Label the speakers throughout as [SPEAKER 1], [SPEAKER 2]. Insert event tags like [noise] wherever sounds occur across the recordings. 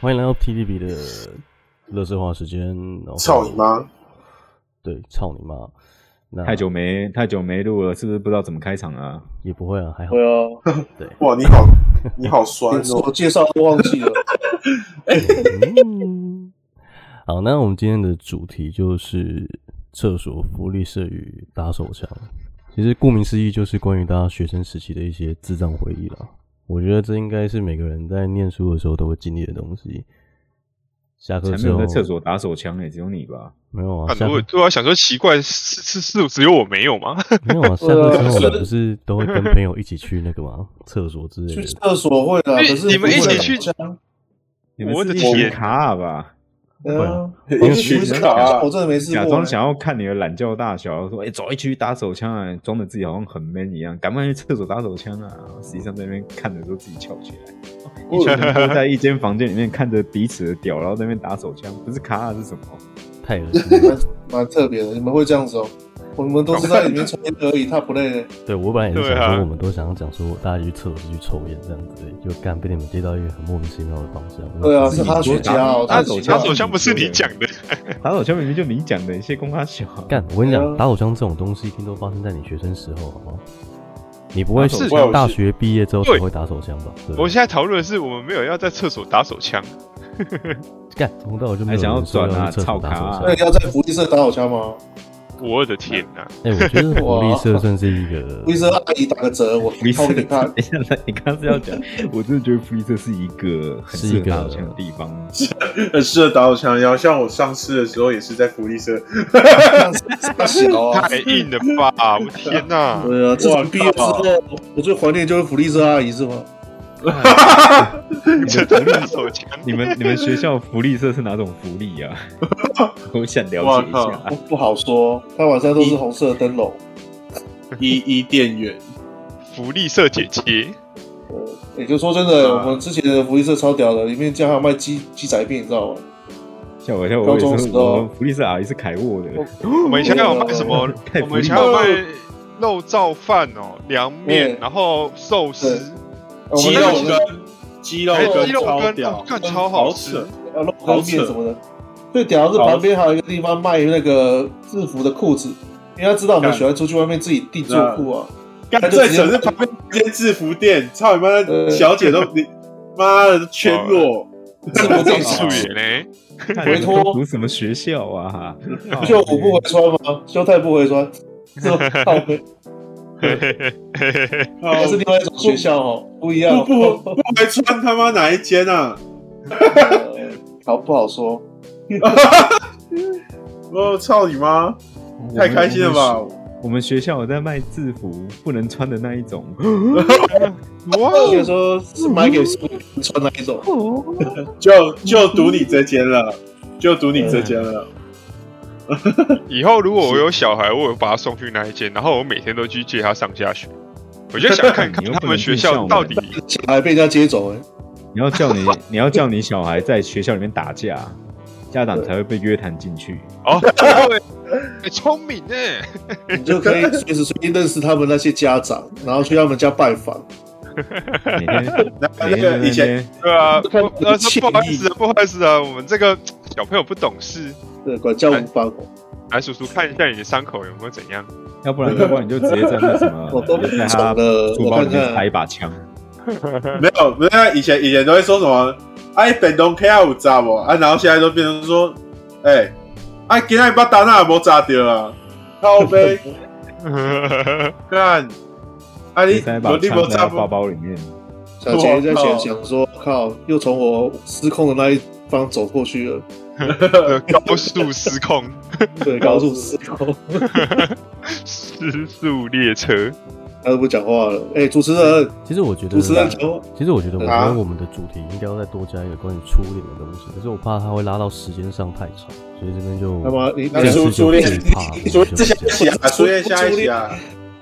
[SPEAKER 1] 欢迎来到 TDB 的乐色话时间。然后
[SPEAKER 2] 操你！妈！
[SPEAKER 1] 对，操你妈！那
[SPEAKER 3] 太久没太久没录了，是不是不知道怎么开场啊？
[SPEAKER 1] 也不会啊，
[SPEAKER 4] [laughs]
[SPEAKER 1] 还好。
[SPEAKER 4] 对啊，
[SPEAKER 2] 哇，你
[SPEAKER 4] [laughs]
[SPEAKER 2] 好，你好酸
[SPEAKER 4] 连自我
[SPEAKER 2] 哦！
[SPEAKER 4] 介绍都忘记了。
[SPEAKER 1] [laughs] 嗯好，那我们今天的主题就是厕所福利社与打手枪。其实顾名思义，就是关于大家学生时期的一些智障回忆啦。我觉得这应该是每个人在念书的时候都会经历的东西。下课
[SPEAKER 3] 才没
[SPEAKER 1] 之
[SPEAKER 3] 有
[SPEAKER 1] 后
[SPEAKER 3] 在厕所打手枪诶、只有你吧？
[SPEAKER 1] 没有啊？
[SPEAKER 5] 很
[SPEAKER 1] 下
[SPEAKER 5] 多
[SPEAKER 1] 课
[SPEAKER 5] 人对啊，想说奇怪，是是是只有我没有吗？
[SPEAKER 1] 没有啊？下课之
[SPEAKER 3] [laughs]
[SPEAKER 1] 后我
[SPEAKER 4] 是
[SPEAKER 1] 们不是都会跟朋友一起去那个嘛厕所之类
[SPEAKER 4] 去
[SPEAKER 1] 的？
[SPEAKER 4] 厕所会啦，
[SPEAKER 5] 因为
[SPEAKER 4] 可是
[SPEAKER 5] 你们
[SPEAKER 4] 不会
[SPEAKER 5] 一起
[SPEAKER 4] 啦
[SPEAKER 5] 去
[SPEAKER 4] 枪
[SPEAKER 3] 你们
[SPEAKER 5] 我
[SPEAKER 3] 是
[SPEAKER 5] 的
[SPEAKER 3] 一
[SPEAKER 5] 天
[SPEAKER 3] 卡尔吧？
[SPEAKER 4] 对啊，
[SPEAKER 2] 一起
[SPEAKER 4] 不是
[SPEAKER 2] 卡
[SPEAKER 4] 打
[SPEAKER 2] 啊
[SPEAKER 4] 枪我真的没试过。
[SPEAKER 3] 假装想要看你的懒觉大小，然后说哎、走一区打手枪啊，装的自己好像很 man 一样，赶快去厕所打手枪啊！实际上在那边看的时候自己翘
[SPEAKER 5] [laughs]
[SPEAKER 3] 起来，一群人都在一间房间里面看着彼此的屌，然后在那边打手枪，不是卡尔是什么？
[SPEAKER 1] 太恶心了！
[SPEAKER 4] 蛮特别的，你们会这样子哦？我们都是在里面抽烟而已，他不累。
[SPEAKER 1] 对我本来也是想
[SPEAKER 5] 对啊
[SPEAKER 1] 说，我们都想要讲说大家去厕所是去抽烟这样子，就干被你们接到一个很莫名其妙的方向。
[SPEAKER 4] 对啊，
[SPEAKER 1] 我就是
[SPEAKER 4] 他
[SPEAKER 1] 自己
[SPEAKER 4] 学家哦，
[SPEAKER 3] 打
[SPEAKER 4] 他
[SPEAKER 3] 手
[SPEAKER 4] 手
[SPEAKER 3] 枪
[SPEAKER 5] 他手枪不是你讲的， [laughs]
[SPEAKER 3] 打手枪明明就你讲的，一些公他小啊。
[SPEAKER 1] 干，我跟你
[SPEAKER 4] 对
[SPEAKER 1] 讲，
[SPEAKER 4] 啊
[SPEAKER 1] 打手枪这种东西一定都发生在你学生时候，好不好？你不会
[SPEAKER 3] 打
[SPEAKER 1] 是
[SPEAKER 3] 手
[SPEAKER 2] 枪
[SPEAKER 1] 大学毕业之后才
[SPEAKER 5] 对
[SPEAKER 1] 会打手枪吧？对不
[SPEAKER 5] 我
[SPEAKER 1] 对
[SPEAKER 5] 现在讨论的是我们没有要在厕所打手枪，
[SPEAKER 1] 干，从头到尾就没
[SPEAKER 3] 还
[SPEAKER 1] 有
[SPEAKER 3] 想要
[SPEAKER 1] 人说
[SPEAKER 3] 转啊
[SPEAKER 1] 去厕所
[SPEAKER 3] 操
[SPEAKER 1] 打
[SPEAKER 3] 卡
[SPEAKER 1] 手
[SPEAKER 3] 啊
[SPEAKER 1] 枪
[SPEAKER 4] 那。你要在福利社打手枪吗？
[SPEAKER 5] 我的天哪、
[SPEAKER 1] 哎，我觉得福利社
[SPEAKER 4] 哇
[SPEAKER 1] 算是一个
[SPEAKER 4] [laughs] 福利社阿姨打个折，我
[SPEAKER 3] 福利社，
[SPEAKER 4] 掏给
[SPEAKER 3] 等
[SPEAKER 4] 他。
[SPEAKER 3] 一下， [laughs] 你刚刚是要讲，我真的觉得福利社是一个很适合打手枪的地方。
[SPEAKER 2] 很适合打手枪。然后像我上次的时候也是在福利
[SPEAKER 4] [laughs]
[SPEAKER 2] 社，
[SPEAKER 4] 大小
[SPEAKER 5] [laughs]
[SPEAKER 4] 啊，
[SPEAKER 5] 太硬了吧！我天哪、
[SPEAKER 4] 对啊，自从毕业之后，我最怀念就是福利社阿姨是吗？
[SPEAKER 5] 真的打手枪，
[SPEAKER 3] 你们你们学校福利社是哪种福利呀、啊？ [laughs] 我想了解一
[SPEAKER 2] 哇
[SPEAKER 3] 下。
[SPEAKER 4] 不好说，他晚上都是红色的灯笼。
[SPEAKER 2] 一一店员，
[SPEAKER 5] 福利社姐姐，
[SPEAKER 4] 也就说真的，
[SPEAKER 2] 啊
[SPEAKER 4] 我们之前的福利社超屌的，里面竟然还有卖鸡鸡仔面，你知道吗？
[SPEAKER 3] 吓我一跳，我
[SPEAKER 4] 高
[SPEAKER 3] 也
[SPEAKER 4] 中
[SPEAKER 3] 是
[SPEAKER 4] 时候
[SPEAKER 3] 我们福利社阿姨是凯沃的，
[SPEAKER 5] 我们以前还有卖什么？
[SPEAKER 3] [laughs] 太
[SPEAKER 5] 我
[SPEAKER 3] 福
[SPEAKER 5] 们以
[SPEAKER 3] 利
[SPEAKER 5] 前还有
[SPEAKER 3] 了。
[SPEAKER 5] 卖肉燥饭哦，凉面
[SPEAKER 4] 对，
[SPEAKER 5] 然后寿司，
[SPEAKER 4] 我们
[SPEAKER 2] 鸡
[SPEAKER 4] 那
[SPEAKER 2] 肉
[SPEAKER 4] 个时候
[SPEAKER 2] 羹，鸡肉
[SPEAKER 5] 还有
[SPEAKER 2] 羹
[SPEAKER 5] 鸡肉
[SPEAKER 2] 超
[SPEAKER 5] 羹，
[SPEAKER 2] 屌
[SPEAKER 5] 哦，看超好吃
[SPEAKER 2] 扯。
[SPEAKER 4] 啊肉羹面什么的，最屌的是旁边还有一个地方卖那个制服的裤子，因为他知道我们喜欢出去外面自己订做裤啊。
[SPEAKER 2] 干最扯是旁边一间制服店，操你妈
[SPEAKER 4] 对！
[SPEAKER 2] 小姐都你妈的全裸，
[SPEAKER 4] 制服
[SPEAKER 5] 这
[SPEAKER 4] 店
[SPEAKER 5] 素颜呢？
[SPEAKER 3] 委
[SPEAKER 4] 委托
[SPEAKER 3] 托读什么学校啊？
[SPEAKER 4] 就我不回穿吗？修太不回
[SPEAKER 2] [laughs]
[SPEAKER 4] 穿，是吧？靠背，
[SPEAKER 5] 嘿嘿嘿嘿嘿嘿
[SPEAKER 2] 好
[SPEAKER 4] 那哎是另外一种学校哦，不一样哦。
[SPEAKER 2] 不不不还穿他妈哪一间啊？
[SPEAKER 4] 呃好不好说？
[SPEAKER 2] 我哦操你妈！
[SPEAKER 4] 嗯
[SPEAKER 2] 太开心了吧！
[SPEAKER 3] 我们学校有在卖制服，不能穿的那一种。
[SPEAKER 5] 哇哦！
[SPEAKER 4] 应该说是买给素人穿那一种。
[SPEAKER 2] 就就赌你这间了， [laughs] 就赌你这间了。
[SPEAKER 5] 以后如果我有小孩，我有把他送去那一间，然后我每天都去接他上下学。我就想看看
[SPEAKER 3] 你又不能
[SPEAKER 5] 他们学校到底
[SPEAKER 4] 小孩被人家接走哎、
[SPEAKER 3] 你要叫你，你要叫你小孩在学校里面打架，家长才会被约谈进去。
[SPEAKER 5] 哦，对，欸聪明呢，
[SPEAKER 4] 你就可以随时随地认识他们那些家长，然后去他们家拜访。
[SPEAKER 3] 每天
[SPEAKER 2] [laughs] 那
[SPEAKER 3] 每天
[SPEAKER 2] 个
[SPEAKER 3] 在那
[SPEAKER 2] 以前
[SPEAKER 3] 边
[SPEAKER 5] 对啊，
[SPEAKER 4] 看
[SPEAKER 5] 不呃
[SPEAKER 4] 歉意
[SPEAKER 5] 不好意思啊，不好意思啊，我们这个小朋友不懂事，
[SPEAKER 4] 对，管教无方，
[SPEAKER 5] 来叔叔看一下你的伤口有没有怎样，
[SPEAKER 3] 要不然要不然你就直接在那什么，
[SPEAKER 4] 我都不
[SPEAKER 3] 就在
[SPEAKER 4] 懂
[SPEAKER 3] 他
[SPEAKER 4] 了。
[SPEAKER 3] 书
[SPEAKER 4] 呃我
[SPEAKER 3] 包里
[SPEAKER 4] 看
[SPEAKER 3] 面塞一
[SPEAKER 4] 看，
[SPEAKER 3] 把枪。
[SPEAKER 2] 没有没有，以前以前都会说什么，哎，本东 K 二五炸我啊，然后现在都变成说，哎、啊，今天把达纳没炸掉啊，靠
[SPEAKER 3] [laughs]
[SPEAKER 2] 背干，啊
[SPEAKER 4] 哎
[SPEAKER 2] 你
[SPEAKER 3] 直接把
[SPEAKER 2] 你
[SPEAKER 3] 枪
[SPEAKER 2] 没
[SPEAKER 3] 塞到
[SPEAKER 2] 炸
[SPEAKER 3] 包
[SPEAKER 2] 不？
[SPEAKER 3] 包里面，
[SPEAKER 4] 小杰在想想说，靠，又从我失控的那一方走过去 [laughs] 了。
[SPEAKER 5] 呃高速失控，
[SPEAKER 4] 对，高速失控，
[SPEAKER 5] 失速列车，
[SPEAKER 4] 他都不讲话了。哎、主持人，
[SPEAKER 1] 其实我觉得
[SPEAKER 4] 主持人讲话，
[SPEAKER 1] 其实我觉得，我
[SPEAKER 2] 啊
[SPEAKER 1] 觉得我们的主题应该要再多加一个关于初恋的东西，可是我怕它会拉到时间上太长，所以这边就
[SPEAKER 4] 那么你
[SPEAKER 2] 那
[SPEAKER 1] 这次就
[SPEAKER 2] 初初恋
[SPEAKER 1] 不怕了
[SPEAKER 2] 初
[SPEAKER 1] 我们就
[SPEAKER 2] 这下
[SPEAKER 1] 这
[SPEAKER 2] 一
[SPEAKER 1] 样
[SPEAKER 2] 起啊，初恋下一起啊，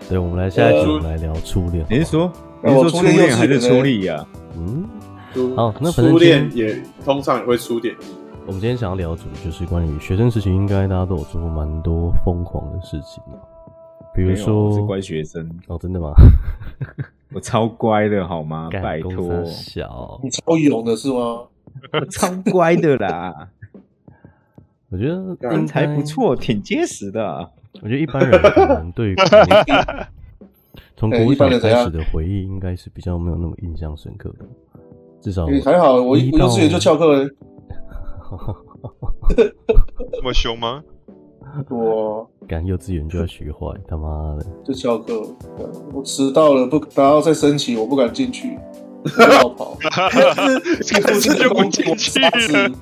[SPEAKER 1] 对，我们来下一集，
[SPEAKER 2] 呃
[SPEAKER 1] 我们来聊初恋。
[SPEAKER 3] 你是说
[SPEAKER 4] 那
[SPEAKER 3] 你是
[SPEAKER 4] 呃我
[SPEAKER 3] 说初
[SPEAKER 4] 初恋幼
[SPEAKER 3] 恋
[SPEAKER 4] 稚
[SPEAKER 3] 还是
[SPEAKER 4] 园
[SPEAKER 3] 初恋啊呀？
[SPEAKER 1] 嗯，
[SPEAKER 2] 初
[SPEAKER 3] 哦
[SPEAKER 1] 好那反正
[SPEAKER 2] 初恋
[SPEAKER 1] 今
[SPEAKER 2] 也通常也会出点力，
[SPEAKER 1] 我们今天想要聊的主题就是关于学生时期，应该大家都有做过蛮多疯狂的事情的，啊比如
[SPEAKER 3] 没有我是
[SPEAKER 1] 说
[SPEAKER 3] 乖学生，
[SPEAKER 1] 哦，真的吗？
[SPEAKER 3] 我超乖的好吗？
[SPEAKER 1] 干
[SPEAKER 3] 拜托
[SPEAKER 1] 公，司小
[SPEAKER 4] 你超勇的是吗？
[SPEAKER 3] 我超乖的
[SPEAKER 1] [laughs]
[SPEAKER 3] 啦，
[SPEAKER 1] 我觉得
[SPEAKER 3] 身材
[SPEAKER 1] 应该
[SPEAKER 3] 不，错，挺结实的。啊
[SPEAKER 1] 我觉得一般人可能
[SPEAKER 3] [laughs]
[SPEAKER 1] 对于国从
[SPEAKER 4] 哎
[SPEAKER 1] 国
[SPEAKER 4] 一
[SPEAKER 1] 小
[SPEAKER 4] 般人怎
[SPEAKER 1] 开
[SPEAKER 4] 样
[SPEAKER 1] 始的回忆，应该是比较没有那么印象深刻的。至 [laughs] 少
[SPEAKER 4] 你还好，我一
[SPEAKER 1] 一
[SPEAKER 4] 我
[SPEAKER 1] 到
[SPEAKER 4] 幼稚园就翘课了。
[SPEAKER 5] 这么凶吗？
[SPEAKER 4] 我
[SPEAKER 1] 干幼稚园就要学坏，他妈的！
[SPEAKER 4] 就翘课，我迟到了，不，然后再升旗，我不敢进去，我要跑，进
[SPEAKER 5] [laughs] 这
[SPEAKER 4] 去
[SPEAKER 5] 就不
[SPEAKER 4] 工地
[SPEAKER 5] 进
[SPEAKER 4] 玩
[SPEAKER 5] 去
[SPEAKER 4] 沙
[SPEAKER 5] 了
[SPEAKER 4] 子。。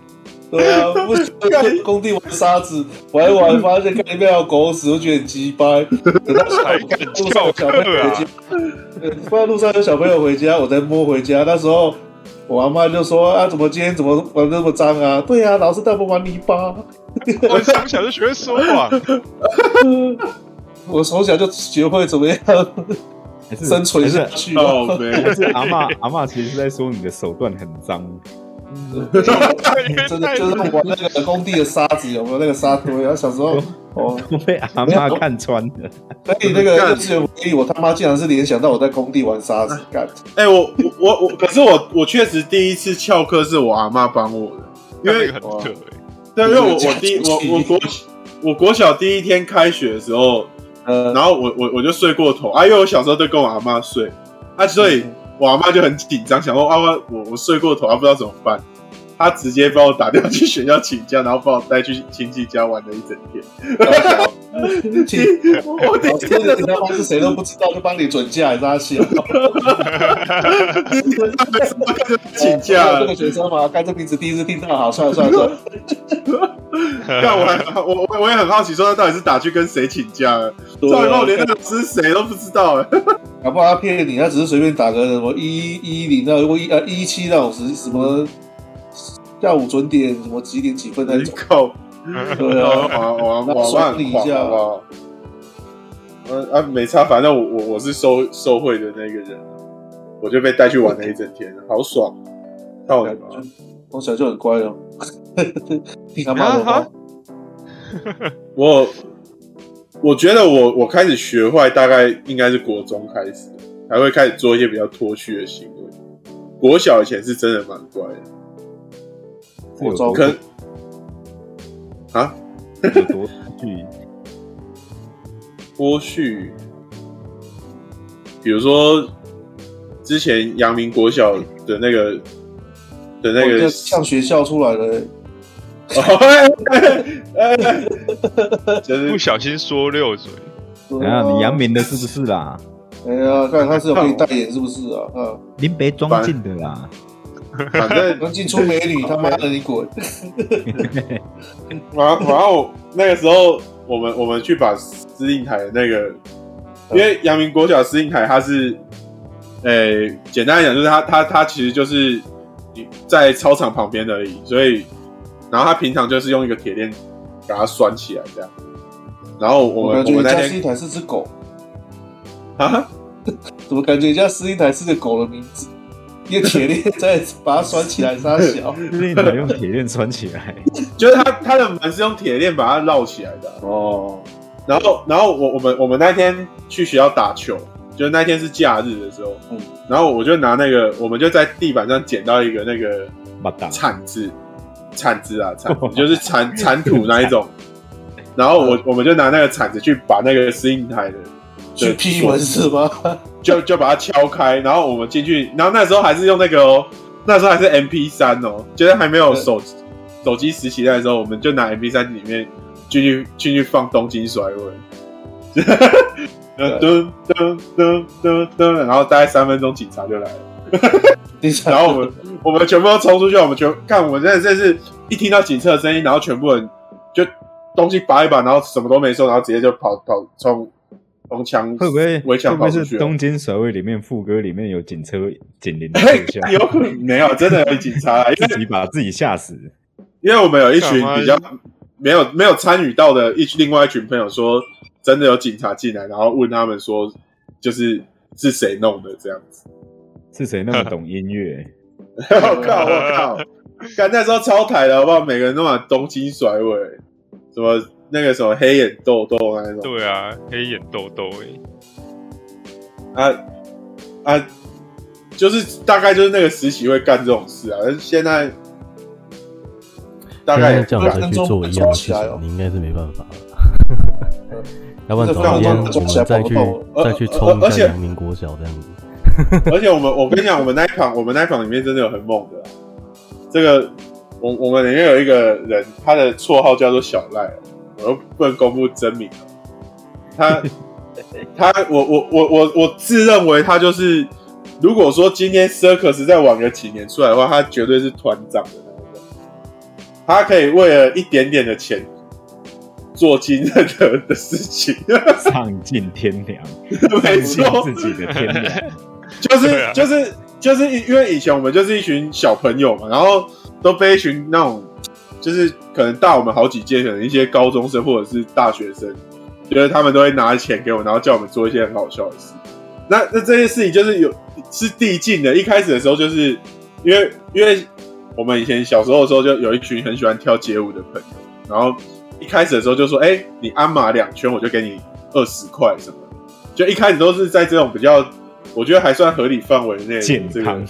[SPEAKER 4] 对啊，不进工地玩沙子，玩一玩发现看里面有狗屎，我觉得很鸡掰。等到下
[SPEAKER 5] 还
[SPEAKER 4] 午
[SPEAKER 5] 敢啊
[SPEAKER 4] 路上有小朋友回家，对突然路上有小朋友回家，我再摸回家。那时候我阿妈就说啊，怎么今天怎么玩那么脏啊？对啊，老师带我们玩泥巴。 [laughs]
[SPEAKER 5] 我从小就学会说谎，
[SPEAKER 4] 我从小就学会怎么样
[SPEAKER 3] 还是
[SPEAKER 4] 生存
[SPEAKER 3] 还
[SPEAKER 4] 下
[SPEAKER 3] 是
[SPEAKER 4] 去。啊
[SPEAKER 5] 哦
[SPEAKER 2] 倒霉，
[SPEAKER 3] 还是阿嬷阿嬷其实是在说你的手段很脏。
[SPEAKER 4] 真的就是玩那个工地的沙子，有没有那个沙堆？然后小时候，哦，
[SPEAKER 3] 都被阿妈看穿了。
[SPEAKER 4] 所以那个幼稚园回忆，我他妈竟然是联想到我在工地玩沙子，干，
[SPEAKER 2] 哎、我我我我，可是我我确实第一次翘课是我阿妈帮我的，因
[SPEAKER 5] 那
[SPEAKER 2] 为
[SPEAKER 5] 个很
[SPEAKER 2] 哇
[SPEAKER 5] 扯欸。
[SPEAKER 2] 对，因为我
[SPEAKER 4] 这个
[SPEAKER 2] 我第我
[SPEAKER 4] 假期
[SPEAKER 2] 我国我国小第一天开学的时候，
[SPEAKER 4] 呃，
[SPEAKER 2] 然后我我我就睡过头啊，因为我小时候都跟我阿妈睡啊，所以我阿妈就很紧张，想说啊我我我睡过头啊，不知道怎么办，她直接帮我打电话去学校请假，然后把我带去亲戚家玩了一整天。 [laughs]
[SPEAKER 4] 其
[SPEAKER 2] 我我第一天
[SPEAKER 4] 这
[SPEAKER 2] 的时
[SPEAKER 4] 个你
[SPEAKER 2] 候
[SPEAKER 4] 他妈是谁都不知道，就帮你准假，你拉稀。
[SPEAKER 2] [laughs] 请假
[SPEAKER 4] 这
[SPEAKER 2] 了
[SPEAKER 4] 个，学生嘛，干这名字第一次听到，好，算了算了
[SPEAKER 2] [laughs]
[SPEAKER 4] 算了，
[SPEAKER 2] 但我还我我我也很好奇，说他到底是打去跟谁请假了？
[SPEAKER 4] 啊
[SPEAKER 2] 赵以后连那个是谁都不知道了。
[SPEAKER 4] 搞不好他骗你，他只是随便打个什么一一零那或一呃一七那种什什么下午准点什么几点几分那
[SPEAKER 2] 你
[SPEAKER 4] 种，
[SPEAKER 2] 靠！
[SPEAKER 4] 对
[SPEAKER 2] 我 [laughs]
[SPEAKER 4] 啊，
[SPEAKER 2] 我我我万啊！呃啊，没差，反正我我我是受受贿的那个人，我就被带去玩了一整天，好爽！操你妈！
[SPEAKER 4] 从小就很乖 [laughs] 了，听他妈
[SPEAKER 5] 啊
[SPEAKER 4] 的话
[SPEAKER 5] 哈。，
[SPEAKER 2] 我我觉得我我开始学坏，大概应该是国中开始，才会开始做一些比较脱序的行为。国小以前是真的蛮乖的，
[SPEAKER 4] 我糟
[SPEAKER 2] 可能啊，
[SPEAKER 3] 有多去
[SPEAKER 2] 脱序，比如说之前阳明国小的那个的那
[SPEAKER 4] 哦
[SPEAKER 2] 个
[SPEAKER 4] 就像学校出来的，
[SPEAKER 2] 就是
[SPEAKER 5] 不小心说溜嘴，
[SPEAKER 4] 对
[SPEAKER 3] 啊，你杨，明的是不是啦？
[SPEAKER 4] 哎呀，看他是有给你代言是不是啊？啊，
[SPEAKER 3] 林北装进的
[SPEAKER 4] 哦
[SPEAKER 3] 啦，
[SPEAKER 2] 反正
[SPEAKER 4] 能进出美女，他妈的你滚！
[SPEAKER 2] 然后然后那个时候我们我们去把司令台的那个，因为阳明国小司令台它是，诶、简单来讲就是它它它其实就是在操场旁边而已，所以然后它平常就是用一个铁链把它拴起来这样。然后我们
[SPEAKER 4] 我感
[SPEAKER 2] 我
[SPEAKER 4] 觉
[SPEAKER 2] 们那
[SPEAKER 4] 加斯
[SPEAKER 2] 天
[SPEAKER 4] 一台是只狗，
[SPEAKER 2] 啊，
[SPEAKER 4] 怎么感觉加斯一台是个狗的名字？一个铁链在把它拴起来，它小。
[SPEAKER 3] 就是你用铁链拴起来。 [laughs]
[SPEAKER 2] 就是它它的门是用铁链把它绕起来的啊、
[SPEAKER 4] 哦，
[SPEAKER 2] 然后，然后我我们我们那天去学校打球，就是那天是假日的时候，
[SPEAKER 4] 嗯
[SPEAKER 2] 然后我就拿那个，我们就在地板上捡到一个那个
[SPEAKER 3] 马达，
[SPEAKER 2] 铲子，铲子啊，铲子就是铲铲土那一种。
[SPEAKER 4] [laughs]
[SPEAKER 2] 然后
[SPEAKER 4] 嗯
[SPEAKER 2] 我我们就拿那个铲子去把那个司令台的，
[SPEAKER 4] 去劈门是吗？
[SPEAKER 2] 就就把它敲开，然后我们进去，然后那时候还是用那个哦，那时候还是 M P 三哦，就是还没有手手机实习代的时候，我们就拿 M P 三里面进去进去放东京甩尾，噔 [laughs] 噔噔噔噔噔，然后大概三分钟警察就来了，
[SPEAKER 4] 你想
[SPEAKER 2] 然后
[SPEAKER 3] [laughs]
[SPEAKER 2] 我们我们全部都冲出去，我们全看我们真的真是一听到警车的声音，然后全部人就东西拔一拔，然后什么都没收，然后直接就跑跑冲冲墙
[SPEAKER 3] 会不会
[SPEAKER 2] 围
[SPEAKER 3] 会
[SPEAKER 2] 墙
[SPEAKER 3] 不
[SPEAKER 2] 跑
[SPEAKER 3] 会
[SPEAKER 2] 出去啊
[SPEAKER 3] 是
[SPEAKER 2] 了。，
[SPEAKER 3] 东京甩尾里面副歌里面有警车警铃的特效
[SPEAKER 2] [laughs] 哎有可能没有，真的有警察来，因
[SPEAKER 3] 自
[SPEAKER 2] 为
[SPEAKER 3] 己把 [laughs] 自己吓死？
[SPEAKER 2] 因为我们有一群比较没有没有参与到的一群另外一群朋友说，真的有警察进来，然后问他们说，就是是谁弄的这样子。
[SPEAKER 3] 是谁那么懂音乐？
[SPEAKER 2] 我靠，我靠！干那时候超台的好不好？每个人都把东京甩尾，什么那个什么黑眼豆豆那种
[SPEAKER 5] 对啊，黑眼豆豆哎，
[SPEAKER 2] 啊啊，就是大概就是那个时期会干这种事啊。但是现在大
[SPEAKER 1] 现
[SPEAKER 2] 概
[SPEAKER 1] 在叫你再去做一样的事
[SPEAKER 2] 哦
[SPEAKER 1] 情，你应该是没办法了。
[SPEAKER 2] 嗯
[SPEAKER 1] 要不然早一天我们再去
[SPEAKER 2] 呃
[SPEAKER 1] 再去冲一下阳明国小这样子。
[SPEAKER 2] [laughs] 而且我们，我跟你讲，我们那一场，我们那一场里面真的有很猛的啊、这个，我我们里面有一个人，他的绰号叫做小赖，我又不能公布真名啊。他 [laughs] 他，我我我我我自认为他就是，如果说今天 Circus 再晚个几年出来的话，他绝对是团长的那一种。他可以为了一点点的钱做尽任何的事情，
[SPEAKER 3] 丧尽天良，
[SPEAKER 2] [laughs] 没
[SPEAKER 3] 丧
[SPEAKER 2] 错，
[SPEAKER 3] [laughs] 尽自己的天良。
[SPEAKER 2] 就是、
[SPEAKER 5] 对啊
[SPEAKER 2] 就是就是因为以前我们就是一群小朋友嘛，然后都被一群那种就是可能大我们好几届，可能一些高中生或者是大学生，觉得他们都会拿钱给我，然后叫我们做一些很好笑的事。那那这件事情就是有是递进的，一开始的时候就是因为因为我们以前小时候的时候就有一群很喜欢跳街舞的朋友，然后一开始的时候就说，哎、你鞍马两圈我就给你二十块什么的，就一开始都是在这种比较我觉得还算合理范围内，
[SPEAKER 3] 健
[SPEAKER 2] 这个 [laughs]
[SPEAKER 3] 康，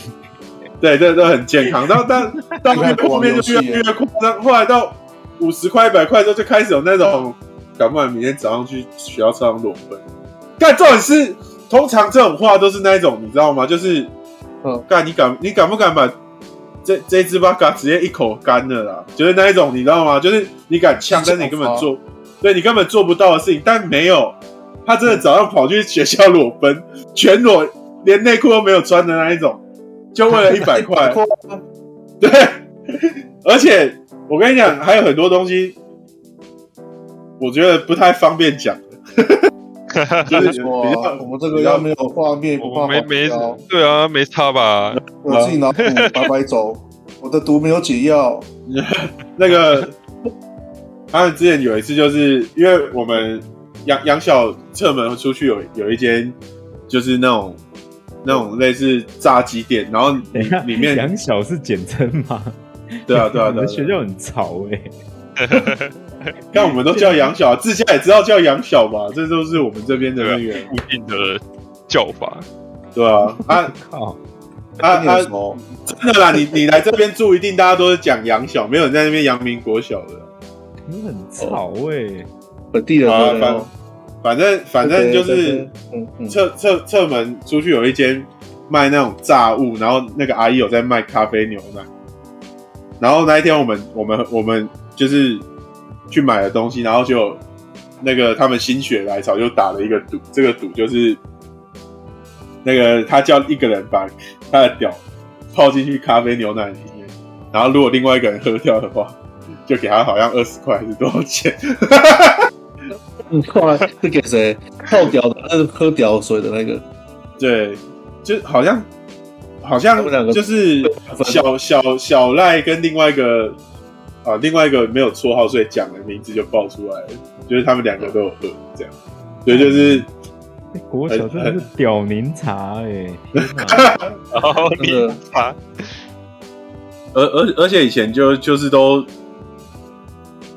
[SPEAKER 2] 对，这都很健康。到但到越后面就越来越夸张，后来到五十块、一百块之后，就开始有那种，敢不敢明天早上去学校上裸奔？干，重点是，通常这种话都是那一种，你知道吗？就是，
[SPEAKER 4] 嗯
[SPEAKER 2] 干，你敢你敢不敢把这这只巴嘎直接一口干了啦？就是那一种，你知道吗？就是你敢呛，但是你根本做，对你根本做不到的事情，但没有。他真的早上跑去学校裸奔，全裸，连内裤都没有穿的那一种，就为
[SPEAKER 3] [laughs]
[SPEAKER 2] 了一百块。对，而且我跟你讲，还有很多东西，我觉得不太方便讲，
[SPEAKER 3] [laughs]
[SPEAKER 2] 就是比
[SPEAKER 4] 没
[SPEAKER 2] 较
[SPEAKER 4] 错啊，我们这个
[SPEAKER 2] 比较
[SPEAKER 4] 要没有画面，不
[SPEAKER 5] 我
[SPEAKER 4] 画
[SPEAKER 5] 没
[SPEAKER 4] 面
[SPEAKER 5] 没
[SPEAKER 4] 哦
[SPEAKER 5] 对啊，没差吧？
[SPEAKER 4] 我自己拿毒白白走，我的毒没有解药，
[SPEAKER 2] 那个，他们之前有一次，就是因为我们杨杨小侧门出去有有一间，就是那种那种类似炸鸡店，然后
[SPEAKER 3] 等
[SPEAKER 2] 里
[SPEAKER 3] 一下
[SPEAKER 2] 里面
[SPEAKER 3] 杨小是简称吗？
[SPEAKER 2] 对啊对啊对啊
[SPEAKER 3] 你们
[SPEAKER 2] 对
[SPEAKER 3] 学
[SPEAKER 2] 啊，
[SPEAKER 3] 校很潮哎、
[SPEAKER 2] 但我们都叫杨小，自家也知道叫杨小吧，这都是我们这边的那个
[SPEAKER 3] 啊
[SPEAKER 5] 固定的叫法，
[SPEAKER 2] 对啊
[SPEAKER 4] [laughs]
[SPEAKER 2] 啊
[SPEAKER 3] 靠，
[SPEAKER 2] 啊
[SPEAKER 4] 跟你有
[SPEAKER 2] 啊
[SPEAKER 4] 什！么？
[SPEAKER 2] 真的啦，你你来这边住，一定大家都是讲杨小，没有人在那边阳明国小的。
[SPEAKER 3] 你们很潮哎、
[SPEAKER 4] 本地人
[SPEAKER 2] 好啊
[SPEAKER 4] 对不对
[SPEAKER 2] 反正反正就
[SPEAKER 4] 对对
[SPEAKER 2] 是
[SPEAKER 4] 对嗯嗯，
[SPEAKER 2] 侧侧侧门出去有一间卖那种炸物，然后那个阿姨有在卖咖啡牛奶。然后那一天我们我们我们就是去买了东西，然后就那个他们心血来潮就打了一个赌，这个赌就是那个他叫一个人把他的屌泡进去咖啡牛奶里面，然后如果另外一个人喝掉的话，就给他好像二十块还是多少钱？
[SPEAKER 4] 嗯，后来是给谁？泡屌的，那是喝屌水的那个，
[SPEAKER 2] 对，就好像好像
[SPEAKER 4] 他们两个
[SPEAKER 2] 就是小小小赖跟另外一个啊，另外一个没有绰号，所以讲的名字就爆出来了，就是他们两个都有喝这样，所以就是
[SPEAKER 3] 欸国小真的是屌柠茶哎、天哪
[SPEAKER 5] 然后
[SPEAKER 4] 那
[SPEAKER 5] 你
[SPEAKER 4] 个
[SPEAKER 5] 啊，
[SPEAKER 2] 而而而且以前就就是都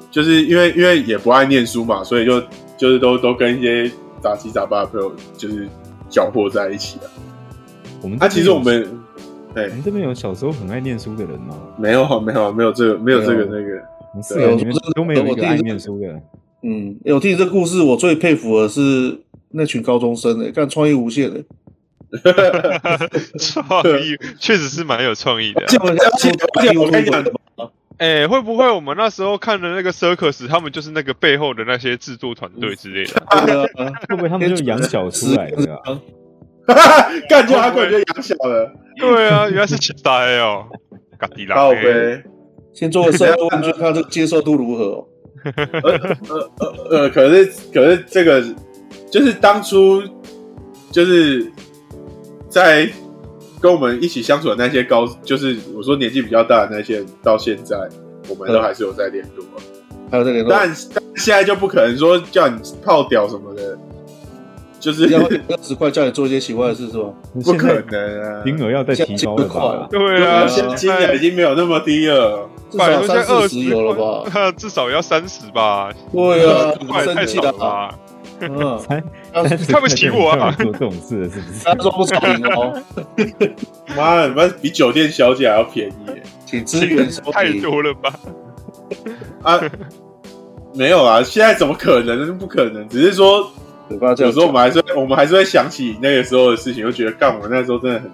[SPEAKER 2] 就是因为因为也不爱念书嘛，所以就就是都都跟一些杂七杂八的朋友就是搅和在一起啊。
[SPEAKER 3] 我们
[SPEAKER 2] [laughs]
[SPEAKER 3] 这边
[SPEAKER 2] 啊，其实我们哎、
[SPEAKER 3] 我们这边有小时候很爱念书的人吗？
[SPEAKER 2] 没有没有没有这个没有这个
[SPEAKER 3] 没
[SPEAKER 2] 那个。
[SPEAKER 3] 我们四
[SPEAKER 2] 啊
[SPEAKER 3] 个人里面都没有一个爱念书的。
[SPEAKER 4] 嗯，欸我听你这故事，我最佩服的是那群高中生诶、欸干创意无限的、
[SPEAKER 5] 创意确实是蛮有创意的啊、
[SPEAKER 4] 他们
[SPEAKER 2] 而且而且我跟你讲，
[SPEAKER 5] 哎、会不会我们那时候看的那个 Circus，他们就是那个背后的那些制作团队之类
[SPEAKER 4] [laughs]
[SPEAKER 5] 的？
[SPEAKER 4] 对啊，
[SPEAKER 3] 会不会他们就养小出来的、啊？
[SPEAKER 2] [laughs] 干掉他根本就养小了，
[SPEAKER 5] 对啊，原来是期待哦，嘎迪拉
[SPEAKER 2] 靠
[SPEAKER 5] 欸。
[SPEAKER 2] 呗。
[SPEAKER 4] 先做个社会问卷，看这个接受度如何、哦。
[SPEAKER 2] 呃呃呃呃，可是可是这个就是当初就是在跟我们一起相处的那些高，就是我说年纪比较大的那些人，到现在我们都还是有在联络啊。
[SPEAKER 4] 还有这联络，
[SPEAKER 2] 但但现在就不可能说叫你泡屌什么的，就是
[SPEAKER 4] 要二十块叫你做一些奇怪的事是吧？
[SPEAKER 2] [laughs] 不
[SPEAKER 3] 现
[SPEAKER 2] 可
[SPEAKER 3] 在
[SPEAKER 2] 能啊。
[SPEAKER 3] 金额要再提高了
[SPEAKER 4] 现在快
[SPEAKER 3] 吧
[SPEAKER 4] 了？
[SPEAKER 5] 对啊，
[SPEAKER 2] 现在
[SPEAKER 5] 现
[SPEAKER 2] 金额
[SPEAKER 5] 在
[SPEAKER 2] 已经没有那么低了。
[SPEAKER 4] 至
[SPEAKER 5] 百
[SPEAKER 4] 少
[SPEAKER 5] 分之
[SPEAKER 4] 三
[SPEAKER 5] 二
[SPEAKER 4] 四
[SPEAKER 5] 十
[SPEAKER 4] 十有了吧？
[SPEAKER 5] 吧？ [laughs] 至少也要三十吧？
[SPEAKER 4] 对啊，
[SPEAKER 5] [laughs] 快
[SPEAKER 4] 很
[SPEAKER 5] 太
[SPEAKER 4] 生气
[SPEAKER 5] 少
[SPEAKER 4] 的
[SPEAKER 5] 了
[SPEAKER 4] 啊。
[SPEAKER 5] 吧？
[SPEAKER 4] 嗯，
[SPEAKER 3] 才 [laughs]
[SPEAKER 4] 他
[SPEAKER 3] 三十
[SPEAKER 5] 看不起我啊
[SPEAKER 3] 岁就有人叫你做这种事了是不是 [laughs]
[SPEAKER 4] 他？说不吵赢哦，
[SPEAKER 2] 妈的，你们比酒店小姐还要便宜耶、
[SPEAKER 4] 请支援收
[SPEAKER 5] 太
[SPEAKER 4] 听。
[SPEAKER 5] 多了吧？
[SPEAKER 2] 啊，没有啊，现在怎么可能？那不可能，只是说
[SPEAKER 4] 嘴巴这
[SPEAKER 2] 有
[SPEAKER 4] 样
[SPEAKER 2] 时候我
[SPEAKER 4] 讲，
[SPEAKER 2] 们还是会，我们还是会想起那个时候的事情，就觉得干，我那时候真的很，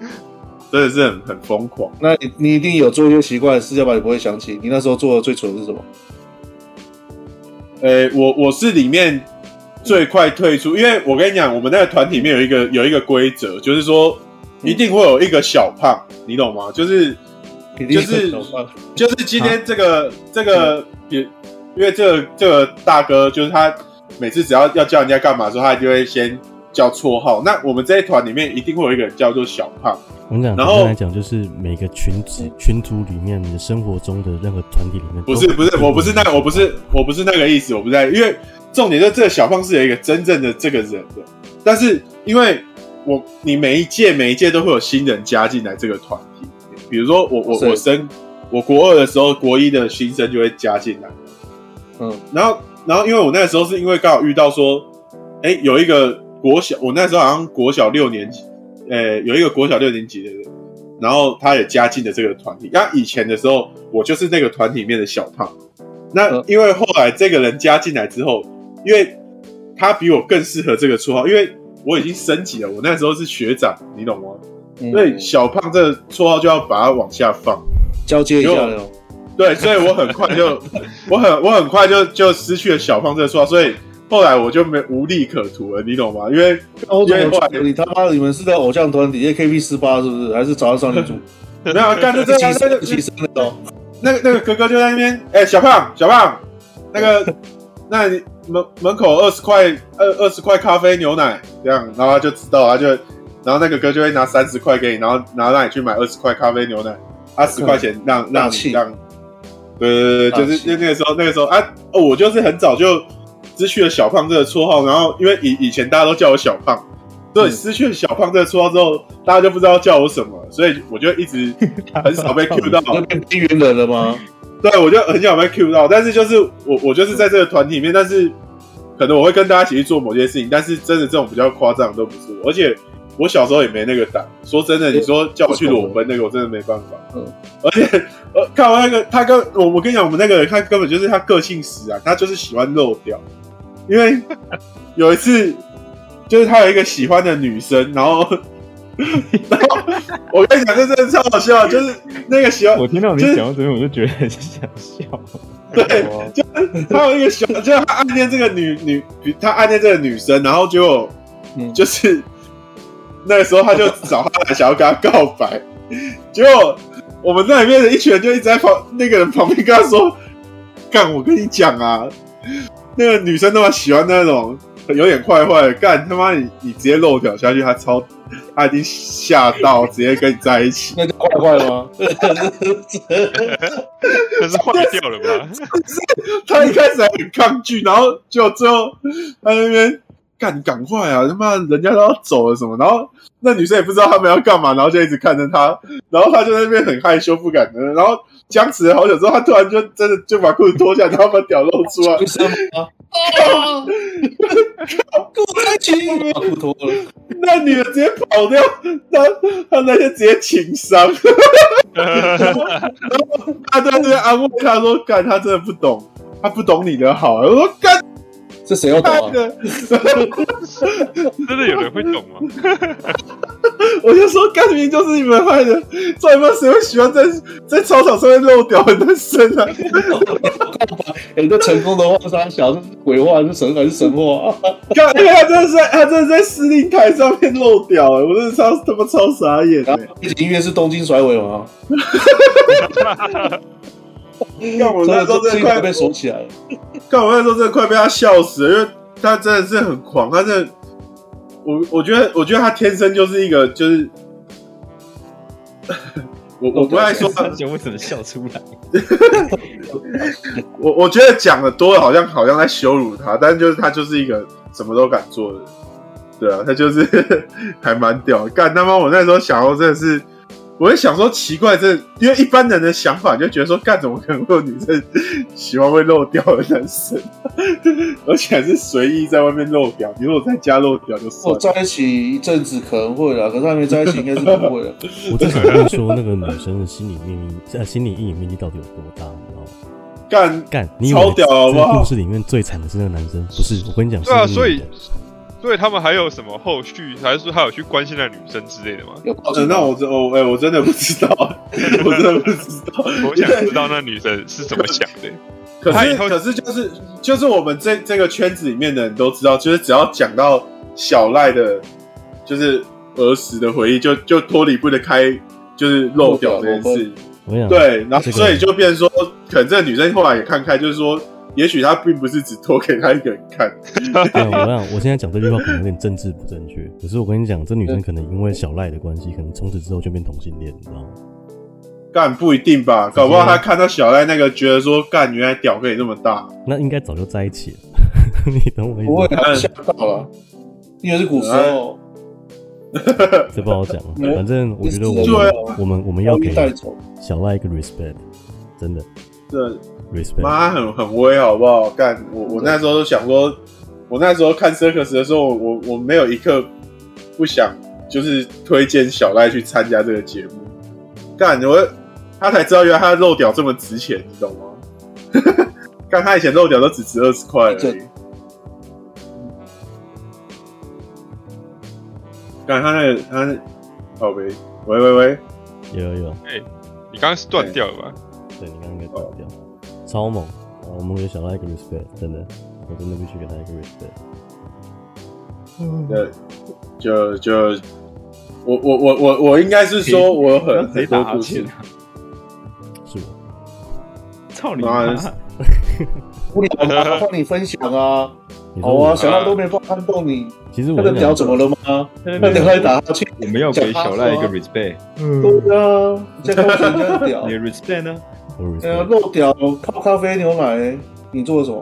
[SPEAKER 2] 真的是很很疯狂。
[SPEAKER 4] 那你你一定有做一些奇怪的事，要不然你不会想起你那时候做的最蠢的是什么？
[SPEAKER 2] 呃，我我是里面最快退出，因为我跟你讲，我们那个团体里面有一个有一个规则，就是说一定会有一个小胖，你懂吗？就是
[SPEAKER 4] 一定
[SPEAKER 2] 就是
[SPEAKER 4] 手放
[SPEAKER 2] 就是今天这个、这个也，因为这个这个大哥就是他每次只要要叫人家干嘛的时候，他就会先叫绰号。那我们这一团里面一定会有一个人叫做小胖，
[SPEAKER 1] 我跟你讲，简
[SPEAKER 2] 然后嗯
[SPEAKER 1] 单来讲，就是每个群组群组里面，你的生活中的任何团体里面，
[SPEAKER 2] 不是不是，我不是那个，我不是我不是那个意思，我不在，因为重点就是这个小胖是有一个真正的这个人的，但是因为我你每一届每一届都会有新人加进来这个团体，比如说我我
[SPEAKER 4] 是
[SPEAKER 2] 我升我国二的时候，国一的新生就会加进来，
[SPEAKER 4] 嗯，
[SPEAKER 2] 然后然后因为我那时候是因为刚好遇到说，哎，有一个国小，我那时候好像国小六年级，呃，有一个国小六年级的人，然后他也加进了这个团体。那以前的时候，我就是那个团体里面的小胖。那
[SPEAKER 4] 嗯
[SPEAKER 2] 因为后来这个人加进来之后，因为他比我更适合这个绰号，因为我已经升级了，我那时候是学长，你懂吗？
[SPEAKER 4] 嗯
[SPEAKER 2] 所以小胖这个绰号就要把它往下放。
[SPEAKER 4] 交接一下哦那种，
[SPEAKER 2] [laughs] 对，所以我很快就，我很我很快就就失去了小胖这个说，所以后来我就没无利可图了，你懂吗？因为
[SPEAKER 4] 那我怎
[SPEAKER 2] 因为
[SPEAKER 4] 么
[SPEAKER 2] 后来
[SPEAKER 4] 觉得你他妈的你们是在偶像团体 AKB 四八是不是？还是早上少
[SPEAKER 2] [laughs]
[SPEAKER 4] 女组？
[SPEAKER 2] 没有啊
[SPEAKER 4] [laughs]
[SPEAKER 2] 干这这
[SPEAKER 4] 一起
[SPEAKER 2] 那
[SPEAKER 4] 生一起
[SPEAKER 2] 个
[SPEAKER 4] 生那种，
[SPEAKER 2] 那个那个哥哥就在那边，哎、小胖小胖，那
[SPEAKER 4] [laughs]
[SPEAKER 2] 个那你门门口二十块二二十块咖啡牛奶这样，然后他就知道，他就然后那个哥就会拿三十块给你，然后然后让你去买二十块咖啡牛奶，啊十块钱让让
[SPEAKER 4] 大
[SPEAKER 2] 你
[SPEAKER 4] 气
[SPEAKER 2] 让，对对对，
[SPEAKER 4] 大气
[SPEAKER 2] 就是那那个时候那个时候啊，哦我就是很早就失去了小胖这个绰号，然后因为以以前大家都叫我小胖。对，
[SPEAKER 4] 嗯
[SPEAKER 2] 失去了小胖这个绰号之后，大家就不知道叫我什么，所以我就一
[SPEAKER 4] [laughs]
[SPEAKER 2] 直很少被 Q 到。
[SPEAKER 4] 就变边缘人了吗？
[SPEAKER 2] 对，我就很想被 Q 到，但是就是我我就是在这个团体里面，但是可能我会跟大家一起去做某些事情，但是真的这种比较夸张的都不是我，而且我小时候也没那个胆。说真的，你说叫我去裸奔那个，我真的没办法。
[SPEAKER 4] 嗯
[SPEAKER 2] 而且呃，看完那个他跟我我跟你讲，我们那个人他根本就是他个性使然，他就是喜欢漏掉，因为有一次就是他有一个喜欢的女生，然后。然后我跟你讲，这真的超好笑，就是那个喜欢
[SPEAKER 3] 我听到你
[SPEAKER 2] 就是
[SPEAKER 3] 讲到这边，我就觉得很想笑。
[SPEAKER 2] 对，就他有一个小，就是他暗恋这个女女，他暗恋这个女生，然后结果
[SPEAKER 4] 嗯，
[SPEAKER 2] 就是那个时候他就找他来想要跟他告白，结果我们那里面的一群人就一直在旁那个人旁边跟他说：“干，我跟你讲啊，那个女生那么喜欢那种有点坏坏的，干他妈你你直接漏掉下去，他超他已经吓到，直接跟你在一起。”
[SPEAKER 4] 那就坏坏吗？
[SPEAKER 5] 但是坏掉了吧？ [laughs]
[SPEAKER 2] 他一开始还很抗拒，然后就最后他在那边干，赶快啊！他妈人家都要走了什么，然后那女生也不知道他们要干嘛，然后就一直看着他， [laughs] 然后他就在那边很害羞不敢的，然后僵持了好久之后，他突然就真的就把裤子脱下来，然后把屌露出
[SPEAKER 4] [laughs]
[SPEAKER 2] 来
[SPEAKER 4] 为，什么？
[SPEAKER 2] 啊
[SPEAKER 4] [laughs] 跟我在一起，把裤脱了。
[SPEAKER 2] 那女的直接跑掉，他他那天直接情商， [laughs] 然后然后他在那边安慰他说：“干，他真的不懂，他不懂你的好。”我说：“干
[SPEAKER 4] 这谁要懂
[SPEAKER 2] 他
[SPEAKER 4] 啊？
[SPEAKER 2] 的。”
[SPEAKER 5] 真的有人会懂吗？
[SPEAKER 2] 我就说，干明明就是你们害的，操你妈！谁会喜欢在在操场上面漏屌很难生啊？ [laughs]
[SPEAKER 4] 哎，那成功的话，他小是鬼话，是神还是
[SPEAKER 2] [laughs]
[SPEAKER 4] 神话？啊
[SPEAKER 2] 干，因为他真的是在他真的在司令台上面漏屌、欸，我真的超他妈超傻眼、
[SPEAKER 4] 然
[SPEAKER 2] 欸
[SPEAKER 4] 后。背景音乐是东京甩尾吗？
[SPEAKER 2] 干我那时候真
[SPEAKER 4] 这
[SPEAKER 2] 的
[SPEAKER 4] 一块
[SPEAKER 2] 快
[SPEAKER 4] 被锁起来了。
[SPEAKER 2] 干我那时候真的快被他笑死了，因为他真的是很狂，他真的，我我觉得我觉得他天生就是一个就是， [laughs] 我我不爱说他，
[SPEAKER 3] 想为什么笑出来？
[SPEAKER 2] 我我觉得讲的多了好像好像在羞辱他，但是就是他就是一个什么都敢做的人，对啊，他就是 [laughs] 还蛮屌的。干他妈！我那时候想到真的是，我就想说奇怪，这因为一般人的想法就觉得说，干怎么可能会有女生 [laughs] 喜欢会漏掉的男生， [laughs] 而且还是随意在外面漏掉。你如果在家漏掉就算
[SPEAKER 4] 我
[SPEAKER 2] 了，
[SPEAKER 4] 在一起一阵子可能会啦，可是还没在一起应该是不
[SPEAKER 2] [laughs]
[SPEAKER 4] 会了。
[SPEAKER 1] 我只想问说，那个女生的心理面积，呃，心理阴影面积到底有多大？你知道吗？
[SPEAKER 2] 干
[SPEAKER 1] 干，你以为
[SPEAKER 2] 超屌好
[SPEAKER 1] 这
[SPEAKER 2] 不
[SPEAKER 1] 个
[SPEAKER 2] 好
[SPEAKER 1] 故事里面最惨的是那个男生？不是，我跟你讲，
[SPEAKER 5] 对啊，
[SPEAKER 1] 是
[SPEAKER 5] 所以
[SPEAKER 1] 女的
[SPEAKER 5] 所以他们还有什么后续，还是说他有去关心那女生之类的吗？
[SPEAKER 4] 有报
[SPEAKER 2] 呃
[SPEAKER 4] 警
[SPEAKER 2] 那
[SPEAKER 4] 吗
[SPEAKER 2] 我真我哎、我真的不知道， [laughs] 我真的不知道。
[SPEAKER 5] 我想知道那女生是怎么想的。
[SPEAKER 2] 可
[SPEAKER 5] 他
[SPEAKER 2] 是
[SPEAKER 5] 以后
[SPEAKER 2] 可是就是就是我们这这个圈子里面的人都知道，就是只要讲到小赖的，就是儿时的回忆，就就脱离不得开就是漏掉这件事。
[SPEAKER 1] 我跟你讲，
[SPEAKER 2] 对，啊然
[SPEAKER 1] 这
[SPEAKER 2] 后
[SPEAKER 1] 个
[SPEAKER 2] 所以就变成说，可能这个女生后来也看开，就是说，也许她并不是只脱给她一个人看，
[SPEAKER 1] [laughs] 对啊，我想我现在讲这句话可能有点政治不正确，可是我跟你讲，这女生可能因为小赖的关系，可能从此之后就变同性恋，你知道吗？
[SPEAKER 2] 干不一定吧？搞不好
[SPEAKER 1] 嗯
[SPEAKER 2] 她看到小赖那个，觉得说，干原来屌可以这么大，
[SPEAKER 1] 那应该早就在一起了， [laughs] 你懂我意
[SPEAKER 4] 不会
[SPEAKER 1] 思吗？
[SPEAKER 4] 啊吓到了，因为是古时候，
[SPEAKER 1] 这不好讲，啊
[SPEAKER 4] 没有
[SPEAKER 1] 反正我觉得我
[SPEAKER 4] 你死
[SPEAKER 2] 了
[SPEAKER 1] 们我们我
[SPEAKER 2] 哎
[SPEAKER 1] 们要
[SPEAKER 4] 要
[SPEAKER 1] 给
[SPEAKER 4] 被带走。
[SPEAKER 1] 小赖一个 respect，真的
[SPEAKER 2] 这
[SPEAKER 1] respect。
[SPEAKER 2] 妈很很威好不好？干我我那时候想说，我那时候看 circus 的时候，我我我没有一刻不想就是推荐小赖去参加这个节目。干我他才知道原来他的漏屌这么值钱，你懂吗？ [laughs] 干他以前漏屌都只值二十块而
[SPEAKER 4] 这
[SPEAKER 2] 已。干他那个他那，好呗，喂喂喂，
[SPEAKER 1] 有有有，
[SPEAKER 5] 你刚刚是断掉了吧？
[SPEAKER 1] 对你刚刚应该断掉，超猛！啊我们给小赖一个 respect，真的，我真的必须给他一个 respect。
[SPEAKER 2] 呃，就就我我我我我应该是说我有很很
[SPEAKER 3] 谁
[SPEAKER 2] 多
[SPEAKER 3] 打
[SPEAKER 2] 故
[SPEAKER 3] 钱
[SPEAKER 2] 事，
[SPEAKER 3] 啊？
[SPEAKER 1] 是的，
[SPEAKER 3] 操你
[SPEAKER 2] 妈
[SPEAKER 3] 妈！
[SPEAKER 2] 的
[SPEAKER 4] 不聊啊，帮你分享啊。
[SPEAKER 1] 你说
[SPEAKER 4] 好
[SPEAKER 1] 我
[SPEAKER 4] 啊，小赖都没办法撼动你，
[SPEAKER 1] 其实我
[SPEAKER 4] 那个
[SPEAKER 1] 跟你
[SPEAKER 4] 屌
[SPEAKER 1] 讲，
[SPEAKER 4] 怎么了吗？
[SPEAKER 3] 那
[SPEAKER 4] 那屌在打下去，
[SPEAKER 3] 我们要给小赖一个 respect，
[SPEAKER 4] 对啊，你在攻击人家的
[SPEAKER 3] [laughs]
[SPEAKER 4] 屌
[SPEAKER 3] 你，的 respect 呢？
[SPEAKER 1] 我
[SPEAKER 4] 哎
[SPEAKER 1] respect
[SPEAKER 4] 呀，漏屌泡咖啡牛奶，你做了什么？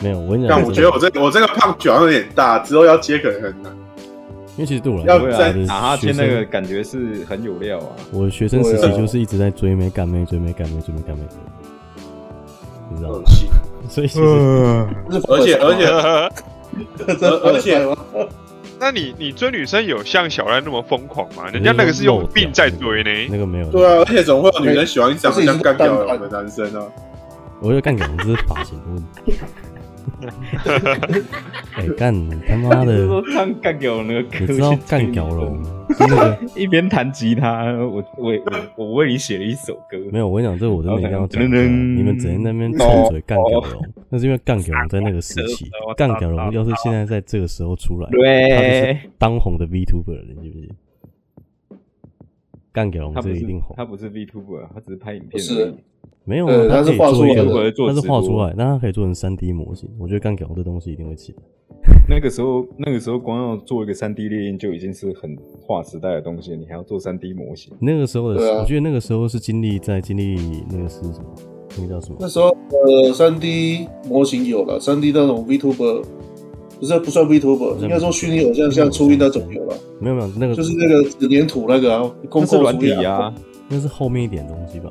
[SPEAKER 1] 没有，我跟你讲，
[SPEAKER 2] 但我觉得我这个我这个胖卷有点大，之后要接可能很难。
[SPEAKER 1] 因为其实对我来
[SPEAKER 2] 要
[SPEAKER 3] 对
[SPEAKER 1] 说，
[SPEAKER 3] 啊
[SPEAKER 1] 我的，
[SPEAKER 3] 打哈
[SPEAKER 1] 学
[SPEAKER 3] 欠那
[SPEAKER 1] 生
[SPEAKER 3] 个感觉是很有料啊。
[SPEAKER 1] 我的学生时
[SPEAKER 4] 对
[SPEAKER 1] 期
[SPEAKER 4] 啊
[SPEAKER 1] 就是一直在追妹、干妹、追妹、干妹、追妹、干妹，你知道吗？所以其实
[SPEAKER 5] 嗯。
[SPEAKER 4] 不是
[SPEAKER 2] 而且而且而而且
[SPEAKER 5] 那你你追女生有像小赖那么疯狂吗？人家那个是用病在追呢。
[SPEAKER 1] 那个没有，
[SPEAKER 2] 对啊，而且总会有女人喜欢长得像干掉我的男生啊。
[SPEAKER 1] 我就干讲这是发型的问题。哎，干你他妈
[SPEAKER 3] 就是
[SPEAKER 1] 的
[SPEAKER 3] 说，唱干屌那个歌，
[SPEAKER 1] 你知道干屌龙是那个
[SPEAKER 3] 一边弹吉他，我我我我为你写了一首歌，
[SPEAKER 1] 没有，我跟你讲，这我真的一定要讲一下。
[SPEAKER 3] 噔噔噔
[SPEAKER 1] 你们只能在那边
[SPEAKER 4] 哦
[SPEAKER 1] 臭嘴干屌龙，那是因为干屌龙在那个
[SPEAKER 4] [laughs]
[SPEAKER 1] 时期，干屌龙要是现在在这个时候出来，他就是
[SPEAKER 3] 对，
[SPEAKER 1] 当红的 VTuber 了，你信不信？干屌龙
[SPEAKER 3] 他
[SPEAKER 1] 这
[SPEAKER 3] 不
[SPEAKER 1] 一
[SPEAKER 3] 是
[SPEAKER 1] 定红
[SPEAKER 3] 他。不是 VTuber，他只是拍影
[SPEAKER 4] 不
[SPEAKER 3] 片而
[SPEAKER 4] 是
[SPEAKER 3] 已。
[SPEAKER 1] 没有
[SPEAKER 4] 呃
[SPEAKER 1] 啊，
[SPEAKER 4] 他
[SPEAKER 1] 他
[SPEAKER 4] 是
[SPEAKER 1] 可以
[SPEAKER 4] 画出
[SPEAKER 1] 做一
[SPEAKER 4] 来
[SPEAKER 1] 个
[SPEAKER 4] 的
[SPEAKER 3] 或者做
[SPEAKER 1] 他是
[SPEAKER 3] 直
[SPEAKER 1] 画出
[SPEAKER 3] 播
[SPEAKER 1] 来，但他可以做成三 D 模型。我觉得干屌龙这东西一定会起来。
[SPEAKER 3] 那个时候，那个时候光要做一个3 D 猎印就已经是很划时代的东西，你还要做3 D 模型，
[SPEAKER 1] 那个时候
[SPEAKER 4] 对啊
[SPEAKER 1] 的，我觉得那个时候是经历在经历那个是什么？那个叫什么
[SPEAKER 4] 那？时候呃，三 D 模型有了，三 D 那种 VTuber，不是不算 VTuber，应该说虚拟偶像像初音那种有了，
[SPEAKER 1] 没有没有，那个
[SPEAKER 4] 就是那个纸粘土那个啊，
[SPEAKER 3] 那
[SPEAKER 4] 公
[SPEAKER 3] 是
[SPEAKER 4] 共
[SPEAKER 3] 软体啊，
[SPEAKER 1] 那是后面一点东西吧。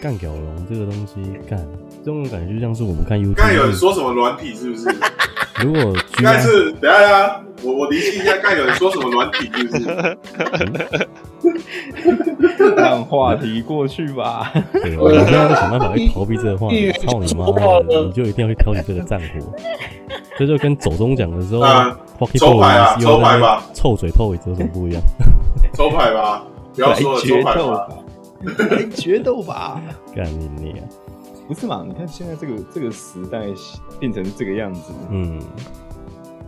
[SPEAKER 1] 干屌龙这个东西，干这种感觉就像是我们看 YouTube。
[SPEAKER 2] 刚才有人说什么软体是不是？
[SPEAKER 1] 如果
[SPEAKER 2] 应
[SPEAKER 1] 居
[SPEAKER 2] 该
[SPEAKER 1] 然
[SPEAKER 2] 是等一下啊，我我厘清一下，刚才有人说什么软体是不是？
[SPEAKER 3] [laughs] 让话题过去吧。
[SPEAKER 1] 对，我们现在想办法去逃避这个话题
[SPEAKER 2] [laughs]
[SPEAKER 4] 一语，
[SPEAKER 1] 操你妈
[SPEAKER 4] 说话
[SPEAKER 1] 的，
[SPEAKER 4] 了
[SPEAKER 1] 你就一定要去挑起这个战火。这就跟走中奖的时候
[SPEAKER 2] 啊
[SPEAKER 1] ，Pocky
[SPEAKER 2] 抽牌啊
[SPEAKER 1] Boys 又
[SPEAKER 2] 抽
[SPEAKER 1] 在
[SPEAKER 2] 牌
[SPEAKER 1] 那边
[SPEAKER 2] 吧
[SPEAKER 1] 臭嘴臭尾，这有什么不一样？
[SPEAKER 2] 抽牌吧， [laughs] 不要
[SPEAKER 3] 来
[SPEAKER 2] 说了，抽
[SPEAKER 3] 决
[SPEAKER 2] 牌
[SPEAKER 3] 斗
[SPEAKER 2] 吧。
[SPEAKER 3] 吧，来 [laughs] 决斗吧！
[SPEAKER 1] 干你你啊！
[SPEAKER 3] 不是嘛？你看现在这个这个时代变成这个样子，
[SPEAKER 1] 嗯，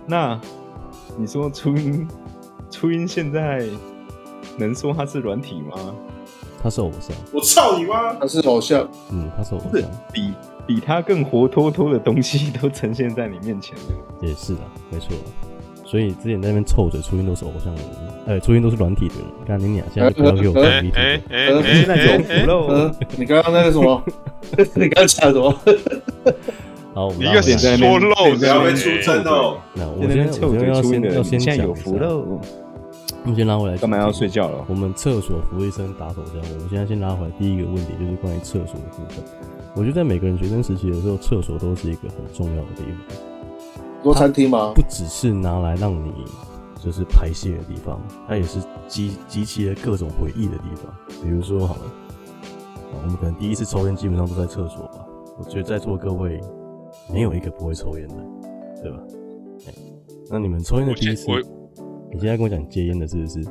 [SPEAKER 3] 那你说初音，初音现在能说它是软体吗？
[SPEAKER 1] 他是偶像，
[SPEAKER 2] 我操你妈！
[SPEAKER 4] 他是偶像，
[SPEAKER 1] 嗯，他是偶
[SPEAKER 3] 不是
[SPEAKER 1] 像，
[SPEAKER 3] 比比它更活脱脱的东西都呈现在你面前了。
[SPEAKER 1] 也是的，没错。所以之前在那边臭嘴，初音都是偶像的人，哎，初音都是软体的人。干你俩，现在不要给我
[SPEAKER 2] [laughs]
[SPEAKER 5] 哎
[SPEAKER 1] 看 V
[SPEAKER 5] 哎
[SPEAKER 1] T，
[SPEAKER 5] 哎
[SPEAKER 3] 现在有
[SPEAKER 5] 哎
[SPEAKER 3] 福
[SPEAKER 5] 哎！
[SPEAKER 3] 喽
[SPEAKER 2] 呃
[SPEAKER 4] 嗯，，你刚刚那个
[SPEAKER 3] [laughs]
[SPEAKER 4] 什么，你刚刚讲什么？
[SPEAKER 1] 好，我们
[SPEAKER 5] 你
[SPEAKER 1] 拉
[SPEAKER 5] 又
[SPEAKER 1] 回来
[SPEAKER 3] 现在
[SPEAKER 5] 说漏，
[SPEAKER 2] 不要被出征哦！
[SPEAKER 1] 那我
[SPEAKER 3] 现
[SPEAKER 1] 先我
[SPEAKER 3] 在边臭
[SPEAKER 1] 先
[SPEAKER 3] 嘴
[SPEAKER 1] 要
[SPEAKER 3] 初音的
[SPEAKER 1] 先要
[SPEAKER 3] 人，
[SPEAKER 1] 先
[SPEAKER 3] 现在
[SPEAKER 1] 讲
[SPEAKER 3] 有
[SPEAKER 1] 一
[SPEAKER 3] 福
[SPEAKER 1] 下
[SPEAKER 3] 喽，
[SPEAKER 1] 我们先拉回来，
[SPEAKER 3] 干嘛要睡？觉了？
[SPEAKER 1] 我们厕所服务生打手枪，我们现在先拉回来第一个问题，就是关于厕所的部分。我觉得在每个人学生时期的时候，厕所都是一个很重要的地方，
[SPEAKER 4] 做餐厅吗
[SPEAKER 5] 嗯
[SPEAKER 1] 不？只是拿来让你就是排泄的地方，它也是集集齐了各种回忆的地方。比如说好了，我们可能第一次抽烟基本上都在厕所吧。我觉得在座各位没有一个不会抽烟的，对吧？哎那你们抽烟的
[SPEAKER 5] 我
[SPEAKER 1] 第一
[SPEAKER 5] 现
[SPEAKER 1] 次，
[SPEAKER 5] 我
[SPEAKER 1] 你现在跟我讲戒烟的是不是？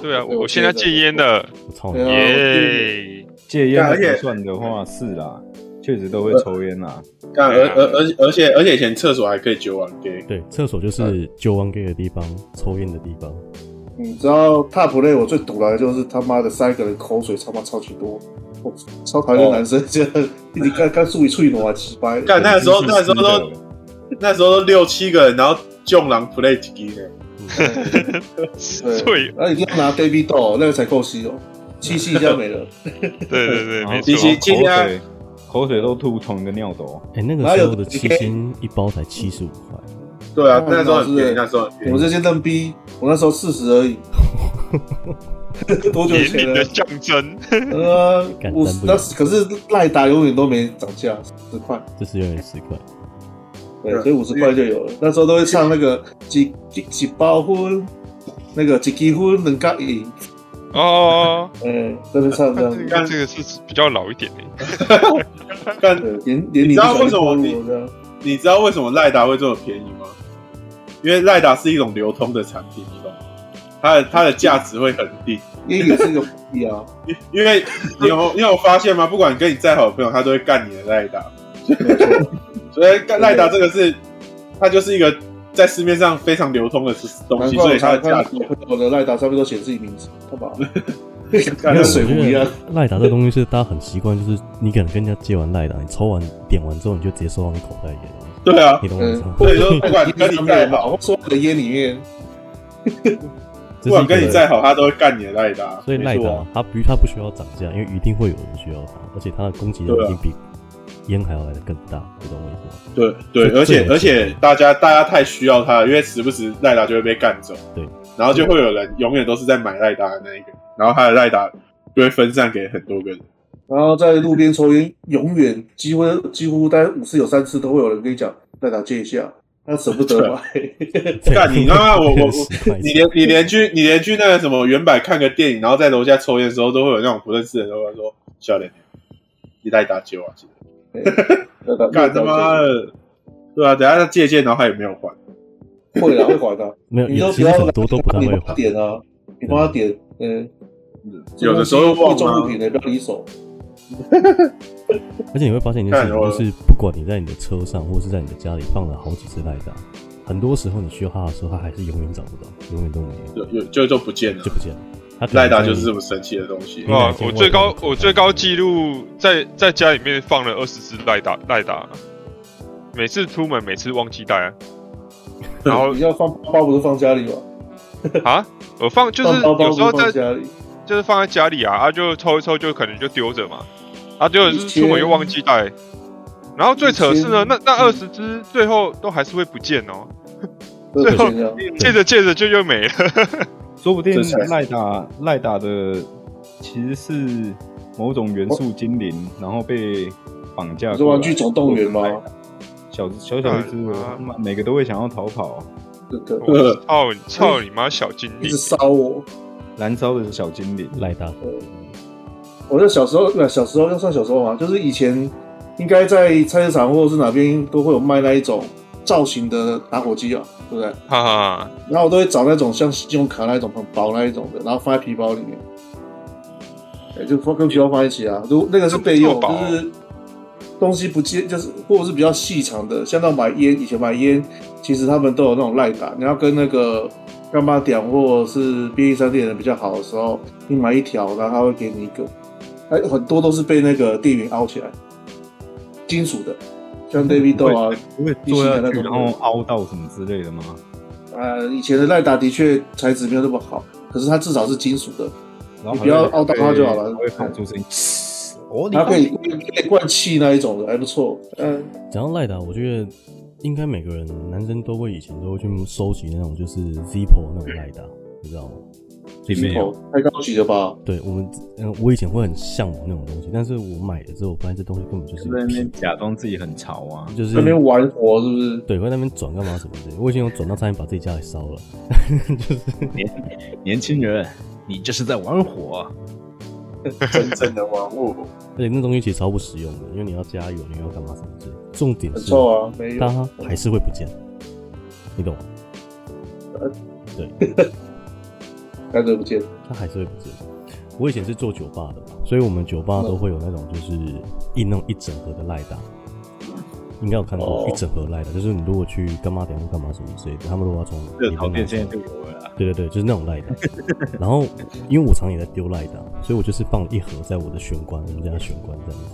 [SPEAKER 5] 对
[SPEAKER 4] 对
[SPEAKER 5] 啊，我
[SPEAKER 4] 我
[SPEAKER 5] 我现在戒烟的，
[SPEAKER 1] 我操你
[SPEAKER 4] 对！啊
[SPEAKER 5] 耶！
[SPEAKER 3] 戒烟
[SPEAKER 2] 啊干而且呃
[SPEAKER 3] 来算的话是啦，确实都会抽烟啦。
[SPEAKER 2] 干而
[SPEAKER 5] 对啊
[SPEAKER 2] 而而而且而且以前厕所还可以酒碗给，
[SPEAKER 1] 对，厕所
[SPEAKER 4] 啊
[SPEAKER 1] 就是救亡 gay 的地方，抽烟的地方。
[SPEAKER 4] 你知道 Top 类我最堵来的就是他妈的三个人口水他妈超级多，我超讨厌男生这样，你刚刚注意注意挪啊，奇掰。
[SPEAKER 2] 干那时候
[SPEAKER 3] 是
[SPEAKER 2] 那时候
[SPEAKER 3] 是的
[SPEAKER 2] 都那时候都六七个人，然后俊狼 play 几呢？
[SPEAKER 5] 对
[SPEAKER 4] 那一定要拿 baby doll，那个才够吸哦，七吸一下没
[SPEAKER 5] [laughs]
[SPEAKER 4] 了。
[SPEAKER 5] 对对对，
[SPEAKER 3] 然后
[SPEAKER 5] 没
[SPEAKER 2] 其
[SPEAKER 5] 错。
[SPEAKER 2] 实其实
[SPEAKER 3] 口
[SPEAKER 2] 啊
[SPEAKER 3] 水口水都吐同一个尿斗。啊
[SPEAKER 1] 哎、那个时候的七星一包才七十五块，
[SPEAKER 2] 对啊
[SPEAKER 4] 哦，
[SPEAKER 2] 那时候很便宜，
[SPEAKER 4] 老
[SPEAKER 2] 那时候很便
[SPEAKER 4] 我
[SPEAKER 2] 宜。
[SPEAKER 4] 这些嫩逼，我那时候四十而已，多久以
[SPEAKER 5] 年
[SPEAKER 4] 前
[SPEAKER 5] 龄
[SPEAKER 4] 了
[SPEAKER 5] 的？象征，
[SPEAKER 4] 呃
[SPEAKER 1] 敢，
[SPEAKER 4] 五
[SPEAKER 1] 担
[SPEAKER 4] 十
[SPEAKER 1] 不，了
[SPEAKER 4] 那时可是赖达永远都没涨价，十块，
[SPEAKER 1] 这是永远十块。
[SPEAKER 4] 对，
[SPEAKER 2] 对
[SPEAKER 4] 所以五十块就有了。那时候都会唱那个几几几包婚，那个几几婚能干赢，
[SPEAKER 5] 哦，
[SPEAKER 4] 哎，在那唱
[SPEAKER 5] [laughs]
[SPEAKER 4] 这样
[SPEAKER 5] 这
[SPEAKER 4] 子，
[SPEAKER 5] 个这个是比较老一点的，
[SPEAKER 2] 干，
[SPEAKER 4] 对，连连
[SPEAKER 2] 你
[SPEAKER 4] 你
[SPEAKER 2] 知道为什么我弟
[SPEAKER 4] 这样？
[SPEAKER 2] 你知道为什么赖达会这么便宜吗？因为赖达是一种流通的产品，你懂吗？它的它的价值会很低，
[SPEAKER 4] 因为也是一个福利
[SPEAKER 2] [laughs]
[SPEAKER 4] 啊，
[SPEAKER 2] 因为你有你有发现吗？不管跟你再好的朋友，他都会干你的赖达。所以干赖达这个是，它就是一个在市面上非常流通的东
[SPEAKER 4] 难
[SPEAKER 2] 西，
[SPEAKER 4] 怪
[SPEAKER 2] 所
[SPEAKER 4] 我
[SPEAKER 2] 以它
[SPEAKER 4] 查
[SPEAKER 2] 的价
[SPEAKER 4] 看
[SPEAKER 2] 值
[SPEAKER 4] 我的赖达上面都显示你名字，
[SPEAKER 2] [laughs]
[SPEAKER 4] 干嘛？
[SPEAKER 2] 干
[SPEAKER 4] 跟水壶一样。。
[SPEAKER 1] 赖达这东西是大家很习惯，就是你可能跟人家借完赖达，你抽完点完之后，你就直接收到你口袋里的东西，
[SPEAKER 2] 对啊
[SPEAKER 1] 你，懂我意
[SPEAKER 4] 嗯
[SPEAKER 1] 思 [laughs] 吗，？
[SPEAKER 2] 所以说不管跟
[SPEAKER 4] [laughs]
[SPEAKER 2] 你再好，
[SPEAKER 4] 好，说我的烟里面，
[SPEAKER 1] 这
[SPEAKER 2] 不
[SPEAKER 1] 是一
[SPEAKER 2] 管
[SPEAKER 1] 个
[SPEAKER 2] 跟你再好，他都会干你的赖达。
[SPEAKER 1] 所以赖
[SPEAKER 2] 没错
[SPEAKER 1] 达
[SPEAKER 2] 啊，
[SPEAKER 1] 它不它不需要涨价，因为一定会有人需要它，而且它的供给量
[SPEAKER 2] 对
[SPEAKER 1] 一
[SPEAKER 2] 啊
[SPEAKER 1] 定比烟还要来的更大，你懂我意思吗？
[SPEAKER 2] 对对，
[SPEAKER 1] 这
[SPEAKER 2] 而且
[SPEAKER 1] 这个
[SPEAKER 2] 而且大家大家太需要他了，因为时不时赖达就会被干走，
[SPEAKER 1] 对，
[SPEAKER 2] 然后就会有人永远都是在买赖达的那一个，然后他的赖达就会分散给很多个人。
[SPEAKER 4] 然后在路边抽烟，永远几乎几乎大概五次有三次都会有人跟你讲赖达借一下，他舍不得买。
[SPEAKER 2] [laughs] 干你妈妈我
[SPEAKER 1] [laughs]
[SPEAKER 2] 我
[SPEAKER 1] 十块
[SPEAKER 2] 你连你连去你连去那个什么原版看个电影，然后在楼下抽烟的时候，都会有那种不认识的人都会说：“笑脸，你赖达借我啊，记得
[SPEAKER 4] [laughs] 赖达
[SPEAKER 2] 干他妈的，对啊，等下他借借，然后他也没有还。
[SPEAKER 4] 会啦，会还
[SPEAKER 2] [laughs]
[SPEAKER 4] 的。
[SPEAKER 1] 没有，
[SPEAKER 4] 你
[SPEAKER 1] 也
[SPEAKER 4] 就
[SPEAKER 1] 其
[SPEAKER 4] 不
[SPEAKER 1] 实
[SPEAKER 4] 要
[SPEAKER 1] 很多都不太
[SPEAKER 4] 你
[SPEAKER 1] 会
[SPEAKER 4] 帮他
[SPEAKER 1] 还。
[SPEAKER 4] 点啊，你帮他点，嗯，
[SPEAKER 2] 有的时候忘
[SPEAKER 4] 贵重物
[SPEAKER 2] 了
[SPEAKER 4] 品，的不要离手。
[SPEAKER 1] 而且你会发现一件事情，
[SPEAKER 2] 看我
[SPEAKER 1] 就是不管你在你的车上，或是在你的家里放了好几只赖达，很多时候你需要它的时候，它还是永远找不到，永远都没有，
[SPEAKER 2] 有有就就不见了
[SPEAKER 1] 就。不见了。它可能
[SPEAKER 2] 赖达
[SPEAKER 1] 在
[SPEAKER 2] 就是
[SPEAKER 1] 你
[SPEAKER 2] 这么神奇的东西。
[SPEAKER 1] 哇
[SPEAKER 5] 哇！我最高我最高记录在在家里面放了二十只赖打赖打，每次出门每次忘记带啊，然后
[SPEAKER 4] 你要放包包不是放家里吗？
[SPEAKER 5] 啊，我放就是
[SPEAKER 4] 放包包
[SPEAKER 5] 有
[SPEAKER 4] 不
[SPEAKER 5] 时
[SPEAKER 4] 是
[SPEAKER 5] 候
[SPEAKER 4] 放
[SPEAKER 5] 在
[SPEAKER 4] 家里。
[SPEAKER 5] 就是放在家里啊，啊就抽一抽就可能就丢着嘛，啊丢着就是出门又忘记带，然后最扯的是呢，那那二十只最后都还是会不见哦，
[SPEAKER 4] 对
[SPEAKER 5] 最后
[SPEAKER 4] 这样
[SPEAKER 5] 借着借着就又没了，
[SPEAKER 3] 说不定
[SPEAKER 2] 这才是
[SPEAKER 3] 赖打赖打的其实是某种元素精灵，然后被绑架过来。
[SPEAKER 4] 你说玩具总动员吗
[SPEAKER 3] 赖打？小小小一只的，
[SPEAKER 5] 啊
[SPEAKER 3] 他妈每个都会想要逃跑。啊
[SPEAKER 4] 这个
[SPEAKER 5] 我操你操你妈小精
[SPEAKER 4] 一
[SPEAKER 5] 灵
[SPEAKER 4] 直！烧我。
[SPEAKER 3] 燃烧的小精灵，
[SPEAKER 1] 赖达，
[SPEAKER 4] 我就小时候，呃小时候要算小时候嘛，就是以前应该在菜市场或者是哪边都会有卖那一种造型的打火机啊，对不对？
[SPEAKER 5] 哈哈，
[SPEAKER 4] 然后我都会找那种像信用卡那一种很薄那一种的，然后放在皮包里面，哎，就放跟皮包放一起啊。如那个是备用，
[SPEAKER 5] 这么薄
[SPEAKER 4] 就是东西不见，就是或者是比较细长的，像那种买烟，以前买烟，其实他们都有那种赖打，你要跟那个干妈点或者是便利商店的比较好的时候，你买一条，然后他会给你一个，哎，很多都是被那个店员凹起来，金属的，像 David 豆啊，
[SPEAKER 3] 不会坐下去然后凹到什么之类的吗？
[SPEAKER 4] 呃，以前的赖打的确材质没有那么好，可是它至少是金属的，
[SPEAKER 3] 然后
[SPEAKER 4] 你不要凹到它就好了
[SPEAKER 3] 还会放出声音。嘶哦，你
[SPEAKER 4] 它可以
[SPEAKER 3] 放
[SPEAKER 4] 可以灌气那一种的，还不错。嗯，
[SPEAKER 1] 讲到赖达，我觉得应该每个人男生都会以前都会去收集那种就是 Zippo 那种赖达，你知道吗？
[SPEAKER 3] 里面有，
[SPEAKER 4] 太高级了吧？
[SPEAKER 1] 对我们，嗯，我以前会很向往那种东西，但是我买了之后，我发现这东西根本就是
[SPEAKER 3] 在
[SPEAKER 1] 个
[SPEAKER 3] 那
[SPEAKER 1] 屁
[SPEAKER 3] 边， [laughs] 假装自己很潮啊，
[SPEAKER 1] 就是
[SPEAKER 4] 那边玩火是不是？
[SPEAKER 1] 对，会在那边转干嘛什么的。我以前有转到差点把自己家里烧了，就是
[SPEAKER 3] 啊
[SPEAKER 4] [laughs]
[SPEAKER 3] 年轻人，你这是在玩火。
[SPEAKER 2] 真正的玩物，
[SPEAKER 1] 而且那东西其实超不实用的，因为你要加油，你要干嘛什么之类的。重点
[SPEAKER 4] 很
[SPEAKER 1] 是，
[SPEAKER 4] 臭啊，没
[SPEAKER 1] 但
[SPEAKER 4] 有。
[SPEAKER 1] 它还是会不见，你懂吗？
[SPEAKER 4] 该得不见，
[SPEAKER 1] 它还是会不见。我以前是做酒吧的嘛，所以我们酒吧都会有那种就是印那种一整盒的赖打，应该有看过
[SPEAKER 4] 哦
[SPEAKER 1] 一整盒赖打，就是你如果去干嘛点或干嘛什么之类的，他们如果要从
[SPEAKER 3] 这
[SPEAKER 1] 里
[SPEAKER 3] 个桃
[SPEAKER 1] 面拿
[SPEAKER 3] 店
[SPEAKER 1] 出来
[SPEAKER 3] 现在就有了啦。
[SPEAKER 1] 对对对，就是那种赖
[SPEAKER 3] [laughs]
[SPEAKER 1] 的。然后因为我常也在丢赖的，所以我就是放了一盒在我的玄关，我们家的玄关这样子。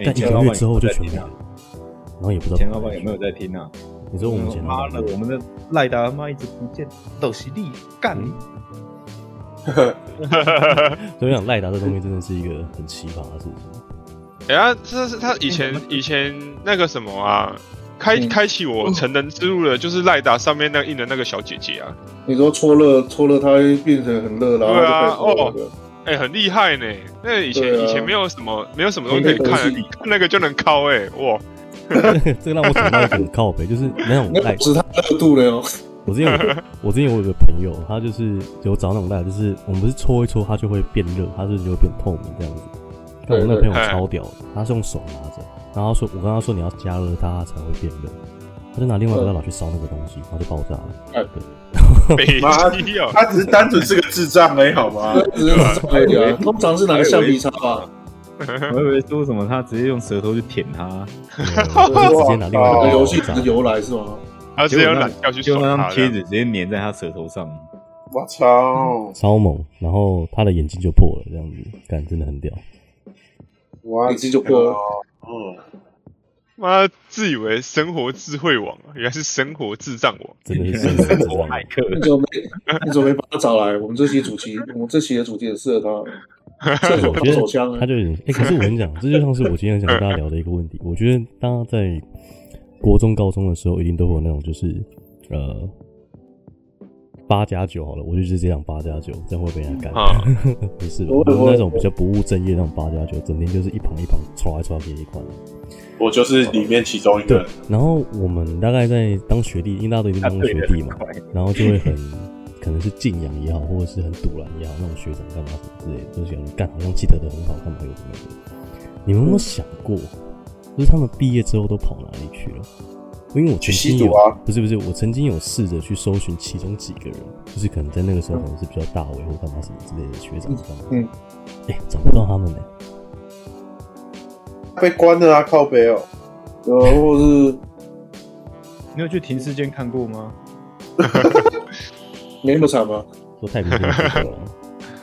[SPEAKER 3] 哎
[SPEAKER 1] 但一
[SPEAKER 3] 钱
[SPEAKER 1] 个
[SPEAKER 3] 老
[SPEAKER 1] 月
[SPEAKER 3] 板
[SPEAKER 1] 之后就
[SPEAKER 3] 有
[SPEAKER 1] 全
[SPEAKER 3] 没有
[SPEAKER 1] 没了
[SPEAKER 3] 在听啊，
[SPEAKER 1] 然后也不知道
[SPEAKER 3] 钱
[SPEAKER 1] 跑
[SPEAKER 3] 老
[SPEAKER 1] 哪
[SPEAKER 3] 板
[SPEAKER 1] 里
[SPEAKER 3] 有没有在听啊？
[SPEAKER 1] 去？你说我们钱老
[SPEAKER 3] 妈
[SPEAKER 1] 板
[SPEAKER 3] 的，我们的赖达妈一直不见，都是力干。
[SPEAKER 1] 嗯所以我想赖达这东西真的是一个很奇葩的事情。 [laughs]
[SPEAKER 5] 等下，哎这是他以前以前那个什么啊，开
[SPEAKER 4] 嗯
[SPEAKER 5] 开启我成人之路的，就是赖达上面那个印的那个小姐姐啊，
[SPEAKER 4] 你说搓热搓热，它会变成很热，然后
[SPEAKER 5] 对啊
[SPEAKER 4] 就开始热了。
[SPEAKER 5] 哎、很厉害呢。那以前、
[SPEAKER 4] 对啊
[SPEAKER 5] 以前没有什么没有什么东西可以看，
[SPEAKER 4] 没
[SPEAKER 5] 你看那个就能敲哎、哇！
[SPEAKER 1] 这个让我想到一个很靠北，就是那种
[SPEAKER 4] 那
[SPEAKER 1] 赖
[SPEAKER 4] 不。是它热度了哦，
[SPEAKER 1] 我之前有我之前我有个朋友，他就是有找那种赖，就是我们不是搓一搓，它就会变热，它是就会变透明这样子。但我那个朋友
[SPEAKER 5] 对对
[SPEAKER 1] 超屌的，他是用手拿着，然后他说我跟他说你要加热它它才会变热，他就拿另外一个
[SPEAKER 4] 嗯
[SPEAKER 1] 蜡烛去烧那个东西，然后就爆炸了。
[SPEAKER 5] 北
[SPEAKER 2] 妈
[SPEAKER 5] 极哦，
[SPEAKER 2] 他只是单纯是个智障而已，好
[SPEAKER 5] 啊
[SPEAKER 2] 吗？
[SPEAKER 4] 只是热度啊。 [laughs] 通常是拿个橡皮擦吧，
[SPEAKER 3] 我以为说什么，他直接用舌头去舔他，
[SPEAKER 1] 对他就直接拿另外一
[SPEAKER 2] 哇
[SPEAKER 1] 个蜡
[SPEAKER 4] 这个
[SPEAKER 5] 哎
[SPEAKER 1] 烛
[SPEAKER 4] 游戏
[SPEAKER 1] 炸
[SPEAKER 4] 的由来是吗？
[SPEAKER 5] 他直接用懒觉去
[SPEAKER 3] 就
[SPEAKER 5] 爽
[SPEAKER 3] 那
[SPEAKER 5] 他
[SPEAKER 3] 张贴
[SPEAKER 5] 的。
[SPEAKER 3] 纸直接粘在他舌头上。
[SPEAKER 2] 我操！
[SPEAKER 1] 超猛，然后他的眼睛就破了，这样子，干真的很屌。
[SPEAKER 2] 我
[SPEAKER 4] 眼睛就破了。
[SPEAKER 2] 嗯，
[SPEAKER 5] 妈，自以为生活智慧王，原来是生活智障 [laughs] 王。
[SPEAKER 1] 真的是真的是这样
[SPEAKER 3] 骇客，
[SPEAKER 4] 你怎么没你怎么没把他找来？我们这期主题，我们这期的主题很适合
[SPEAKER 5] [laughs]
[SPEAKER 4] 他，厕
[SPEAKER 1] 对
[SPEAKER 4] 所
[SPEAKER 1] 我
[SPEAKER 4] 打
[SPEAKER 1] 觉
[SPEAKER 4] 手枪
[SPEAKER 1] 得他
[SPEAKER 4] 啊。
[SPEAKER 1] 就有点，哎、可是我跟你讲，这就像是我今天想跟大家聊的一个问题。我觉得大家在国中、高中的时候，一定都会有那种就是呃八加九好了，我就直接讲八加九，这样会被人家干。 [laughs]
[SPEAKER 5] 啊
[SPEAKER 1] 没事吧，我
[SPEAKER 4] 不会不
[SPEAKER 1] 是
[SPEAKER 4] 会
[SPEAKER 1] 那种比较不务正业那种八加九，整天就是一旁一旁戳来戳去一块。
[SPEAKER 2] 我就是里面其中一
[SPEAKER 1] 对
[SPEAKER 2] 个。，
[SPEAKER 1] 然后我们大概在当学弟，因为大家都已经
[SPEAKER 2] 啊
[SPEAKER 1] 当过学弟嘛，然后就会很 [laughs] 可能是敬仰也好，或者是很堵然也好，那种学长干嘛什么之类的，就是想干好像记得的很好，干嘛有什么的。你们有没有想过，就是他们毕业之后都跑哪里去了？因为我曾
[SPEAKER 2] 去吸
[SPEAKER 1] 经有，
[SPEAKER 2] 毒啊
[SPEAKER 1] 不是不是，我曾经有试着去搜寻其中几个人，就是可能在那个时候可能是比较大为或干嘛什么之类的学长干嘛，
[SPEAKER 4] 嗯，
[SPEAKER 1] 哎、找不到他们呢、
[SPEAKER 2] 被关了啊，靠北哦！
[SPEAKER 4] 呃，或是
[SPEAKER 3] [laughs] 你有去停尸间看过吗？
[SPEAKER 4] 没那么惨吗？
[SPEAKER 1] 说太平间也找不到了，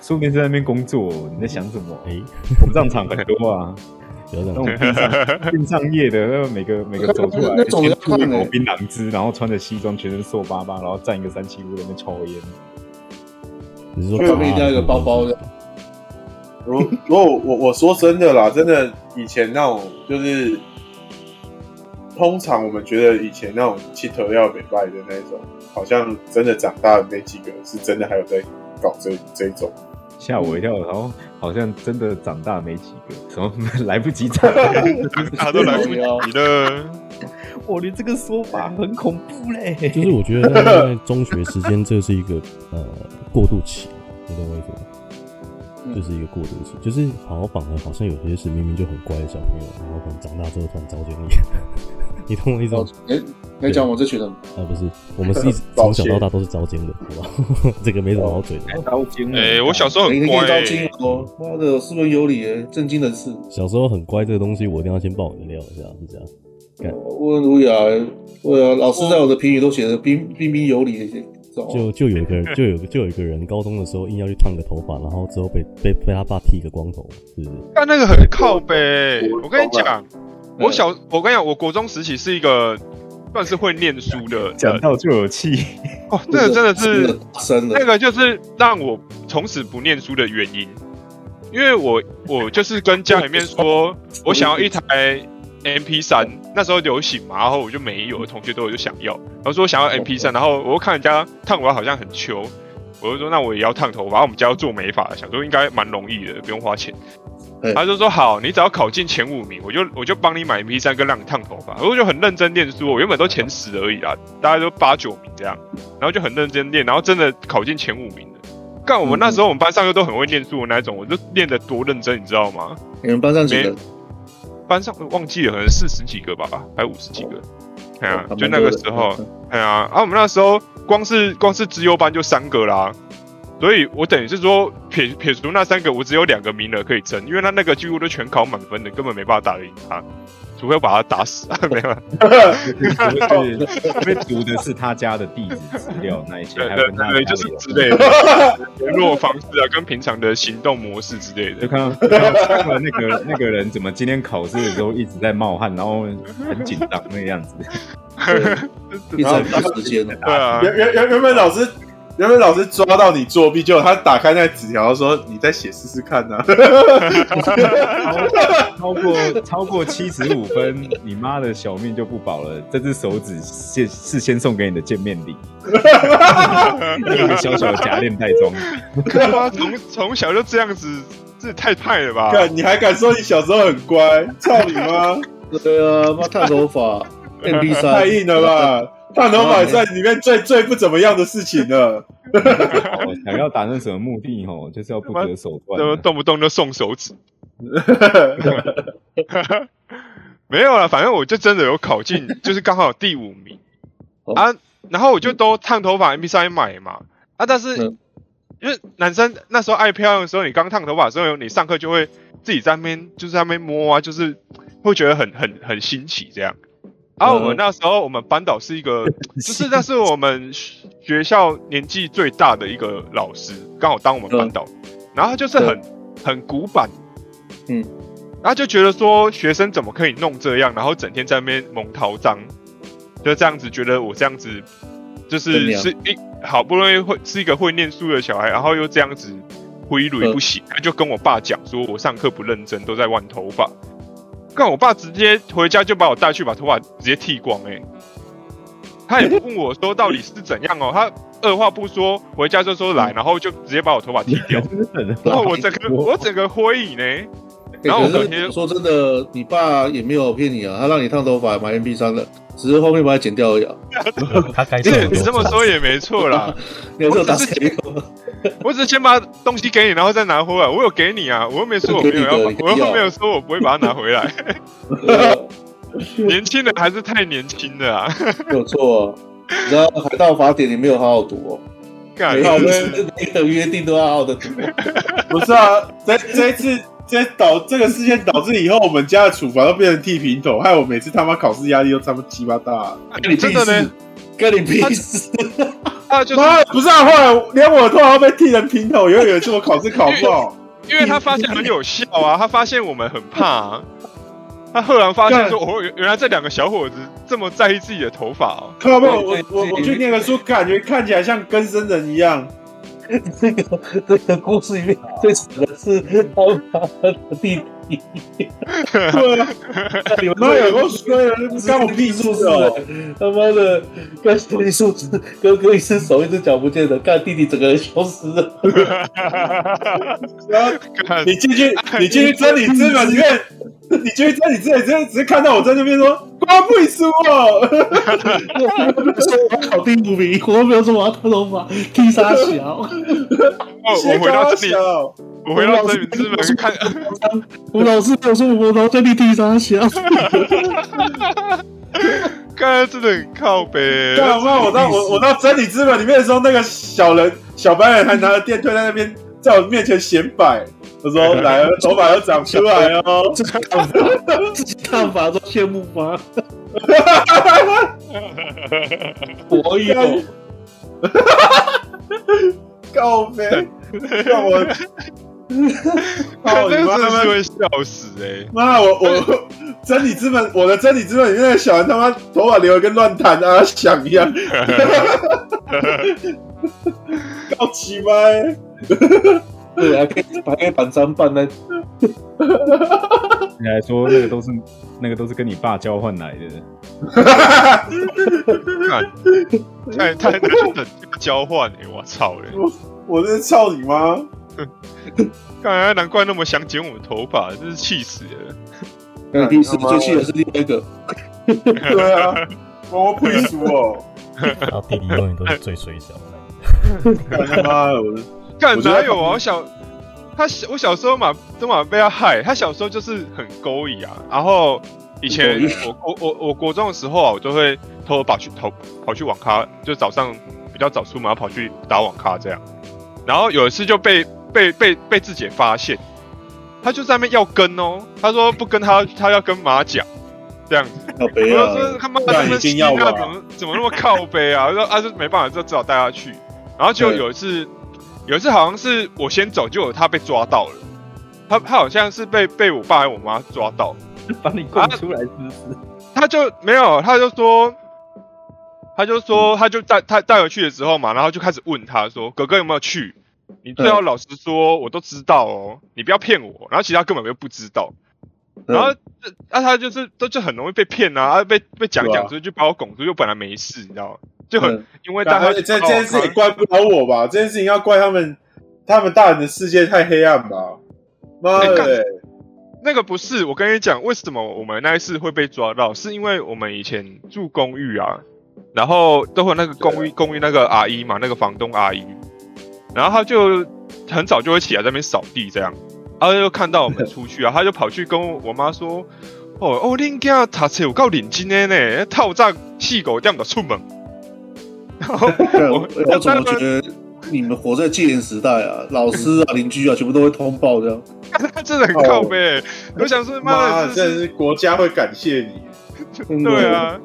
[SPEAKER 3] 说不定在那边工作，你在想什么？
[SPEAKER 1] 哎、
[SPEAKER 3] 火葬场很多啊，
[SPEAKER 1] 不要这
[SPEAKER 3] 那
[SPEAKER 1] 样
[SPEAKER 3] 种
[SPEAKER 1] 讲。
[SPEAKER 3] 殡葬殡葬业的，那每个每个走出来，
[SPEAKER 4] 那种人
[SPEAKER 3] 先吐一
[SPEAKER 4] 看欸
[SPEAKER 3] 口槟榔汁，然后穿着西装，全身瘦巴巴，然后站一个三七五在那边抽烟。
[SPEAKER 1] 你 [laughs] 是说
[SPEAKER 4] 就被掉一个包包的
[SPEAKER 2] 如如果我我说真的啦，真的以前那种就是，通常我们觉得以前那种气头要美败的那一种，好像真的长大的那几个是真的还有在搞这这一种。
[SPEAKER 3] 吓我一跳，然后好像真的长大没几个，什么来不及长大，
[SPEAKER 5] 他啊都来不
[SPEAKER 4] 啊
[SPEAKER 5] 及了，
[SPEAKER 3] [laughs] 我的这个说法很恐怖嘞。
[SPEAKER 1] 就是我觉得在在中学时间，这是一个呃过渡期，你懂我意思吗？
[SPEAKER 4] 嗯
[SPEAKER 1] 就是一个过渡期，就是好反而好像有些是明明就很乖的小朋友，然后可能长大之后突然糟践你， [laughs] 你懂我意思吗
[SPEAKER 4] 哦？，哎，你讲我这群人，
[SPEAKER 5] 哦
[SPEAKER 1] 啊，不是，我们是
[SPEAKER 2] [laughs]
[SPEAKER 1] 一直
[SPEAKER 2] 抱
[SPEAKER 1] 从小
[SPEAKER 2] 歉哦
[SPEAKER 1] 到大都是糟践的，好 [laughs] 吧？这个没什么好嘴的。
[SPEAKER 3] 刀尖
[SPEAKER 5] 哎、我小时候
[SPEAKER 4] 你
[SPEAKER 5] 很
[SPEAKER 4] 可以
[SPEAKER 5] 乖、
[SPEAKER 4] 招
[SPEAKER 5] 欸
[SPEAKER 4] 金，哦，妈的，斯文有礼耶，正经人士，
[SPEAKER 1] 小时候很乖这个东西，我一定要先爆你的料一下，是这样。干
[SPEAKER 4] 温文儒雅，对啊，老师在我的评语都写的彬彬彬有礼，知道吗
[SPEAKER 1] 就就有一个人，就有就有一个人，高中的时候硬要去烫个头发，然后之后被被被他爸剃一个光头，是不
[SPEAKER 2] [laughs]
[SPEAKER 1] 是？
[SPEAKER 5] 但那个很靠背。欸
[SPEAKER 2] 我
[SPEAKER 5] 我跟你讲，我小我跟你讲，我国中时期是一个算是会念书的
[SPEAKER 3] 讲
[SPEAKER 5] 人
[SPEAKER 3] 到就有气，
[SPEAKER 5] [laughs] 哦，那个真的是
[SPEAKER 4] 深了
[SPEAKER 5] 那，个就是让我从此不念书的原因，因为我我就是跟家里面说，我想要一台 MP 三，那时候流行嘛，然后我就没有，同学都有就想要，然后说我想要 MP 三，然后我又看人家烫头发好像很秋，我就说那我也要烫头发，我们家要做美发，想说应该蛮容易的，不用花钱
[SPEAKER 4] 对。
[SPEAKER 5] 他就说好，你只要考进前五名，我就我就帮你买 MP 三跟让你烫头发。我就很认真念书，我原本都前十而已啦，大概都八九名这样。然后就很认真练，然后真的考进前五名了。干，我们那时候我们班上又都很会念书的那一种，我就练得多认真，你知道吗？
[SPEAKER 4] 你们班上几个人？
[SPEAKER 5] 班上忘记了，可能四十几个吧，还五十几个。哎呀、
[SPEAKER 4] 哦
[SPEAKER 5] 就那个时候，，哎呀、啊，我们那时候光是光是资优班就三个啦，所以我等于是说撇撇除那三个，我只有两个名额可以争，因为他那个几乎都全考满分的，根本没办法打得赢他，除非我把他打死，啊没有啦，
[SPEAKER 3] 因为读的是他家的地址资料那一些，
[SPEAKER 5] 对
[SPEAKER 3] 还有
[SPEAKER 5] 对
[SPEAKER 3] 跟他
[SPEAKER 5] 对，就是之类的 [laughs] 联络方式啊，跟平常的行动模式之类
[SPEAKER 3] 就
[SPEAKER 5] 的。
[SPEAKER 3] 看
[SPEAKER 1] [laughs]
[SPEAKER 3] 到看到看到那个那个人怎么今天考试的时候一直在冒汗，然后很紧张那个样子。
[SPEAKER 5] [laughs]
[SPEAKER 4] 一直很时间哦
[SPEAKER 3] [laughs]
[SPEAKER 4] 了。
[SPEAKER 5] 对啊，
[SPEAKER 2] 原原原原本老师原本老师抓到你作弊，结果他打开那纸条说你再写试试看啊呐、
[SPEAKER 3] 超过超过七十五分，你妈的小命就不保了。这只手指是是先送给你的见面礼， [laughs] 有一个小小的夹链袋装。
[SPEAKER 5] 干嘛啊从从小就这样子，这也太派了吧？
[SPEAKER 2] 看你还敢说你小时候很乖？操你妈！
[SPEAKER 4] 对啊，妈烫头
[SPEAKER 5] [laughs]
[SPEAKER 4] 发，MP 三
[SPEAKER 2] 太硬了？吧！烫头发也在里面最最不怎么样的事情了。 [laughs]
[SPEAKER 3] 哦想要达成什么目的哦，就是要不择手段
[SPEAKER 5] 怎么
[SPEAKER 3] 啊。
[SPEAKER 5] 动不动就送手指？ [laughs] 没有啦，反正我就真的有考进，
[SPEAKER 4] [laughs]
[SPEAKER 5] 就是刚好第五名
[SPEAKER 4] 哦
[SPEAKER 5] 啊。然后我就都烫头发 MP 三买嘛啊，但是
[SPEAKER 4] 嗯
[SPEAKER 5] 因为男生那时候爱漂亮的时候，你刚烫头发的时候，你上课就会自己在那边就是在那边摸啊，就是会觉得很很很新奇这样。啊，我
[SPEAKER 4] 嗯
[SPEAKER 5] 们那时候我们班导是
[SPEAKER 4] [laughs]
[SPEAKER 5] 一个，就是那是我们学校年纪最大的一个老师，刚好当我们班导，然后他就是很很古板，
[SPEAKER 4] 嗯，
[SPEAKER 5] 然后就觉得说学生怎么可以弄这样，然后整天在那边蒙桃章，就这样子觉得我这样子就
[SPEAKER 4] 真
[SPEAKER 5] 是
[SPEAKER 4] 娘
[SPEAKER 5] 是一好不容易会是一个会念书的小孩，然后又这样子挥泪
[SPEAKER 4] 嗯
[SPEAKER 5] 不行，他就跟我爸讲说我上课不认真，都在玩头发。干我爸直接回家就把我带去把头发直接剃光哎、欸他也不问我说到底是怎样哦， [laughs] 他二话不说回家就说
[SPEAKER 4] 嗯
[SPEAKER 5] 来，然后就直接把我头发
[SPEAKER 4] [laughs]
[SPEAKER 5] 剃
[SPEAKER 3] 啊 [laughs]
[SPEAKER 5] 掉，然后我整个我整个灰影呢，然后
[SPEAKER 4] 啊
[SPEAKER 5] 我
[SPEAKER 4] 哎可
[SPEAKER 5] 隔天
[SPEAKER 4] 是说真的，你爸也没有骗你啊，他让你烫头发买 MP 三的，只是后面把它剪掉而已啊。
[SPEAKER 1] [laughs] 他该
[SPEAKER 5] 这
[SPEAKER 1] 做的
[SPEAKER 5] 你
[SPEAKER 1] 都
[SPEAKER 5] 这么
[SPEAKER 1] 做
[SPEAKER 5] 说也没错 [laughs] 啦，
[SPEAKER 4] 你还是有打谁？
[SPEAKER 5] 我只是先把东西给你，然后再拿回来，我有给你啊，我又没说我没有要把，我又没有说我不会把它拿回来，年轻人还是太年轻了啊，
[SPEAKER 4] 没有错啊。你知道《海盗法典》你没有好好读哦，
[SPEAKER 5] 干
[SPEAKER 4] 每个每个约定都要好好的读。
[SPEAKER 2] 不是啊，这这一次这导这个事件导致以后，我们家的处罚都变成剃平头，害我每次他妈考试压力都他妈鸡巴大。
[SPEAKER 4] 干你屁
[SPEAKER 5] 真的
[SPEAKER 4] 事
[SPEAKER 5] 呢，？
[SPEAKER 4] 干你屁事！
[SPEAKER 5] 他就是
[SPEAKER 2] 妈，不是啊，后来连我的头发都被剃成平头，以后有一次我考试考不好，
[SPEAKER 5] 因为他发现很有效啊，他发现我们很怕、啊，他赫然发现说，哦，原原来这两个小伙子这么在意自己的头发哦、
[SPEAKER 2] 靠不好，我我我去念个书，感觉看起来像跟生人一样。
[SPEAKER 4] 这个这个故事里面最扯的是他把他的弟弟，
[SPEAKER 2] 对啊，
[SPEAKER 4] 你们
[SPEAKER 2] 妈有够衰的，干我屁
[SPEAKER 4] 术
[SPEAKER 2] 事
[SPEAKER 4] 士
[SPEAKER 2] 哦！
[SPEAKER 4] 他妈的，干技术士，哥哥一只手一只脚不见了，干弟弟整个人消失了。
[SPEAKER 2] 然后
[SPEAKER 5] [laughs] 看
[SPEAKER 2] 你进去，你进去真理资本里面，你进去真理资本，真只是看到我在那边说瓜不输哦，
[SPEAKER 4] 我没有说我要考第五名，我没有说我要烫头发，剃沙小。
[SPEAKER 2] [laughs]
[SPEAKER 5] 哦，我回到这里，我回到这里资本看，
[SPEAKER 4] 我老师跟我说我头在剃剃沙 [laughs] 小，
[SPEAKER 5] 刚才真的很靠北、
[SPEAKER 2] 对啊，妈，我到我我到真理资本里面的时候，那个小人小白人还拿着电推在那边，在我面前显摆。我说：“来了，头发又长出来
[SPEAKER 5] [laughs]
[SPEAKER 2] 哦！
[SPEAKER 4] 自己烫发，自己烫发都羡慕吗？我
[SPEAKER 5] 哎
[SPEAKER 4] 有，
[SPEAKER 2] [laughs] 告呗，让我
[SPEAKER 5] 看
[SPEAKER 2] 靠你妈
[SPEAKER 5] 这个哎真的
[SPEAKER 2] 他
[SPEAKER 5] 是
[SPEAKER 2] 妈
[SPEAKER 5] 会笑死哎、
[SPEAKER 2] 妈！我我真理资本，我的真理资本里面的小人他妈头发留的跟乱弹啊响一
[SPEAKER 5] [laughs]
[SPEAKER 2] 样，告奇掰！
[SPEAKER 4] 对，还可以还可以板三板呢。
[SPEAKER 3] 你还说那个都是那个都是跟你爸交换来的，
[SPEAKER 2] [laughs]
[SPEAKER 5] 看，太太难等交换哎、我操嘞、
[SPEAKER 2] 我真是操你妈！
[SPEAKER 5] 看来啊难怪那么想剪我头发，真是气死了。
[SPEAKER 4] 那第四最气的是另外一个，
[SPEAKER 2] 对啊，
[SPEAKER 5] [laughs]
[SPEAKER 2] 我不会输哦！
[SPEAKER 1] 然后弟弟永远都是最水小的那一个。
[SPEAKER 2] 干他妈的，我的
[SPEAKER 5] 干
[SPEAKER 2] 我觉得
[SPEAKER 5] 哪有啊？我小他小我小时候嘛都嘛被他害，他小时候就是很勾引啊。然后以前
[SPEAKER 4] 很
[SPEAKER 2] 嗯
[SPEAKER 4] 勾
[SPEAKER 5] 我我我我国中的时候啊，我都会偷偷跑去跑跑去网咖，就早上比较早出门，然后跑去打网咖这样。然后有一次就被被被被自己发现，他就在那边要跟哦，他说不跟他他要跟马甲这样子。
[SPEAKER 4] 要
[SPEAKER 5] 我
[SPEAKER 4] 背
[SPEAKER 5] 就
[SPEAKER 4] 啊，
[SPEAKER 5] 说他妈
[SPEAKER 2] 那
[SPEAKER 5] 这么
[SPEAKER 2] 一定
[SPEAKER 5] 辛
[SPEAKER 2] 要
[SPEAKER 5] 辣
[SPEAKER 2] 吧
[SPEAKER 5] 怎么怎么那么靠背啊？我说啊，就没办法，就只好带他去。然后就
[SPEAKER 2] 对
[SPEAKER 5] 有一次，有一次好像是我先走，就有他被抓到了。他他好像是被被我爸还我妈抓到，
[SPEAKER 3] 把你
[SPEAKER 5] 啊
[SPEAKER 3] 供出来是不是？
[SPEAKER 5] 他就没有，他就说，他就说，他就带他带回去了之后嘛，然后就开始问他说：“哥哥有没有去？你最好老实说，我都知道哦，你不要骗我。”然后其实他根本就不知道。
[SPEAKER 2] 嗯
[SPEAKER 5] 然后这啊，他就是都就很容易被骗啊，啊被被讲一
[SPEAKER 2] 对啊
[SPEAKER 5] 讲之后就把我拱出，就本来没事，你知道吗？就很、
[SPEAKER 4] 嗯
[SPEAKER 5] 因为大
[SPEAKER 2] 但
[SPEAKER 5] 家
[SPEAKER 2] 啊而且这这件事也怪不了我吧？这件事情要怪他们，他们大人的世界太黑暗吧？妈
[SPEAKER 5] 哎干
[SPEAKER 2] 的！
[SPEAKER 5] 那个不是，我跟你讲，为什么我们那一次会被抓到，是因为我们以前住公寓啊，然后都会有那个公寓公寓那个阿姨嘛，那个房东阿姨，然后她就很早就会起来在那边扫地这样，然后就看到我们出去啊，她就跑去跟我妈说，哦哦，恁家读册有够认真的呢，套炸细狗这样的
[SPEAKER 2] [laughs]
[SPEAKER 5] 出门， [laughs] 然后
[SPEAKER 4] 对
[SPEAKER 5] 我
[SPEAKER 4] 我我怎么觉得你们活在戒严时代啊？老师啊、邻居啊，全部都会通报这样。
[SPEAKER 5] 她真的很靠背、我想说妈
[SPEAKER 2] 妈
[SPEAKER 5] 的，
[SPEAKER 2] 的，真的
[SPEAKER 5] 是
[SPEAKER 2] 是国家会感谢
[SPEAKER 5] [laughs]
[SPEAKER 2] 你。
[SPEAKER 4] 嗯
[SPEAKER 5] 对，啊，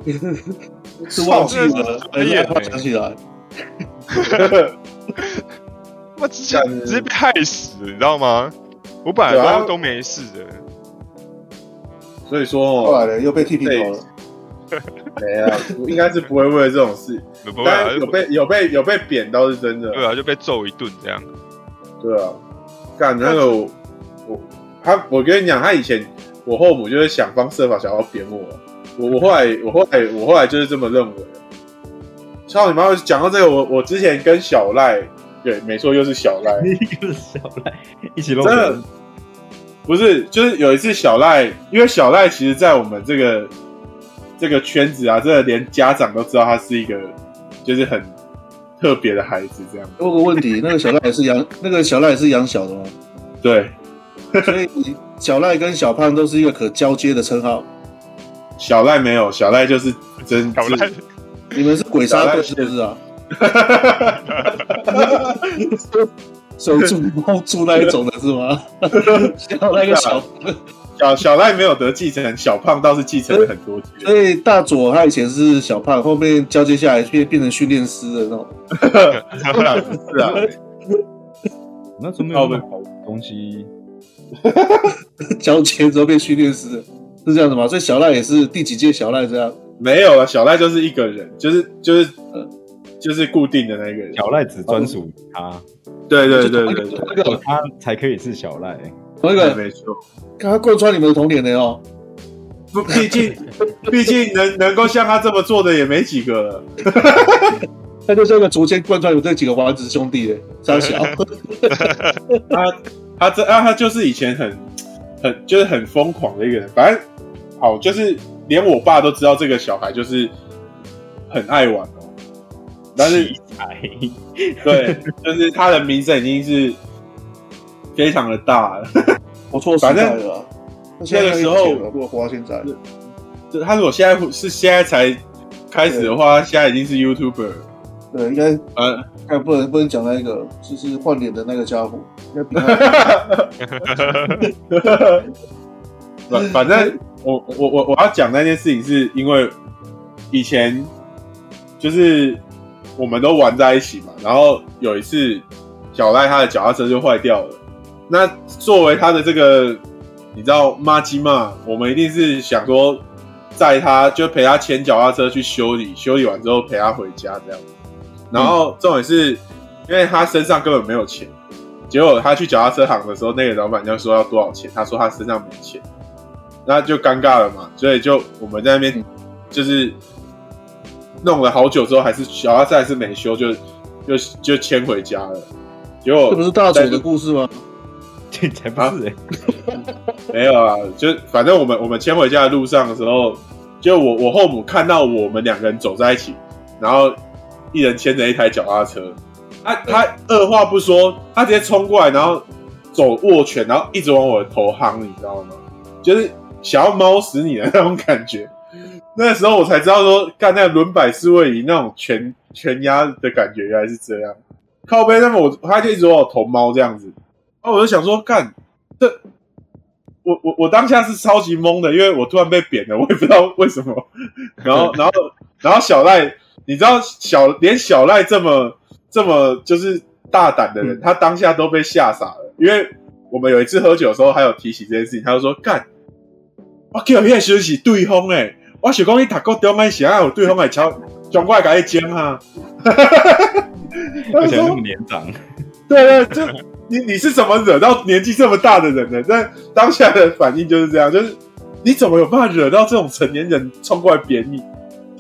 [SPEAKER 4] 是忘记
[SPEAKER 5] 真的
[SPEAKER 4] 了
[SPEAKER 5] 是，
[SPEAKER 4] 还
[SPEAKER 5] 专业
[SPEAKER 4] 是害怕哎想起来？
[SPEAKER 5] 我直接直接被害死了，你知道吗？我本来
[SPEAKER 2] 对啊
[SPEAKER 5] 都都没事的。
[SPEAKER 2] 所以说
[SPEAKER 4] 后来
[SPEAKER 2] 哦，
[SPEAKER 4] 呢，又被剃平头了。
[SPEAKER 2] 没啊，应该是不会为了这种事，
[SPEAKER 5] 不会啊，
[SPEAKER 2] 但
[SPEAKER 5] 就
[SPEAKER 2] 有被有被有被贬倒是真的。
[SPEAKER 5] 对啊，就被揍一顿这样。
[SPEAKER 2] 对啊，干那个我我他我跟你讲，他以前我后母就是想方设法想要扁我，我我后来我后来我后来就是这么认为。操你妈！讲到这个，我我之前跟小赖，对，没错，又 [laughs] 是小赖，
[SPEAKER 3] 一个小赖一起弄
[SPEAKER 2] 真的
[SPEAKER 3] 人，
[SPEAKER 2] 不是，就是有一次小赖，因为小赖其实，在我们这个这个圈子啊，真的连家长都知道他是一个就是很特别的孩子，这样
[SPEAKER 4] 我有个问题，那个小赖也是养，那个小赖也是养小的吗？
[SPEAKER 2] 对。
[SPEAKER 4] 所以小赖跟小胖都是一个可交接的称号。
[SPEAKER 2] 小赖没有，小赖就是真
[SPEAKER 5] 小赖
[SPEAKER 2] 是，
[SPEAKER 5] [laughs]
[SPEAKER 4] 你们是鬼杀队是不是 [laughs] 啊？手住猫住那一种的是 [laughs] 吗？小赖跟小，
[SPEAKER 2] 小小赖没有得继承，小胖倒是继承了很多届。
[SPEAKER 4] 所以哎大左他以前是小胖，后面交接下来变变成训练师的那种。
[SPEAKER 2] 是啊，是啊，
[SPEAKER 3] 那时候没有那么好的东西，
[SPEAKER 4] 交接之后变训练师，是这样子吗？所以小赖也是第几届小赖这样？
[SPEAKER 2] 没有了。小赖就是一个人，就是就是
[SPEAKER 4] 嗯
[SPEAKER 2] 就是固定的那个人。
[SPEAKER 3] 小赖只专属于他，
[SPEAKER 2] 对对对对对，
[SPEAKER 4] 那个
[SPEAKER 3] 他才可以是小赖。 [laughs]
[SPEAKER 4] 那
[SPEAKER 2] 对
[SPEAKER 4] 个，
[SPEAKER 2] 没错。
[SPEAKER 4] 看他贯穿你们的童年的哦。
[SPEAKER 2] 不，毕
[SPEAKER 4] [laughs]
[SPEAKER 2] 竟毕竟能能够像他这么做的也没几个了。
[SPEAKER 4] 他就像个竹签贯穿有这几个丸子兄弟的，三 [laughs] 小，
[SPEAKER 2] 他他这啊，他就是以前很很就是很疯狂的一个人。反正好，就是连我爸都知道这个小孩就是很爱玩哦。但是
[SPEAKER 3] 奇才，
[SPEAKER 2] 对，就是他的名声已经是非常的大了。
[SPEAKER 4] [laughs] 我错时代了啊。那现在
[SPEAKER 2] 那个时候
[SPEAKER 4] 如果活到现在，
[SPEAKER 2] 就他如果现在是现在才开始的话，他现在已经是 YouTuber 了。
[SPEAKER 4] 对，应该
[SPEAKER 2] 呃，
[SPEAKER 4] 哎，不能不能讲那个，就是换脸的那个 [laughs] 家伙，应该比他
[SPEAKER 2] 反反正我我我我要讲那件事情，是因为以前就是我们都玩在一起嘛，然后有一次小赖他的脚踏车就坏掉了，那作为他的这个你知道妈鸡嘛，我们一定是想说载他就陪他牵脚踏车去修理，修理完之后陪他回家这样。然后重点是，因为他身上根本没有钱，结果他去脚踏车行的时候，那个老板娘说要多少钱，他说他身上没钱，那就尴尬了嘛。所以就我们在那边
[SPEAKER 4] 嗯
[SPEAKER 2] 就是弄了好久之后，还是脚踏车还是没修，就就就牵回家了。结果
[SPEAKER 4] 这不是大佐的故事吗？
[SPEAKER 3] 这才不
[SPEAKER 2] 啊
[SPEAKER 3] 是欸
[SPEAKER 2] 没有啊，就反正我们我们牵回家的路上的时候，就我我后母看到我们两个人走在一起，然后一人牵着一台脚踏车，他他二话不说，他直接冲过来，然后手握拳，然后一直往我的头夯，你知道吗？就是想要猫死你的那种感觉。那时候我才知道说，干那轮摆式位移那种拳拳压的感觉原来是这样。靠背，那么我他就一直往我头猫这样子，然后我就想说，干这我我我当下是超级懵的，因为我突然被扁了，我也不知道为什么。然后然后然后小赖，你知道小连小赖这么这么就是大胆的人，他当下都被吓傻了，因为我们有一次喝酒的时候，还有提起这件事情，他就说干。我叫迄个时阵是对方诶，我想讲你读高中诶时候，有对方会超转过来甲你讲啊。
[SPEAKER 3] 而
[SPEAKER 2] 我
[SPEAKER 3] 且那么
[SPEAKER 2] 说
[SPEAKER 3] 年
[SPEAKER 2] [laughs]
[SPEAKER 3] 长，
[SPEAKER 2] 对对，这你你是怎么惹到年纪这么大的人的？但当下的反应就是这样，就是你怎么有办法惹到这种成年人冲过来扁你？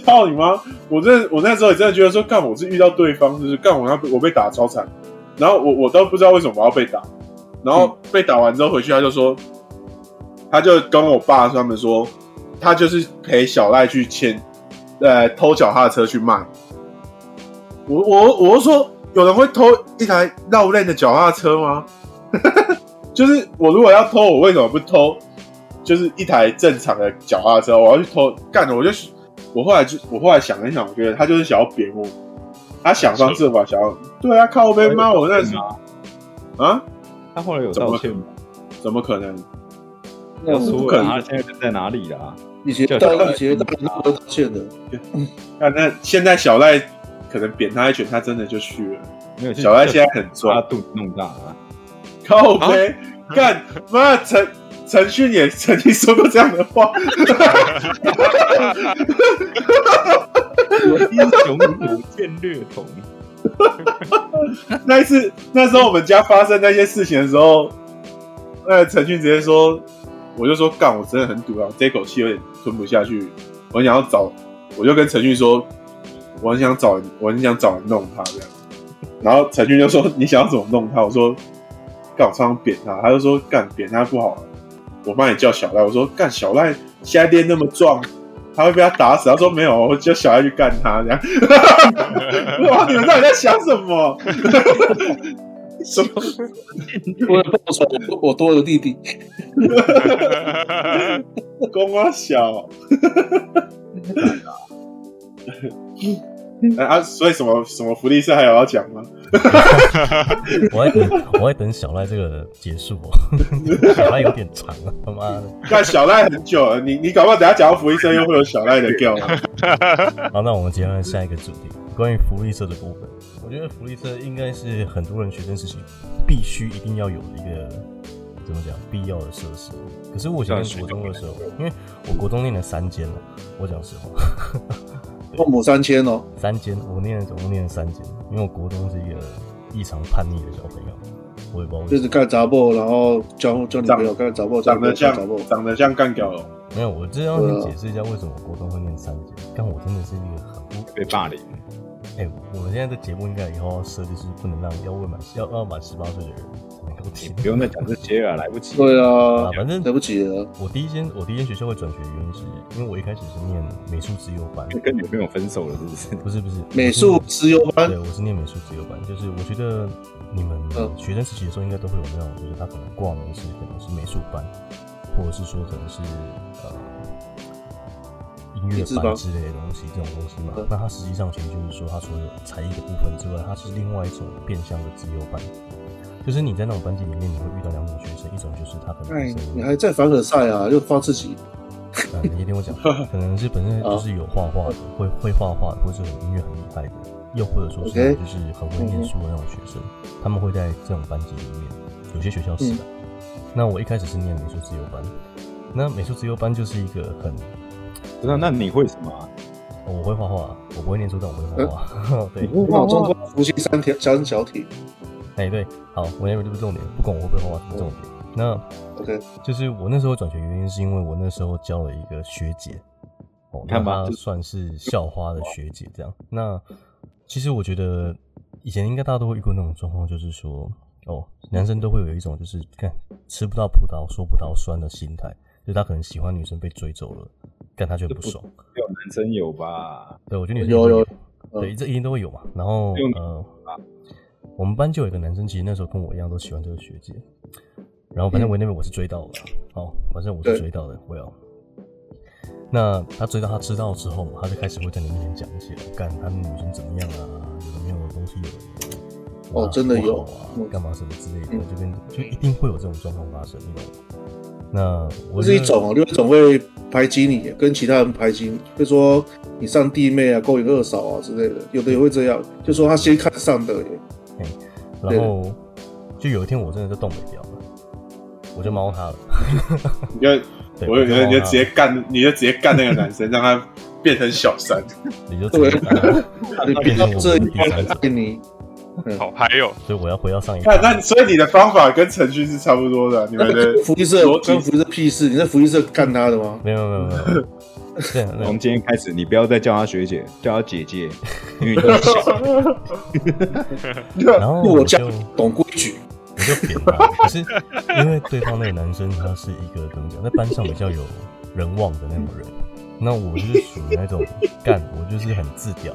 [SPEAKER 2] 操你妈！我真的我那时候也真的觉得说，干我是遇到对方，就是干我要我被打超惨，然后我我都不知道为什么我要被打，然后被打完之后回去，他就说，他就跟我爸他们说，他就是陪小赖去签，呃，偷脚踏车去卖。我我我是说，有人会偷一台绕链的脚踏车吗？ [laughs] 就是我如果要偷，我为什么不偷？就是一台正常的脚踏车，我要去偷干了，我就我后来就我后来想一想，我觉得他就是想要扁我，他想方设法想要对啊，靠背骂我那时候啊，
[SPEAKER 3] 他后来有道歉吗？
[SPEAKER 2] 怎么可能？
[SPEAKER 4] 那
[SPEAKER 2] 怎么
[SPEAKER 4] 我
[SPEAKER 2] 可能
[SPEAKER 3] 他现在人在哪里啦？
[SPEAKER 4] 以前大以前大家都道歉的，
[SPEAKER 2] 那那现在小赖可能扁他一拳，他真的就去了。
[SPEAKER 3] 没有，
[SPEAKER 2] 小赖现在很
[SPEAKER 3] 把他
[SPEAKER 2] 壮，
[SPEAKER 3] 肚子弄大了啊。
[SPEAKER 2] 靠背干妈陈陈迅也曾经说过这样的话，
[SPEAKER 3] 英雄有剑略同，
[SPEAKER 2] 那一次，那时候我们家发生那些事情的时候，那个陈俊直接说，我就说干，我真的很堵啊，这口气有点吞不下去，我很想要找，我就跟陈俊说，我很想找人，我很想找人弄他这样。然后陈俊就说：“你想要怎么弄他？”我说：“干，我常常扁他。”他就说：“干，扁他不好。”啊我帮你叫小赖。我说：“干，小赖现在练那么壮，他会被他打死。”他说：“没有，我叫小赖去干他。”这样， [laughs] 哇，你们到底在想什么？什么？
[SPEAKER 4] 为了报仇，我我多了弟弟，
[SPEAKER 2] 公啊小。哎 [laughs] 啊，所以什么什么福利社还有要讲吗？
[SPEAKER 1] 我在等，我在等小赖这个结束、哦，小赖有点长啊，他妈的。
[SPEAKER 2] 干小赖很久了， [laughs] 你你搞不好等下讲到福利社又会有小赖的 g a
[SPEAKER 1] 好，那我们接下来下一个主题，关于福利社的部分。我觉得福利社应该是很多人学生时期必须一定要有的一个怎么讲必要的设施。可是我以前念国中的时候，因为我国中念了三间了，我讲实话，
[SPEAKER 4] 父母三千哦，
[SPEAKER 1] 三间我念了总共念了三间，因为我国中是一个异常叛逆的小朋友，我也不知道为什
[SPEAKER 4] 就
[SPEAKER 1] 么
[SPEAKER 4] 是干杂货，然后交交女朋友，干杂货，
[SPEAKER 2] 长得
[SPEAKER 4] 杂货
[SPEAKER 2] 像，长得像干掉了。
[SPEAKER 1] 没有，我这要先解释一下为什么我国中会念三间。但我真的是一个很不……
[SPEAKER 3] 被霸凌，
[SPEAKER 1] 哎、我们现在的节目应该以后要设计是不能让要未满要要满十八岁的人能够听。
[SPEAKER 3] 不用再讲这些了，来不及。
[SPEAKER 4] 对
[SPEAKER 1] 啊
[SPEAKER 4] 啊，，
[SPEAKER 1] 反正
[SPEAKER 4] 对不起了，
[SPEAKER 1] 我第一间我第一间学校会转学的原因是，因为我一开始是念美术自由班，
[SPEAKER 3] 跟女朋友分手了，是不是？ [laughs]
[SPEAKER 1] 不是不是
[SPEAKER 4] 美术自由班
[SPEAKER 1] 对，我是念美术自由班，就是我觉得你们
[SPEAKER 4] 嗯
[SPEAKER 1] 学生时期的时候应该都会有那种，就是他可能挂名是可能是美术班，或者是说可能是呃音乐
[SPEAKER 4] 艺术
[SPEAKER 1] 班
[SPEAKER 4] 班
[SPEAKER 1] 之类的东西，这种东西嘛
[SPEAKER 4] 嗯。
[SPEAKER 1] 那他实际上其实就是说，他除了有才艺的部分之外，他是另外一种变相的自由班。就是你在那种班级里面，你会遇到两种学生，一种就是他可能
[SPEAKER 4] 哎
[SPEAKER 1] 是，
[SPEAKER 4] 你还在凡尔赛啊，又夸自己，
[SPEAKER 1] 呃，你听我讲，可能是本身就是有画画的，会会画画的，或者是很音乐很厉害的，又或者说是
[SPEAKER 4] OK
[SPEAKER 1] 就是很会念书的那种学生，他们会在这种班级里面，有些学校是、啊。那我一开始是念美术自由班，那美术自由班就是一个很，哦
[SPEAKER 3] 不是，那你会什么啊？
[SPEAKER 1] 我会画画，我不会念书，但我会画画。 [laughs] 对，
[SPEAKER 3] 哎
[SPEAKER 4] 我脑中光浮现三条三小体
[SPEAKER 1] 哎对，好，我那边就是重点，不管我会不会画画是重点。那
[SPEAKER 4] ，OK，
[SPEAKER 1] 就是我那时候转学原因是因为我那时候交了一个学姐，哦，
[SPEAKER 3] 你看吧
[SPEAKER 1] 那她
[SPEAKER 3] 就
[SPEAKER 1] 算是校花的学姐这样。那其实我觉得以前应该大家都会遇过那种状况，就是说，哦，男生都会有一种就是看吃不到葡萄说葡萄酸的心态，就是他可能喜欢女生被追走了，但他觉得不爽。
[SPEAKER 3] 只有男生有吧？
[SPEAKER 1] 对，我觉得女生
[SPEAKER 4] 有嗯
[SPEAKER 1] 也会
[SPEAKER 4] 有
[SPEAKER 1] 对，这一定都会有嘛。然后
[SPEAKER 3] 用
[SPEAKER 1] 呃，我们班就有一个男生，其实那时候跟我一样都喜欢这个学姐，然后反正我那边我是追到了，哦，反正我是
[SPEAKER 4] 嗯对
[SPEAKER 1] 追到的，Well。那他追到他知道之后嘛，他就开始会在你面前讲一些，干他们女生怎么样啊，有的没有的东西有的没有的
[SPEAKER 4] 哦
[SPEAKER 1] 啊
[SPEAKER 4] 真的
[SPEAKER 1] 不好
[SPEAKER 4] 有
[SPEAKER 1] 啊，
[SPEAKER 4] 嗯
[SPEAKER 1] 干嘛什么之类的
[SPEAKER 4] 嗯，
[SPEAKER 1] 就跟就一定会有这种状况发生，你懂吗？那
[SPEAKER 4] 这
[SPEAKER 1] 我
[SPEAKER 4] 是一
[SPEAKER 1] 觉得
[SPEAKER 4] 种哦，另外一种会排挤你，跟其他人排挤你，会说你上弟妹啊、勾引二嫂啊之类的，有的也会这样，就说他先看上的耶，
[SPEAKER 1] 然后就有一天我真的就动不了了，我
[SPEAKER 4] 嗯
[SPEAKER 1] 就猫他了。
[SPEAKER 2] 你就
[SPEAKER 1] 对，
[SPEAKER 2] 我有觉得你就
[SPEAKER 1] 就
[SPEAKER 2] 直接干，你就直接干那个男生，让他变成小三。
[SPEAKER 1] 你就直接把他
[SPEAKER 4] 你
[SPEAKER 1] 变成我
[SPEAKER 4] 这
[SPEAKER 1] 们的第三者，
[SPEAKER 4] 爱你，
[SPEAKER 5] 好嗨哦！
[SPEAKER 1] 所以我要回到上一趴
[SPEAKER 2] 那。那所以你的方法跟程序是差不多的，你们
[SPEAKER 1] [laughs]
[SPEAKER 2] 的
[SPEAKER 4] 福利社
[SPEAKER 2] 逻辑
[SPEAKER 4] 跟福利社屁事，你在福利社干他的吗？
[SPEAKER 1] 没有没有没有没有，这样那
[SPEAKER 3] 从今天开始，你不要再叫她学姐，叫她姐姐，因为你很小。
[SPEAKER 1] 然后
[SPEAKER 4] 我
[SPEAKER 1] 我
[SPEAKER 4] 家
[SPEAKER 1] 就
[SPEAKER 4] 懂规矩，
[SPEAKER 1] 我就扁他，可是因为对方那个男生他是一个怎么讲，在班上比较有人望的那种人，那我就是属于那种干，我就是很自屌，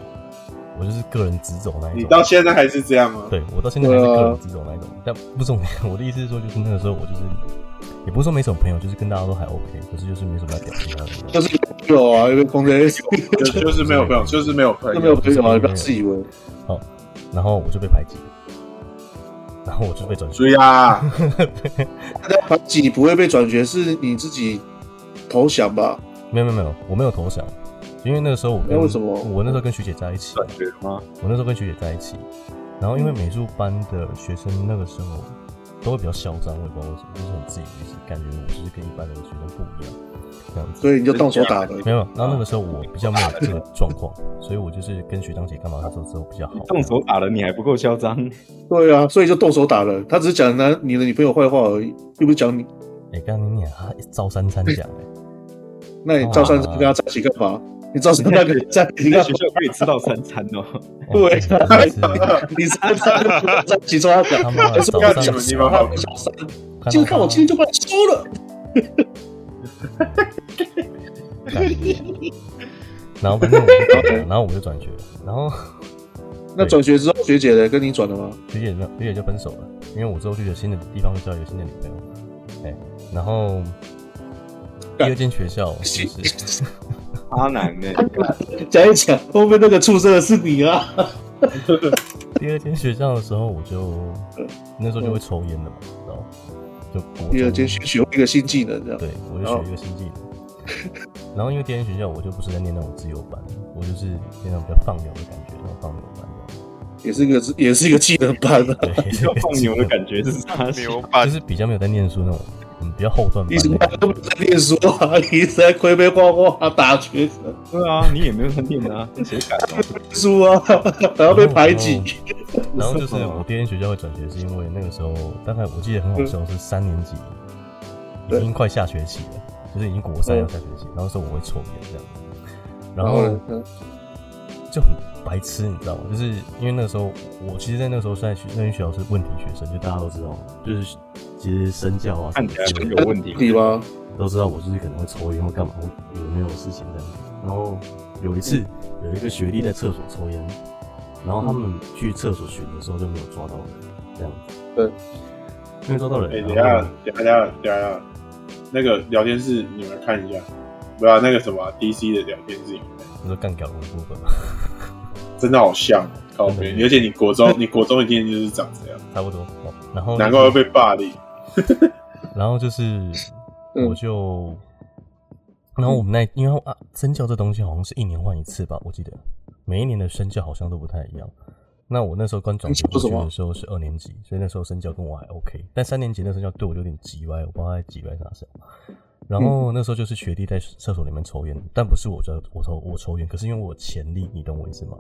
[SPEAKER 1] 我就是个人直走那一
[SPEAKER 2] 你
[SPEAKER 1] 种
[SPEAKER 2] 到。现在还是这样吗？
[SPEAKER 1] 对我到现在还是
[SPEAKER 4] 对啊
[SPEAKER 1] 个人直走那一种，但不重 [laughs] 要。我的意思是说，就是那个时候我就是，也不是说没什么朋友，就是跟大家都还 OK，可是就是没什么要屌其他人。
[SPEAKER 4] 就是有啊，因为空间
[SPEAKER 2] 就就是没有朋友，就是没有朋
[SPEAKER 4] 都
[SPEAKER 2] 友
[SPEAKER 4] 没。有朋友啊，你不要自以为。
[SPEAKER 1] 然后我就被排挤了，然后我就被转学
[SPEAKER 2] 注。意啊，
[SPEAKER 4] 大家排挤你不会被转学，是你自己投降吧？
[SPEAKER 1] 没有没有没有，我没有投降，因为那个时候我跟
[SPEAKER 4] 那为什么
[SPEAKER 1] 我那时候跟学姐在一起，
[SPEAKER 3] 觉得吗？
[SPEAKER 1] 我那时候跟学姐在一起，然后因为美术班的学生那个时候都会比较嚣张，我也不知道为什么，就是很自以为是，感觉我就是跟一般的学生不一样，这样子。
[SPEAKER 4] 所以你就动手打人。
[SPEAKER 1] 没有，然后那个时候我比较没有这个状况，所以我就是跟学长姐干嘛，那时候之后比较好。
[SPEAKER 3] 动手打人，你还不够嚣张？
[SPEAKER 4] 对啊，所以就动手打人。他只是讲男你的女朋友坏话而已，又不是讲你。
[SPEAKER 1] 哎，刚刚你俩他照三餐
[SPEAKER 4] [laughs]
[SPEAKER 1] 讲哎，
[SPEAKER 4] 那你赵
[SPEAKER 1] 啊
[SPEAKER 4] 三三跟他在一起干嘛？你赵三三跟他在一起
[SPEAKER 3] 你在
[SPEAKER 4] 干
[SPEAKER 3] 学
[SPEAKER 1] [laughs]
[SPEAKER 4] 嘛？
[SPEAKER 3] 校可以吃到三餐 [laughs] 哦。
[SPEAKER 1] 哇
[SPEAKER 4] 对啊
[SPEAKER 1] 真的是
[SPEAKER 4] 你三三跟他在一起说他讲，
[SPEAKER 1] 他妈的
[SPEAKER 4] 就
[SPEAKER 1] 啊
[SPEAKER 4] 是
[SPEAKER 1] 早
[SPEAKER 4] 不
[SPEAKER 2] 要
[SPEAKER 4] 要
[SPEAKER 1] 上
[SPEAKER 4] 讲
[SPEAKER 2] 你
[SPEAKER 1] 小
[SPEAKER 2] 们
[SPEAKER 1] 三
[SPEAKER 2] 你们好
[SPEAKER 1] 看到
[SPEAKER 4] 三，
[SPEAKER 1] 他
[SPEAKER 4] 今天看我今天就把你收了。
[SPEAKER 1] 干你娘然后反正我就转，然后我就转学了，然后
[SPEAKER 4] 那转学之后，学姐呢跟你转了吗？
[SPEAKER 1] 学姐没有，学姐就分手了，因为我之后去有新的地方学校，有新的女朋友，哎、然后第二间学校就是
[SPEAKER 3] 阿南呢？
[SPEAKER 4] [laughs] 讲一讲，后面那个畜生的是你啊！
[SPEAKER 1] 第二间学校的时候，我就那时候就会抽烟的嘛，然后就国中
[SPEAKER 4] 第二间学学会一个新技能，这样。
[SPEAKER 1] 对，我就
[SPEAKER 4] 然后
[SPEAKER 1] 学一个新技能。然后因为第二间学校，我就不是在念那种自由班，我就是念那种比较放牛的感觉，那种放牛班
[SPEAKER 4] 也是一个也是一个技能班啊。
[SPEAKER 1] 这样。对，
[SPEAKER 3] 要放牛的感觉是啥？
[SPEAKER 5] 牛吧
[SPEAKER 1] 就，是比较没有在念书那种，嗯，比较后段班
[SPEAKER 4] 你怎么
[SPEAKER 1] 的感
[SPEAKER 4] 都
[SPEAKER 1] 觉
[SPEAKER 4] 没。有在念书啊？你一直在挥杯画画、啊打拳、
[SPEAKER 3] 对啊，你也没有在念啊，谁敢啊？
[SPEAKER 4] 书啊，然后被排挤。
[SPEAKER 1] 然后就是
[SPEAKER 4] 啊
[SPEAKER 1] 我第一天学校会转学，是因为那个时候大概我记得很好笑，是三年级，已
[SPEAKER 4] 嗯对
[SPEAKER 1] 经快下学期了，就是已经国三
[SPEAKER 4] 嗯
[SPEAKER 1] 要下学期，然后那时候我会抽烟这样子，哦然
[SPEAKER 4] 然
[SPEAKER 1] 后
[SPEAKER 4] 后呢？嗯
[SPEAKER 1] 就很白痴，你知道吗？就是因为那时候我其实，在那个时候在学那间学校是问题学生，就大家都知道，就是其实身教啊什
[SPEAKER 3] 看
[SPEAKER 1] 么
[SPEAKER 3] 起
[SPEAKER 1] 之类
[SPEAKER 3] 来很
[SPEAKER 1] 的
[SPEAKER 3] 有问题。
[SPEAKER 4] 你吗？
[SPEAKER 1] 都知道我就是可能会抽烟或干嘛，有没有事情这样。然后有一
[SPEAKER 2] 嗯
[SPEAKER 1] 次有一个学弟在厕所抽烟，然后他们去厕所巡的时候就没有抓到人，这样子。
[SPEAKER 4] 对，
[SPEAKER 1] 没有抓到
[SPEAKER 2] 哎、
[SPEAKER 1] 人。
[SPEAKER 2] 等一
[SPEAKER 1] 然
[SPEAKER 2] 下
[SPEAKER 1] 后，
[SPEAKER 2] 等一下，等一下，等一下，那个聊天室你们看一下，不要那个什么 DC 的聊天室，你们看
[SPEAKER 1] 你说干掉的部分嘛， [laughs]
[SPEAKER 2] 真的好像哦靠边
[SPEAKER 1] 真的
[SPEAKER 2] 而且你国中，你国中一定就是长这样，
[SPEAKER 1] 差不多。然后
[SPEAKER 2] 难怪会被霸凌。
[SPEAKER 1] 然后就是
[SPEAKER 4] 嗯
[SPEAKER 1] 我就，然后我们那因为啊，身教这东西好像是一年换一次吧，我记得每一年的身教好像都不太一样。那我那时候刚转学
[SPEAKER 4] 你
[SPEAKER 1] 过
[SPEAKER 4] 说什
[SPEAKER 1] 去
[SPEAKER 4] 么
[SPEAKER 1] 的时候是二年级，所以那时候身教跟我还 OK，但三年级那身教对我有点急歪，我不知道他在急歪啥事。然后那时候就是学弟在厕所里面抽烟，但不是我在我抽我抽烟，可是因为我有潜力，你懂我意思吗？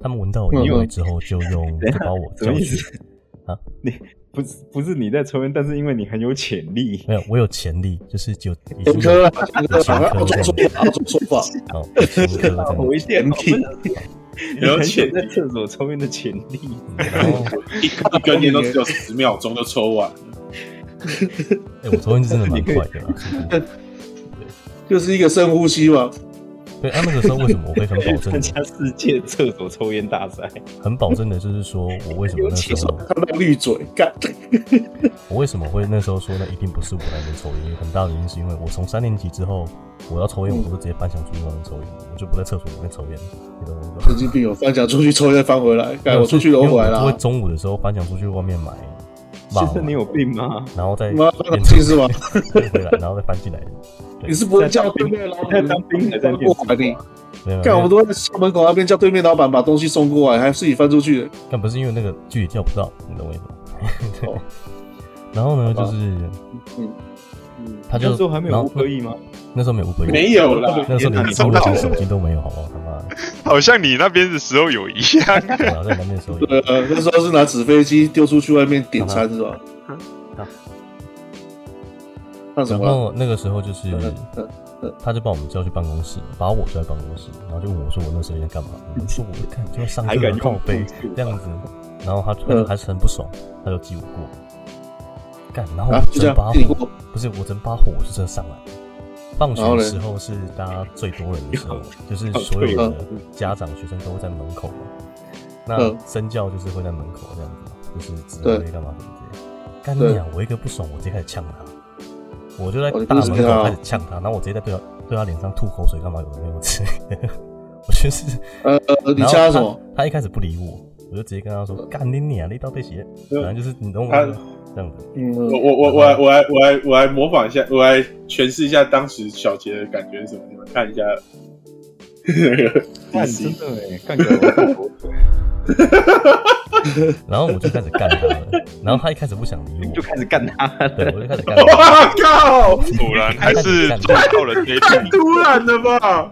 [SPEAKER 1] 他们闻到我
[SPEAKER 4] 嗯
[SPEAKER 1] 烟味之后，就用
[SPEAKER 3] 等
[SPEAKER 1] 就
[SPEAKER 3] 一下
[SPEAKER 1] 把我
[SPEAKER 3] 什
[SPEAKER 1] 叫
[SPEAKER 3] 么意
[SPEAKER 1] 去，
[SPEAKER 3] 思
[SPEAKER 1] 啊？
[SPEAKER 3] 你不是不是你在抽烟，但是因为你很有潜力，
[SPEAKER 1] 没有我有潜力，就是有已经
[SPEAKER 4] 前
[SPEAKER 1] 有
[SPEAKER 4] 科啊，前科
[SPEAKER 1] 前
[SPEAKER 4] 啊，
[SPEAKER 1] 科
[SPEAKER 4] 我总说法，我总说法。
[SPEAKER 1] 哦，前科这样子
[SPEAKER 3] 一点
[SPEAKER 4] 潜力
[SPEAKER 3] 有
[SPEAKER 2] 有
[SPEAKER 3] 潜
[SPEAKER 2] 潜力
[SPEAKER 3] 在厕所抽烟的潜力。
[SPEAKER 1] 然后，
[SPEAKER 2] 一一根烟都只有十秒钟就抽完，
[SPEAKER 1] 嗯
[SPEAKER 4] [laughs]
[SPEAKER 1] 哎、我抽烟是真的蛮快的啦。
[SPEAKER 4] 就是一个深呼吸嘛。
[SPEAKER 1] 对啊，那个时候为什么我会很保证
[SPEAKER 3] 参，加世界厕所抽烟大赛，
[SPEAKER 1] 很保证的就是说我为什么那时候，
[SPEAKER 4] 看到绿嘴，干，
[SPEAKER 1] 我为什么会那时候说那一定不是我在那边抽烟，很大的原因是因为我从三年级之后，我要抽烟我都是直接翻墙出去外面抽烟，我就不在厕所里面抽烟，你懂我意思吗？
[SPEAKER 4] 神经病！我翻墙出去抽烟，翻回 [laughs] 来，哎干，我出去
[SPEAKER 1] 因
[SPEAKER 4] 都
[SPEAKER 1] 为
[SPEAKER 4] 回来
[SPEAKER 1] 我不会
[SPEAKER 4] 了。
[SPEAKER 1] 中午的时候翻墙出去外面买
[SPEAKER 3] 先
[SPEAKER 1] 骂
[SPEAKER 3] 生你有病吗？
[SPEAKER 1] 然
[SPEAKER 4] [laughs]
[SPEAKER 1] 后再
[SPEAKER 4] 妈
[SPEAKER 1] 变
[SPEAKER 4] 近视吗？
[SPEAKER 1] 回来，然后再翻进来。
[SPEAKER 4] 你是不会叫对面老板
[SPEAKER 3] 当兵还在
[SPEAKER 4] 搬
[SPEAKER 3] 念
[SPEAKER 4] 过
[SPEAKER 3] 书
[SPEAKER 4] 来的？
[SPEAKER 1] 没有，
[SPEAKER 4] 干，我们
[SPEAKER 1] 多
[SPEAKER 4] 都在校门口那边叫对面老板把东西送过来，还自己翻出去的。
[SPEAKER 1] 但不是因为那个距离叫不到，你懂我意思吗？对。 [laughs] 然后呢，就是
[SPEAKER 4] 嗯，
[SPEAKER 1] 他就
[SPEAKER 3] 那时候还没
[SPEAKER 1] 然
[SPEAKER 3] 有
[SPEAKER 1] 后呃
[SPEAKER 3] 乌龟吗？
[SPEAKER 1] 那时候没有 Uber，
[SPEAKER 2] 没有啦，
[SPEAKER 1] 那时候连
[SPEAKER 5] 你知道
[SPEAKER 1] 除了手机都没有，好不好？他妈的，
[SPEAKER 5] 好像你那边的时候有一样，
[SPEAKER 1] 对啊，在那边的时候有，
[SPEAKER 4] [laughs] 对呃，那时候是拿纸飞机丢出去外面点餐是吧？看什
[SPEAKER 1] 然
[SPEAKER 4] 么了？
[SPEAKER 1] 后那个时候就是
[SPEAKER 4] 嗯嗯嗯，
[SPEAKER 1] 他就把我们叫去办公室，把我叫去办公室，然后就问我说我那时候在干嘛？我说我看就要上
[SPEAKER 3] 还
[SPEAKER 1] 课
[SPEAKER 3] 敢
[SPEAKER 1] 靠
[SPEAKER 3] 用
[SPEAKER 1] 背
[SPEAKER 3] 复数
[SPEAKER 1] 这样子，然后他他就
[SPEAKER 4] 嗯
[SPEAKER 1] 还是很不爽，他就记我过，干，然后
[SPEAKER 4] 啊
[SPEAKER 1] 我，
[SPEAKER 4] 就这
[SPEAKER 1] 真
[SPEAKER 4] 样
[SPEAKER 1] 把，
[SPEAKER 4] 自己
[SPEAKER 1] 火
[SPEAKER 4] 过。
[SPEAKER 1] 不是我整把火，我就真的上来。放学
[SPEAKER 4] 然后
[SPEAKER 1] 的
[SPEAKER 4] 嘞
[SPEAKER 1] 时候是大家最多人的时
[SPEAKER 4] [laughs]
[SPEAKER 1] 候，就是所有的家长、学生都会在门口嘛。那
[SPEAKER 4] 嗯
[SPEAKER 1] 身教就是会在门口这样子，就是指
[SPEAKER 4] 对
[SPEAKER 1] 挥干嘛什么之类的。干
[SPEAKER 4] 对
[SPEAKER 1] 你啊！我一个不爽，我直接开始呛他，我就在
[SPEAKER 4] 哦你
[SPEAKER 1] 大
[SPEAKER 4] 不是
[SPEAKER 1] 门
[SPEAKER 4] 他
[SPEAKER 1] 口
[SPEAKER 4] 哦
[SPEAKER 1] 开始呛他，然后我直接在对他对他脸上吐口水，干嘛有的没有之类的。 [laughs] 我就是，
[SPEAKER 4] 呃，呃你
[SPEAKER 1] 然后
[SPEAKER 4] 加
[SPEAKER 1] 他
[SPEAKER 4] 什么？？嗯
[SPEAKER 1] 他一开始不理我，我就直接跟他说：“干你娘，你到底写？”
[SPEAKER 2] 对
[SPEAKER 1] 反正就是你懂我
[SPEAKER 2] 他
[SPEAKER 1] 意思吗这样子。
[SPEAKER 4] 嗯，
[SPEAKER 2] 我
[SPEAKER 4] 嗯
[SPEAKER 2] 我我我来我来我来我来模仿一下，我来诠释一下当时小杰的感觉是什么，你们看一下。那个
[SPEAKER 3] 干，真的哎，干掉
[SPEAKER 1] [laughs]
[SPEAKER 3] 我！
[SPEAKER 1] 然后我就开始干他了，然后他一开始不想理我
[SPEAKER 3] 就，开始干他，
[SPEAKER 1] 对，我就开始干他。
[SPEAKER 2] 哇靠！
[SPEAKER 5] 果然还是走到了这一
[SPEAKER 2] 太
[SPEAKER 5] 步。
[SPEAKER 2] 突然了吧！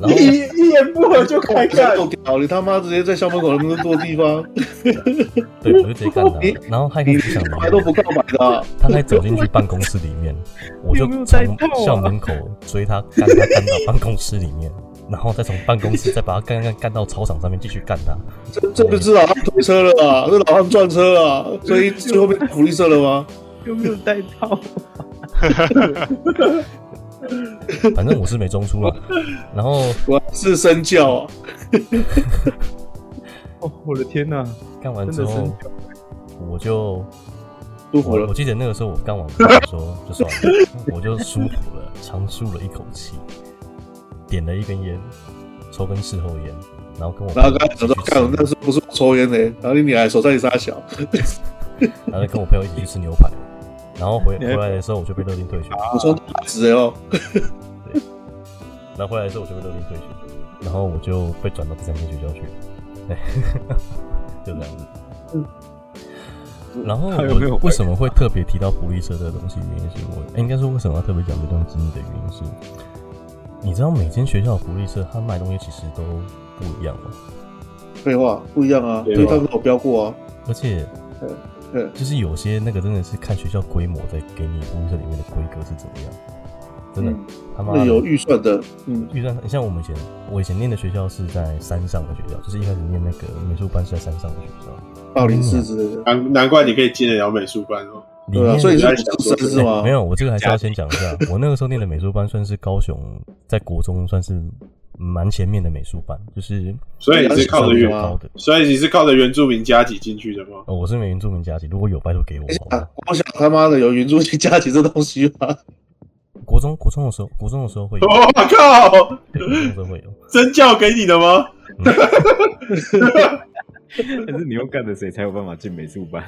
[SPEAKER 1] 然后
[SPEAKER 2] 一一言不合就开干，
[SPEAKER 4] 够屌！你他妈直接在校门口那么多地方，
[SPEAKER 1] 对，我就直接干他。然后他一开
[SPEAKER 4] 你
[SPEAKER 1] 始不想理
[SPEAKER 4] 来都不
[SPEAKER 1] 我，
[SPEAKER 4] 告白的啊、
[SPEAKER 1] 他还走进去办公室里面，我就
[SPEAKER 3] 有没有在
[SPEAKER 1] 从
[SPEAKER 3] 套啊
[SPEAKER 1] 校门口追他，干他干到办公室里面，然后再从办公室再把他干干干到操场上面继续干他。
[SPEAKER 4] 这这不是老汉推车了啊，这老汉撞车了、啊，所以最后面福利社了吗？
[SPEAKER 3] 有没有带套？
[SPEAKER 1] 反正我是没中出了。然后
[SPEAKER 4] 我是身教啊，
[SPEAKER 3] 哦，我的天哪！
[SPEAKER 1] 干完之
[SPEAKER 3] 真的
[SPEAKER 1] 后
[SPEAKER 3] 是，
[SPEAKER 1] 我就
[SPEAKER 4] 舒服
[SPEAKER 1] 我
[SPEAKER 4] 了
[SPEAKER 1] 我。记得那个时候我干完之后说就算
[SPEAKER 4] [laughs]
[SPEAKER 1] 了，我就舒服了，长舒了一口气，点了一根烟，抽根事后烟，然后跟我
[SPEAKER 4] 然后
[SPEAKER 1] 朋
[SPEAKER 4] 刚
[SPEAKER 1] 友
[SPEAKER 4] 才
[SPEAKER 1] 一
[SPEAKER 4] 想
[SPEAKER 1] 起
[SPEAKER 4] 说
[SPEAKER 1] 去，吃
[SPEAKER 4] 干，我那时候不是我抽烟的、然后你女孩手在你撒小，
[SPEAKER 1] 然后跟我朋友一起去吃牛排，然后回
[SPEAKER 3] 你还
[SPEAKER 1] 回来的时候我就被勒令退学，
[SPEAKER 4] 我从大直哦，
[SPEAKER 1] 然后回来的时候我就被勒令退学，然后我就被转到第三间学校去了， [laughs] 对，就这样子。
[SPEAKER 4] 嗯
[SPEAKER 1] [laughs] 然后
[SPEAKER 3] 还有没有
[SPEAKER 1] 我为什么会特别提到福利社这个东西？原因是我、应该说为什么要特别讲这段经历的原因是，你知道每间学校的福利社它卖的东西其实都不一样嘛，
[SPEAKER 4] 废话不一样啊，
[SPEAKER 2] 对
[SPEAKER 4] 因为他跟我飙过啊，
[SPEAKER 1] 而且
[SPEAKER 4] 对，
[SPEAKER 1] 就是有些那个真的是看学校规模在给你福利社里面的规格是怎么样，真的、
[SPEAKER 4] 嗯
[SPEAKER 1] 他妈
[SPEAKER 4] 那
[SPEAKER 1] 的
[SPEAKER 4] 有预算的，嗯，
[SPEAKER 1] 预算，像我们以前我以前念的学校是在山上的学校，就是一开始念那个美术班是在山上的学校，
[SPEAKER 4] 暴力士之类的，
[SPEAKER 2] 难难怪你可以进得了美术班哦。
[SPEAKER 1] 里
[SPEAKER 4] 对
[SPEAKER 1] 面、
[SPEAKER 4] 啊，所以你是
[SPEAKER 2] 里面
[SPEAKER 4] 不是生是
[SPEAKER 1] 哎
[SPEAKER 4] 吗？
[SPEAKER 1] 没有，我这个还是要先讲一
[SPEAKER 4] [laughs]
[SPEAKER 1] 下。我那个时候念的美术班算是高雄在国中算是蛮前面的美术班，就是
[SPEAKER 2] 所以你
[SPEAKER 1] 是
[SPEAKER 2] 是靠着
[SPEAKER 4] 原
[SPEAKER 2] 原，
[SPEAKER 1] 高的。
[SPEAKER 2] 所以你是靠着原住民加级进去的吗？ [laughs]
[SPEAKER 1] 呃我是原住民家庭，如果有拜托给我
[SPEAKER 4] 等一
[SPEAKER 1] 好吗
[SPEAKER 4] 下，我想他妈的有云珠去加起这东西吗？
[SPEAKER 1] 国中国中的时候，国中的时候会有，
[SPEAKER 2] 我靠，
[SPEAKER 1] 对，国中的时候会
[SPEAKER 4] [laughs]
[SPEAKER 1] 有。 [laughs]
[SPEAKER 2] 真教给你的吗？
[SPEAKER 3] 但是你又干了谁才有办法进美术班？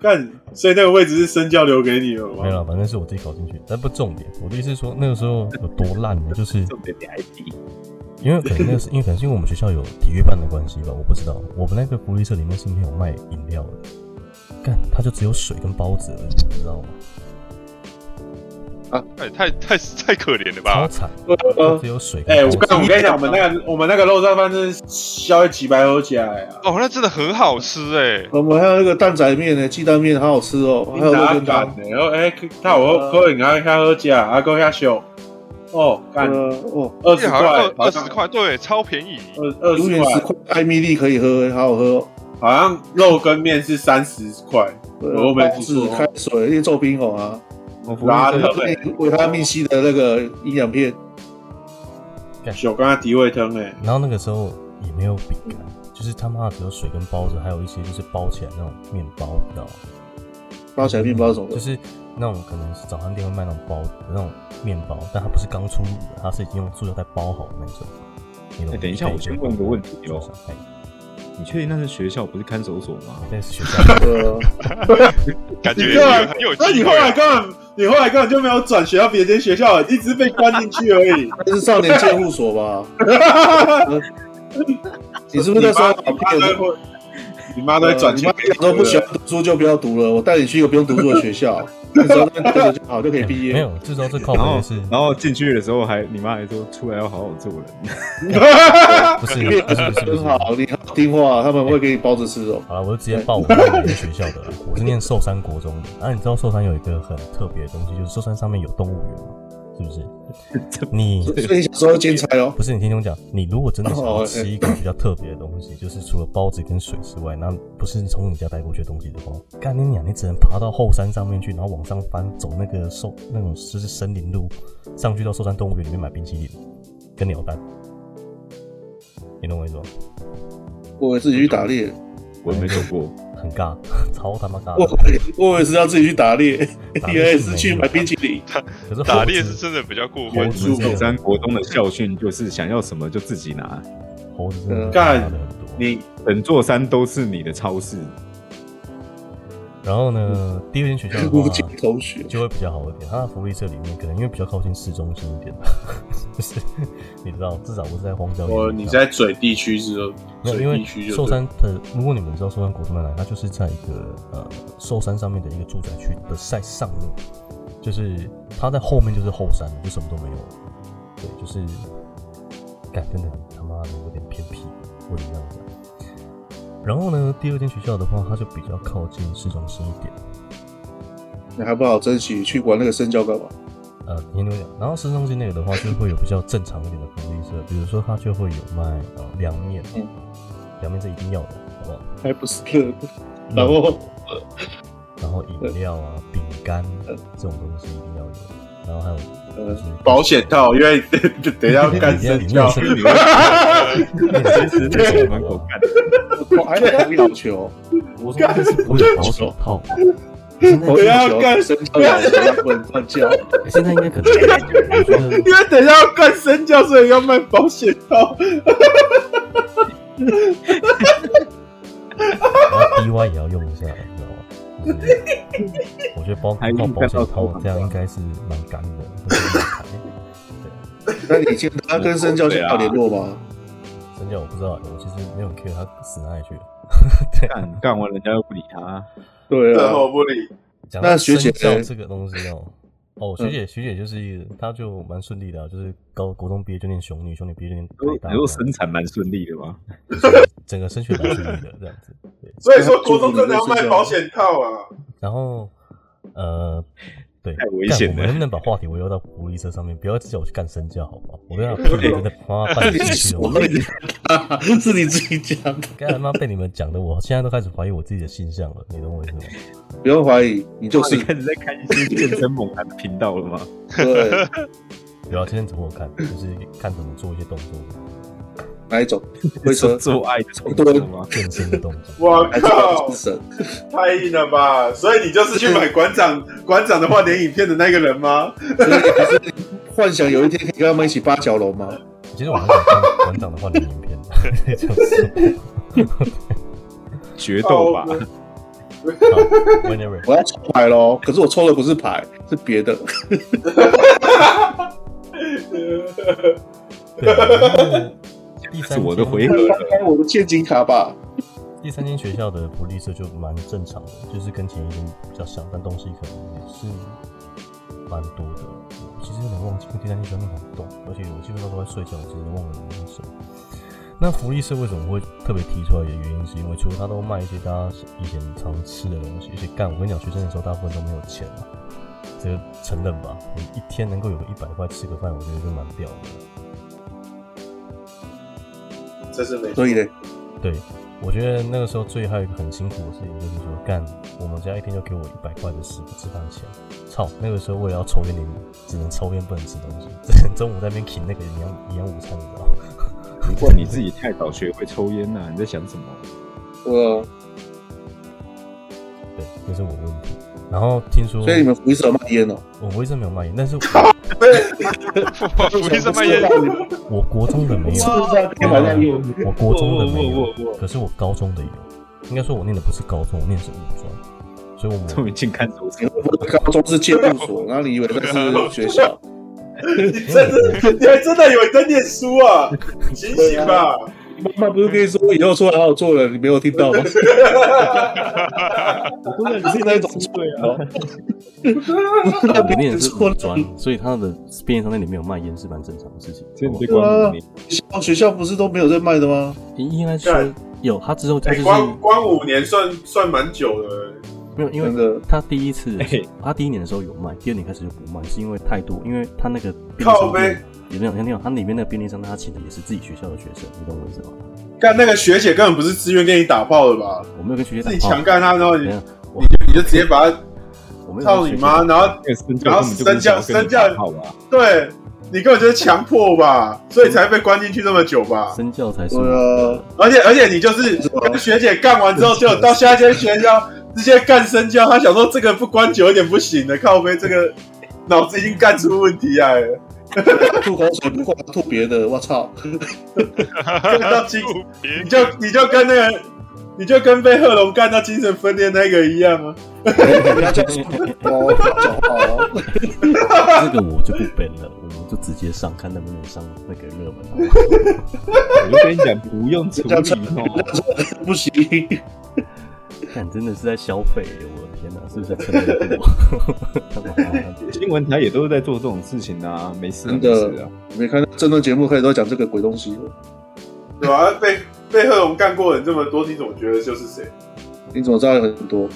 [SPEAKER 2] 干，所以那个位置是身教留给你了
[SPEAKER 1] 没有
[SPEAKER 2] 吗？
[SPEAKER 1] 啦，反正是我自己考进去，但不重点。我的意思是说，那个时候有多烂呢？就是
[SPEAKER 3] 重点你还低，
[SPEAKER 1] 因为可能那个是因为可能是因为我们学校有体育班的关系吧，我不知道。我们那个福利社里面是没有卖饮料的，干，它就只有水跟包子而已，你知道吗？
[SPEAKER 5] 哎太太太可怜了
[SPEAKER 1] 超
[SPEAKER 5] 吧！
[SPEAKER 1] 惨，
[SPEAKER 4] 呃
[SPEAKER 1] 就只有水跟
[SPEAKER 2] 哎、
[SPEAKER 1] 包
[SPEAKER 2] 我
[SPEAKER 1] 子。
[SPEAKER 2] 跟我跟你讲，我们那个我们那个肉燥饭真是宵夜几百欧起来啊！
[SPEAKER 5] 哦，那真的很好吃哎、
[SPEAKER 4] 我们还有那个蛋仔面呢，鸡蛋面好好吃哦，还有
[SPEAKER 2] 哪
[SPEAKER 4] 那个
[SPEAKER 2] 敢
[SPEAKER 4] 汤，
[SPEAKER 2] 呢？然后哎，看我可以拿看喝价，啊，够下秀。哦，干
[SPEAKER 4] 呃，哦，
[SPEAKER 2] 二十块
[SPEAKER 5] 嗯好像二，
[SPEAKER 2] 好
[SPEAKER 5] 二
[SPEAKER 2] 像
[SPEAKER 5] 十，块，对，超便宜。
[SPEAKER 2] 二二
[SPEAKER 4] 永
[SPEAKER 2] 十
[SPEAKER 1] 啊
[SPEAKER 4] 远十
[SPEAKER 2] 块，
[SPEAKER 4] 块艾米丽可以喝，好好喝哦。
[SPEAKER 2] 好像肉跟面是三十块。
[SPEAKER 4] 呃
[SPEAKER 2] 我没
[SPEAKER 4] 包
[SPEAKER 2] 记
[SPEAKER 4] 子、
[SPEAKER 2] 错
[SPEAKER 4] 开水、一些做冰红啊，
[SPEAKER 3] 我不
[SPEAKER 2] 拉
[SPEAKER 3] 拉
[SPEAKER 2] 的
[SPEAKER 3] 的
[SPEAKER 4] 维他命 C 的那个营养片，
[SPEAKER 1] 干
[SPEAKER 2] 小刚才敌味汤哎，
[SPEAKER 1] 然后那个时候也没有饼干，就是他妈的只有水跟包子，还有一些就是包起来那种面包，你知道吗？
[SPEAKER 4] 包起来面包什么
[SPEAKER 1] 就
[SPEAKER 4] 的，
[SPEAKER 1] 是那种可能是早餐店会卖那种包那种面包，但它不是刚出炉的，它是已经用塑料袋包好的那种。你懂吗
[SPEAKER 3] 哎等一下我先问个问题哦
[SPEAKER 1] 哎
[SPEAKER 3] 你确定那是学校不是看守所吗？
[SPEAKER 1] 在学校
[SPEAKER 4] 对啊，
[SPEAKER 5] 感觉
[SPEAKER 2] 你后来
[SPEAKER 5] 很有
[SPEAKER 2] 那你
[SPEAKER 5] 机
[SPEAKER 2] 后
[SPEAKER 5] 会啊、
[SPEAKER 2] 来根本你后来根本就没有转学到别间学校，你只是被关进去而已。
[SPEAKER 4] 那是少年监护
[SPEAKER 2] [laughs]
[SPEAKER 4] 所吧？你是不是那时候呃
[SPEAKER 2] 你妈都会，你妈都会转
[SPEAKER 4] 啊你
[SPEAKER 2] 钱
[SPEAKER 4] 妈
[SPEAKER 2] 给你
[SPEAKER 4] 讲说不喜欢读书就不要读了，我带你去一个不用读书的
[SPEAKER 2] [laughs]
[SPEAKER 4] 学校，那时候那个就好就可以毕业。
[SPEAKER 1] [laughs] 没有，这时候最靠
[SPEAKER 3] 然
[SPEAKER 1] 谱的
[SPEAKER 3] 后
[SPEAKER 1] 是
[SPEAKER 3] 然后进去的时候还你妈还说出来要好好做人，
[SPEAKER 1] 不是不是不是不是不
[SPEAKER 4] 很
[SPEAKER 1] 是
[SPEAKER 4] 好，你好听话，他们会给你包着吃哦。
[SPEAKER 1] 好了，我就直接报我们学校的了。我是念寿山国中的，啊，你知道寿山有一个很特别的东西，就是寿山上面有动物园嘛，是不是？
[SPEAKER 3] [laughs]
[SPEAKER 1] 你
[SPEAKER 4] 所以你小时候兼差哦，
[SPEAKER 1] 不是你听我讲，你如果真的想
[SPEAKER 4] 哦
[SPEAKER 1] 要
[SPEAKER 4] 哎
[SPEAKER 1] 吃一个比较特别的东西，就是除了包子跟水之外，那不是从你家带过去的东西的话，干你娘，你只能爬到后山上面去，然后往上翻，走那个寿那种就是森林路上去到寿山动物园里面买冰淇淋跟鸟蛋，你懂我意思吗？
[SPEAKER 4] 我以为自己去打猎，
[SPEAKER 3] [laughs] 我也没走过。 [laughs]
[SPEAKER 1] 很尬，超他妈尬
[SPEAKER 4] 我
[SPEAKER 1] 的。
[SPEAKER 4] 以为我也是要自己去打猎，
[SPEAKER 1] 打
[SPEAKER 4] 原
[SPEAKER 1] 猎
[SPEAKER 4] 来
[SPEAKER 1] 是
[SPEAKER 4] 是
[SPEAKER 1] 没
[SPEAKER 4] 去
[SPEAKER 1] 有
[SPEAKER 4] 买冰淇
[SPEAKER 1] [laughs]
[SPEAKER 4] 淋。
[SPEAKER 1] 可是
[SPEAKER 5] 打
[SPEAKER 1] 猴
[SPEAKER 5] 猎
[SPEAKER 1] 子
[SPEAKER 5] 是真的比较过
[SPEAKER 1] 猴
[SPEAKER 5] 分，
[SPEAKER 1] 子
[SPEAKER 3] 中
[SPEAKER 1] 这
[SPEAKER 3] 山
[SPEAKER 1] 个
[SPEAKER 3] 国中的校训就是想要什么就自己拿，
[SPEAKER 1] 猴子真的
[SPEAKER 2] 干
[SPEAKER 1] 大了很多。
[SPEAKER 2] 你
[SPEAKER 3] 整座山都是你的超 [laughs] 市。
[SPEAKER 1] 然后呢，第二间学校的
[SPEAKER 4] 无
[SPEAKER 1] 话
[SPEAKER 4] 尽同学，
[SPEAKER 1] 就会比较好一点。它的福利社里面可能因为比较靠近市中心一点， [laughs] 就是你知道，至少不是在荒郊野
[SPEAKER 2] 我
[SPEAKER 1] 岭
[SPEAKER 2] 你
[SPEAKER 1] 上。
[SPEAKER 2] 在嘴地区之后，
[SPEAKER 1] 没有，
[SPEAKER 2] 嘴
[SPEAKER 1] 因为
[SPEAKER 2] 地区就
[SPEAKER 1] 寿
[SPEAKER 2] 对了
[SPEAKER 1] 山的，如果你们知道寿山国中在哪，它就是在一个呃寿山上面的一个住宅区的在上面，就是它在后面就是后山了，就什么都没有了。对，就是，感真的很他妈的有点偏僻，我只能这样讲。然后呢，第二间学校的话，它就比较靠近市中心一点。
[SPEAKER 4] 你还不好珍惜去玩那个深交干嘛？
[SPEAKER 1] 呃，研究讲，然后市中心那个的话，就会有比较正常一点的福利社，比如说它就会有卖呃凉面
[SPEAKER 4] 嗯，
[SPEAKER 1] 凉面是一定要的，好不好？
[SPEAKER 4] [laughs] 还不是 [laughs] 热的，然后
[SPEAKER 1] 然后饮料啊、饼干
[SPEAKER 2] 嗯
[SPEAKER 1] 这种东西一定要有，然后还有就是
[SPEAKER 2] 呃保险套，因为 [laughs] 等一下要干
[SPEAKER 1] 你要
[SPEAKER 2] 生
[SPEAKER 1] 里面
[SPEAKER 2] 教
[SPEAKER 1] 是，
[SPEAKER 2] [laughs]
[SPEAKER 1] 里面
[SPEAKER 3] 随时
[SPEAKER 1] 是
[SPEAKER 3] 在走门口干，
[SPEAKER 4] 我还在投篮球，
[SPEAKER 1] 国中就是不会有保险套吧？现在
[SPEAKER 4] 投
[SPEAKER 2] 不
[SPEAKER 4] 篮
[SPEAKER 2] 要
[SPEAKER 4] 球
[SPEAKER 2] 干
[SPEAKER 4] 深交老师不能乱 [laughs] 叫，
[SPEAKER 1] 现在应该
[SPEAKER 2] [laughs]
[SPEAKER 1] 可能，我觉得
[SPEAKER 2] 因为等一下要干生教，所以要卖保险套。
[SPEAKER 1] 然后 DY 也要用一下，你知道吗？就是我觉得包
[SPEAKER 3] [laughs] 还
[SPEAKER 1] 靠保
[SPEAKER 3] 看到
[SPEAKER 1] 险套
[SPEAKER 3] 头
[SPEAKER 1] 这样应该是蛮干的，不是欸蛮干的
[SPEAKER 4] 那你现在跟深交现在有联络吗？
[SPEAKER 1] 真假我不知道，欸我其实没有很 care 他死哪里去了。
[SPEAKER 3] 干干完人家又不理他，
[SPEAKER 4] [laughs] 对
[SPEAKER 2] 这
[SPEAKER 4] 啊，
[SPEAKER 2] 我不理，
[SPEAKER 1] 讲
[SPEAKER 4] 那学姐
[SPEAKER 1] 到
[SPEAKER 4] 呢嗯
[SPEAKER 1] 这个东西哦，哦，学姐学姐就是一个，她就蛮顺利的啊，就是高国中毕业就念雄女，雄女毕业就念台大
[SPEAKER 4] 哎
[SPEAKER 3] 你，说生产蛮顺利的吗？
[SPEAKER 1] 整个升学蛮顺利的这样子。对，
[SPEAKER 2] 所以说国中真的要卖保险套啊！
[SPEAKER 1] 然后呃，对，
[SPEAKER 3] 太危险
[SPEAKER 1] 干我们
[SPEAKER 3] 了
[SPEAKER 1] 能不能把话题围绕到福利社上面？不要叫我去干身教，好不好？我跟他屁真的
[SPEAKER 4] [laughs]
[SPEAKER 1] 妈半
[SPEAKER 4] 啊你
[SPEAKER 1] 死
[SPEAKER 4] 是
[SPEAKER 1] 去
[SPEAKER 4] 什
[SPEAKER 1] 了，我
[SPEAKER 4] 么？ [laughs] 是你自己讲的，
[SPEAKER 1] 刚才妈被你们讲的，我现在都开始怀疑我自己的性向了，你懂我意思吗？
[SPEAKER 4] 不用怀疑，你就
[SPEAKER 3] 你
[SPEAKER 4] 是
[SPEAKER 3] 开始在看一些健身猛男的频道了吗？ [laughs]
[SPEAKER 4] 对
[SPEAKER 1] 对啊，今天怎么我看，就是看怎么做一些动作，
[SPEAKER 4] 哪 [laughs] 一种推车
[SPEAKER 3] 做做爱的动作 [laughs] 吗？
[SPEAKER 1] 健身的动作。
[SPEAKER 2] 我
[SPEAKER 4] 还是
[SPEAKER 2] 靠，
[SPEAKER 4] 神？
[SPEAKER 2] 太硬了吧！所以你就是去买馆长馆长的换脸影片的那个人吗？
[SPEAKER 4] 所以还是你幻想有一天可以跟他们一起八角楼吗？
[SPEAKER 1] 其实我很想看馆长的换脸影片， [laughs] 就是
[SPEAKER 3] 决斗吧
[SPEAKER 2] 好，
[SPEAKER 3] [laughs]
[SPEAKER 2] 的
[SPEAKER 1] whenever
[SPEAKER 4] 我要抽牌喽，可是我抽的不是牌，是别的。
[SPEAKER 1] 对。然后第
[SPEAKER 3] 是
[SPEAKER 1] 三
[SPEAKER 3] 我的
[SPEAKER 1] 间
[SPEAKER 3] 回合了。
[SPEAKER 4] 开 [laughs] 我的现金卡吧，
[SPEAKER 1] 第三间学校的福利社就蛮正常的，就是跟前一间比较像，但东西可能也是蛮多的。我其实有点忘记，因为第三间学校那么短，而且我基本上都在睡觉，我其实忘了里面是什么。那福利社为什么会特别提出来的原因，是因为除了它都卖一些大家以前常吃的东西，而且干，我跟你讲，学生的时候大部分都没有钱啊，这个承认吧，你一天能够有个一百块吃个饭，我觉得就蛮屌的了。
[SPEAKER 2] 这是没错
[SPEAKER 4] 所以呢，
[SPEAKER 1] 对，我觉得那个时候最还有一个很辛苦的事情，就是说干我们家一天就给我一百块的食吃饭钱，操！那个时候为了要抽烟，你只能抽烟不能吃东西，只能中午在那边啃那个营养营养午餐，你知道吗？
[SPEAKER 3] 不过你自己太早学会抽烟呐、你在想什么？
[SPEAKER 4] 我
[SPEAKER 1] 对，这是我问题。然后听说，
[SPEAKER 4] 所以你们福利社有卖烟哦，
[SPEAKER 1] 我不会真没有卖烟，但是我
[SPEAKER 5] 我福利社卖烟，
[SPEAKER 1] 我国中的没有，
[SPEAKER 4] 不知道干嘛在用？
[SPEAKER 1] 我国中的没
[SPEAKER 3] 我我我
[SPEAKER 1] 有，可是我高中的有。应该说，我念的不是高中，我念的是五专，所以我
[SPEAKER 3] 终
[SPEAKER 1] 们
[SPEAKER 3] 于进看守所
[SPEAKER 4] 你，会不会高中是戒不所，然后你以为那是学校？
[SPEAKER 2] 你真的，你还真的以为你在念书啊？醒醒吧！
[SPEAKER 1] 啊
[SPEAKER 4] 妈妈不是跟你说以后出来好好做人，你没有听到吗？
[SPEAKER 3] [laughs] 我真的
[SPEAKER 4] 是那种对
[SPEAKER 1] [laughs]
[SPEAKER 4] 啊，
[SPEAKER 1] 我念的是
[SPEAKER 4] 错
[SPEAKER 1] 五专，所以他的便利商店里面有卖烟是蛮正常的事情。
[SPEAKER 3] 所以你被
[SPEAKER 1] 好吧
[SPEAKER 3] 关五年，
[SPEAKER 4] 学校学校不是都没有在卖的吗？
[SPEAKER 1] 应该说有，他之后他
[SPEAKER 2] 哎、
[SPEAKER 1] 就是
[SPEAKER 2] 关关五年算算蛮久的，
[SPEAKER 1] 没有，因
[SPEAKER 4] 真
[SPEAKER 1] 为
[SPEAKER 4] 的，
[SPEAKER 1] 他第一次
[SPEAKER 3] 哎、
[SPEAKER 1] 他第一年的时候有卖，第二年开始就不卖，是因为太多，因为他那个便利
[SPEAKER 2] 靠
[SPEAKER 1] 商
[SPEAKER 2] 呗
[SPEAKER 1] 店也没有，没有，他里面那个便利商店他请的也是自己学校的学生，你懂我意思吗？
[SPEAKER 2] 干那个学姐根本不是自愿跟你打炮的吧？
[SPEAKER 1] 我没有跟学姐打
[SPEAKER 2] 自己
[SPEAKER 1] 炮
[SPEAKER 2] 强干她，然后你
[SPEAKER 1] 没有，
[SPEAKER 2] 你就直接把她
[SPEAKER 1] 我哦没有
[SPEAKER 2] 操
[SPEAKER 1] 跟
[SPEAKER 2] 你
[SPEAKER 1] 学姐
[SPEAKER 2] 妈，然后
[SPEAKER 3] 那个身教根本就不是想要跟你打炮啊吧？
[SPEAKER 2] 对你根本就是强迫吧，所以才被关进去这么久吧。
[SPEAKER 1] 身教才是我
[SPEAKER 4] 对啊，
[SPEAKER 2] 而且而且你就是跟学姐干完之后，就到下一间学校直接干深交，他想说这个不关久一点不行的，靠背这个脑子已经干出问题来了，
[SPEAKER 4] 啊吐口水不管吐别的，我操！
[SPEAKER 2] 干到精，
[SPEAKER 5] 别
[SPEAKER 2] 你就你就跟那个你就跟被贺龙干到精神分裂那个一样啊，
[SPEAKER 4] 不要这样说哦，讲话哦， [laughs]
[SPEAKER 1] 这个我就不编了，我们就直接上，看能不能上那个热门好 [laughs] 不好。
[SPEAKER 3] 我就跟你讲，不用处理哦。
[SPEAKER 4] 不行，
[SPEAKER 1] 但真的是在消费耶，我的天哪，是不是在蹭热度？ [laughs] 他妈的
[SPEAKER 3] 新闻台也都是在做这种事情啊，没事啊
[SPEAKER 4] 真
[SPEAKER 3] 没
[SPEAKER 4] 的
[SPEAKER 3] 事啊。
[SPEAKER 4] 没看到政论节目开始都讲这个鬼东西了，
[SPEAKER 2] 对吧、啊？被被贺龙干过的人这么多，你怎么觉得就是谁？
[SPEAKER 4] 你怎么知道有很多？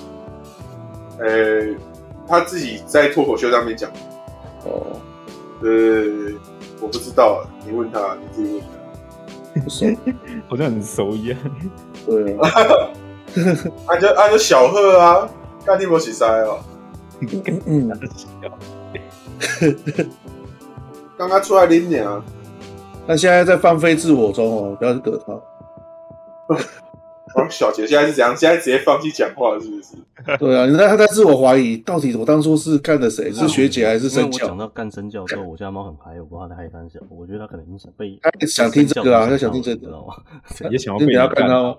[SPEAKER 2] 呃，他自己在脱口秀上面讲，
[SPEAKER 4] 哦，
[SPEAKER 2] 呃，我不知道，你问他，你自己问他。
[SPEAKER 4] 不熟，
[SPEAKER 3] 好像很熟一样。
[SPEAKER 4] 对啊，
[SPEAKER 2] 啊就啊就小贺啊，干你没洗塞哦。
[SPEAKER 4] [laughs] 嗯，
[SPEAKER 2] 刚刚出来领你啊，
[SPEAKER 4] 那现在在放飞自我中哦，不要去惹他。
[SPEAKER 2] 哦小杰现在是怎样？现在直接放弃讲话了是不是？
[SPEAKER 1] [laughs]
[SPEAKER 4] 对啊，你看他在自我怀疑，到底我当初是干的谁？是学姐还是
[SPEAKER 1] 哦因为
[SPEAKER 4] 身
[SPEAKER 1] 我
[SPEAKER 4] 教
[SPEAKER 1] 讲？到干身教的时候，我家猫很嗨，我不知道它在嗨三小，我觉得它可能已经想被
[SPEAKER 4] 它想听这个啊它想听这个
[SPEAKER 1] 你知道
[SPEAKER 3] [laughs]
[SPEAKER 1] 吗？
[SPEAKER 3] 也想要被
[SPEAKER 4] 你
[SPEAKER 3] 你
[SPEAKER 4] 等下看
[SPEAKER 3] 干
[SPEAKER 4] 他哦。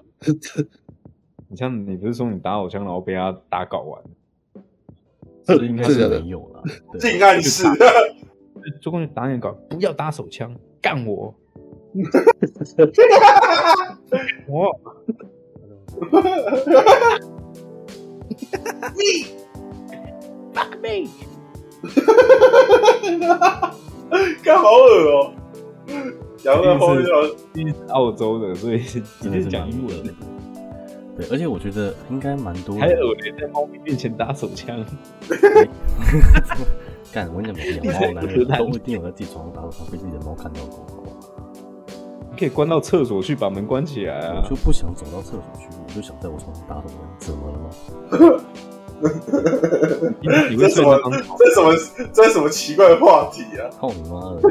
[SPEAKER 3] 你像你不是说你打手枪，然后被他打搞完，
[SPEAKER 1] 这应该
[SPEAKER 4] 真
[SPEAKER 1] 是
[SPEAKER 4] 的假的
[SPEAKER 1] 没有
[SPEAKER 4] [laughs]
[SPEAKER 1] 了。对
[SPEAKER 2] 性
[SPEAKER 1] [laughs]
[SPEAKER 2] 暗示，
[SPEAKER 3] 就过去打你搞，不要打手枪，干我！我
[SPEAKER 2] 干好恶哦、讲到后面就
[SPEAKER 3] 因为是澳洲的，所以今
[SPEAKER 1] 真的
[SPEAKER 3] 天
[SPEAKER 1] 是
[SPEAKER 3] 讲
[SPEAKER 1] 蛮
[SPEAKER 3] 英
[SPEAKER 1] 无
[SPEAKER 3] 文
[SPEAKER 1] 的。对，而且我觉得应该蛮多
[SPEAKER 3] 还
[SPEAKER 1] 人
[SPEAKER 3] 恶心在猫咪面前打手枪，
[SPEAKER 1] 干。我跟你讲，
[SPEAKER 3] [laughs]
[SPEAKER 1] 每个养猫男人都一定有在自己床上打手枪，被自己的猫看到过。好不好
[SPEAKER 3] 你可以关到厕所去，把门关起来
[SPEAKER 1] [laughs]
[SPEAKER 3] 啊
[SPEAKER 1] 我就！不想走到厕所去，我就想在我床上打手枪，怎么了吗？
[SPEAKER 3] 你会睡得很好。
[SPEAKER 2] 这是什么这是什么奇怪的话题啊？
[SPEAKER 1] 操你妈
[SPEAKER 3] [laughs]
[SPEAKER 1] 的！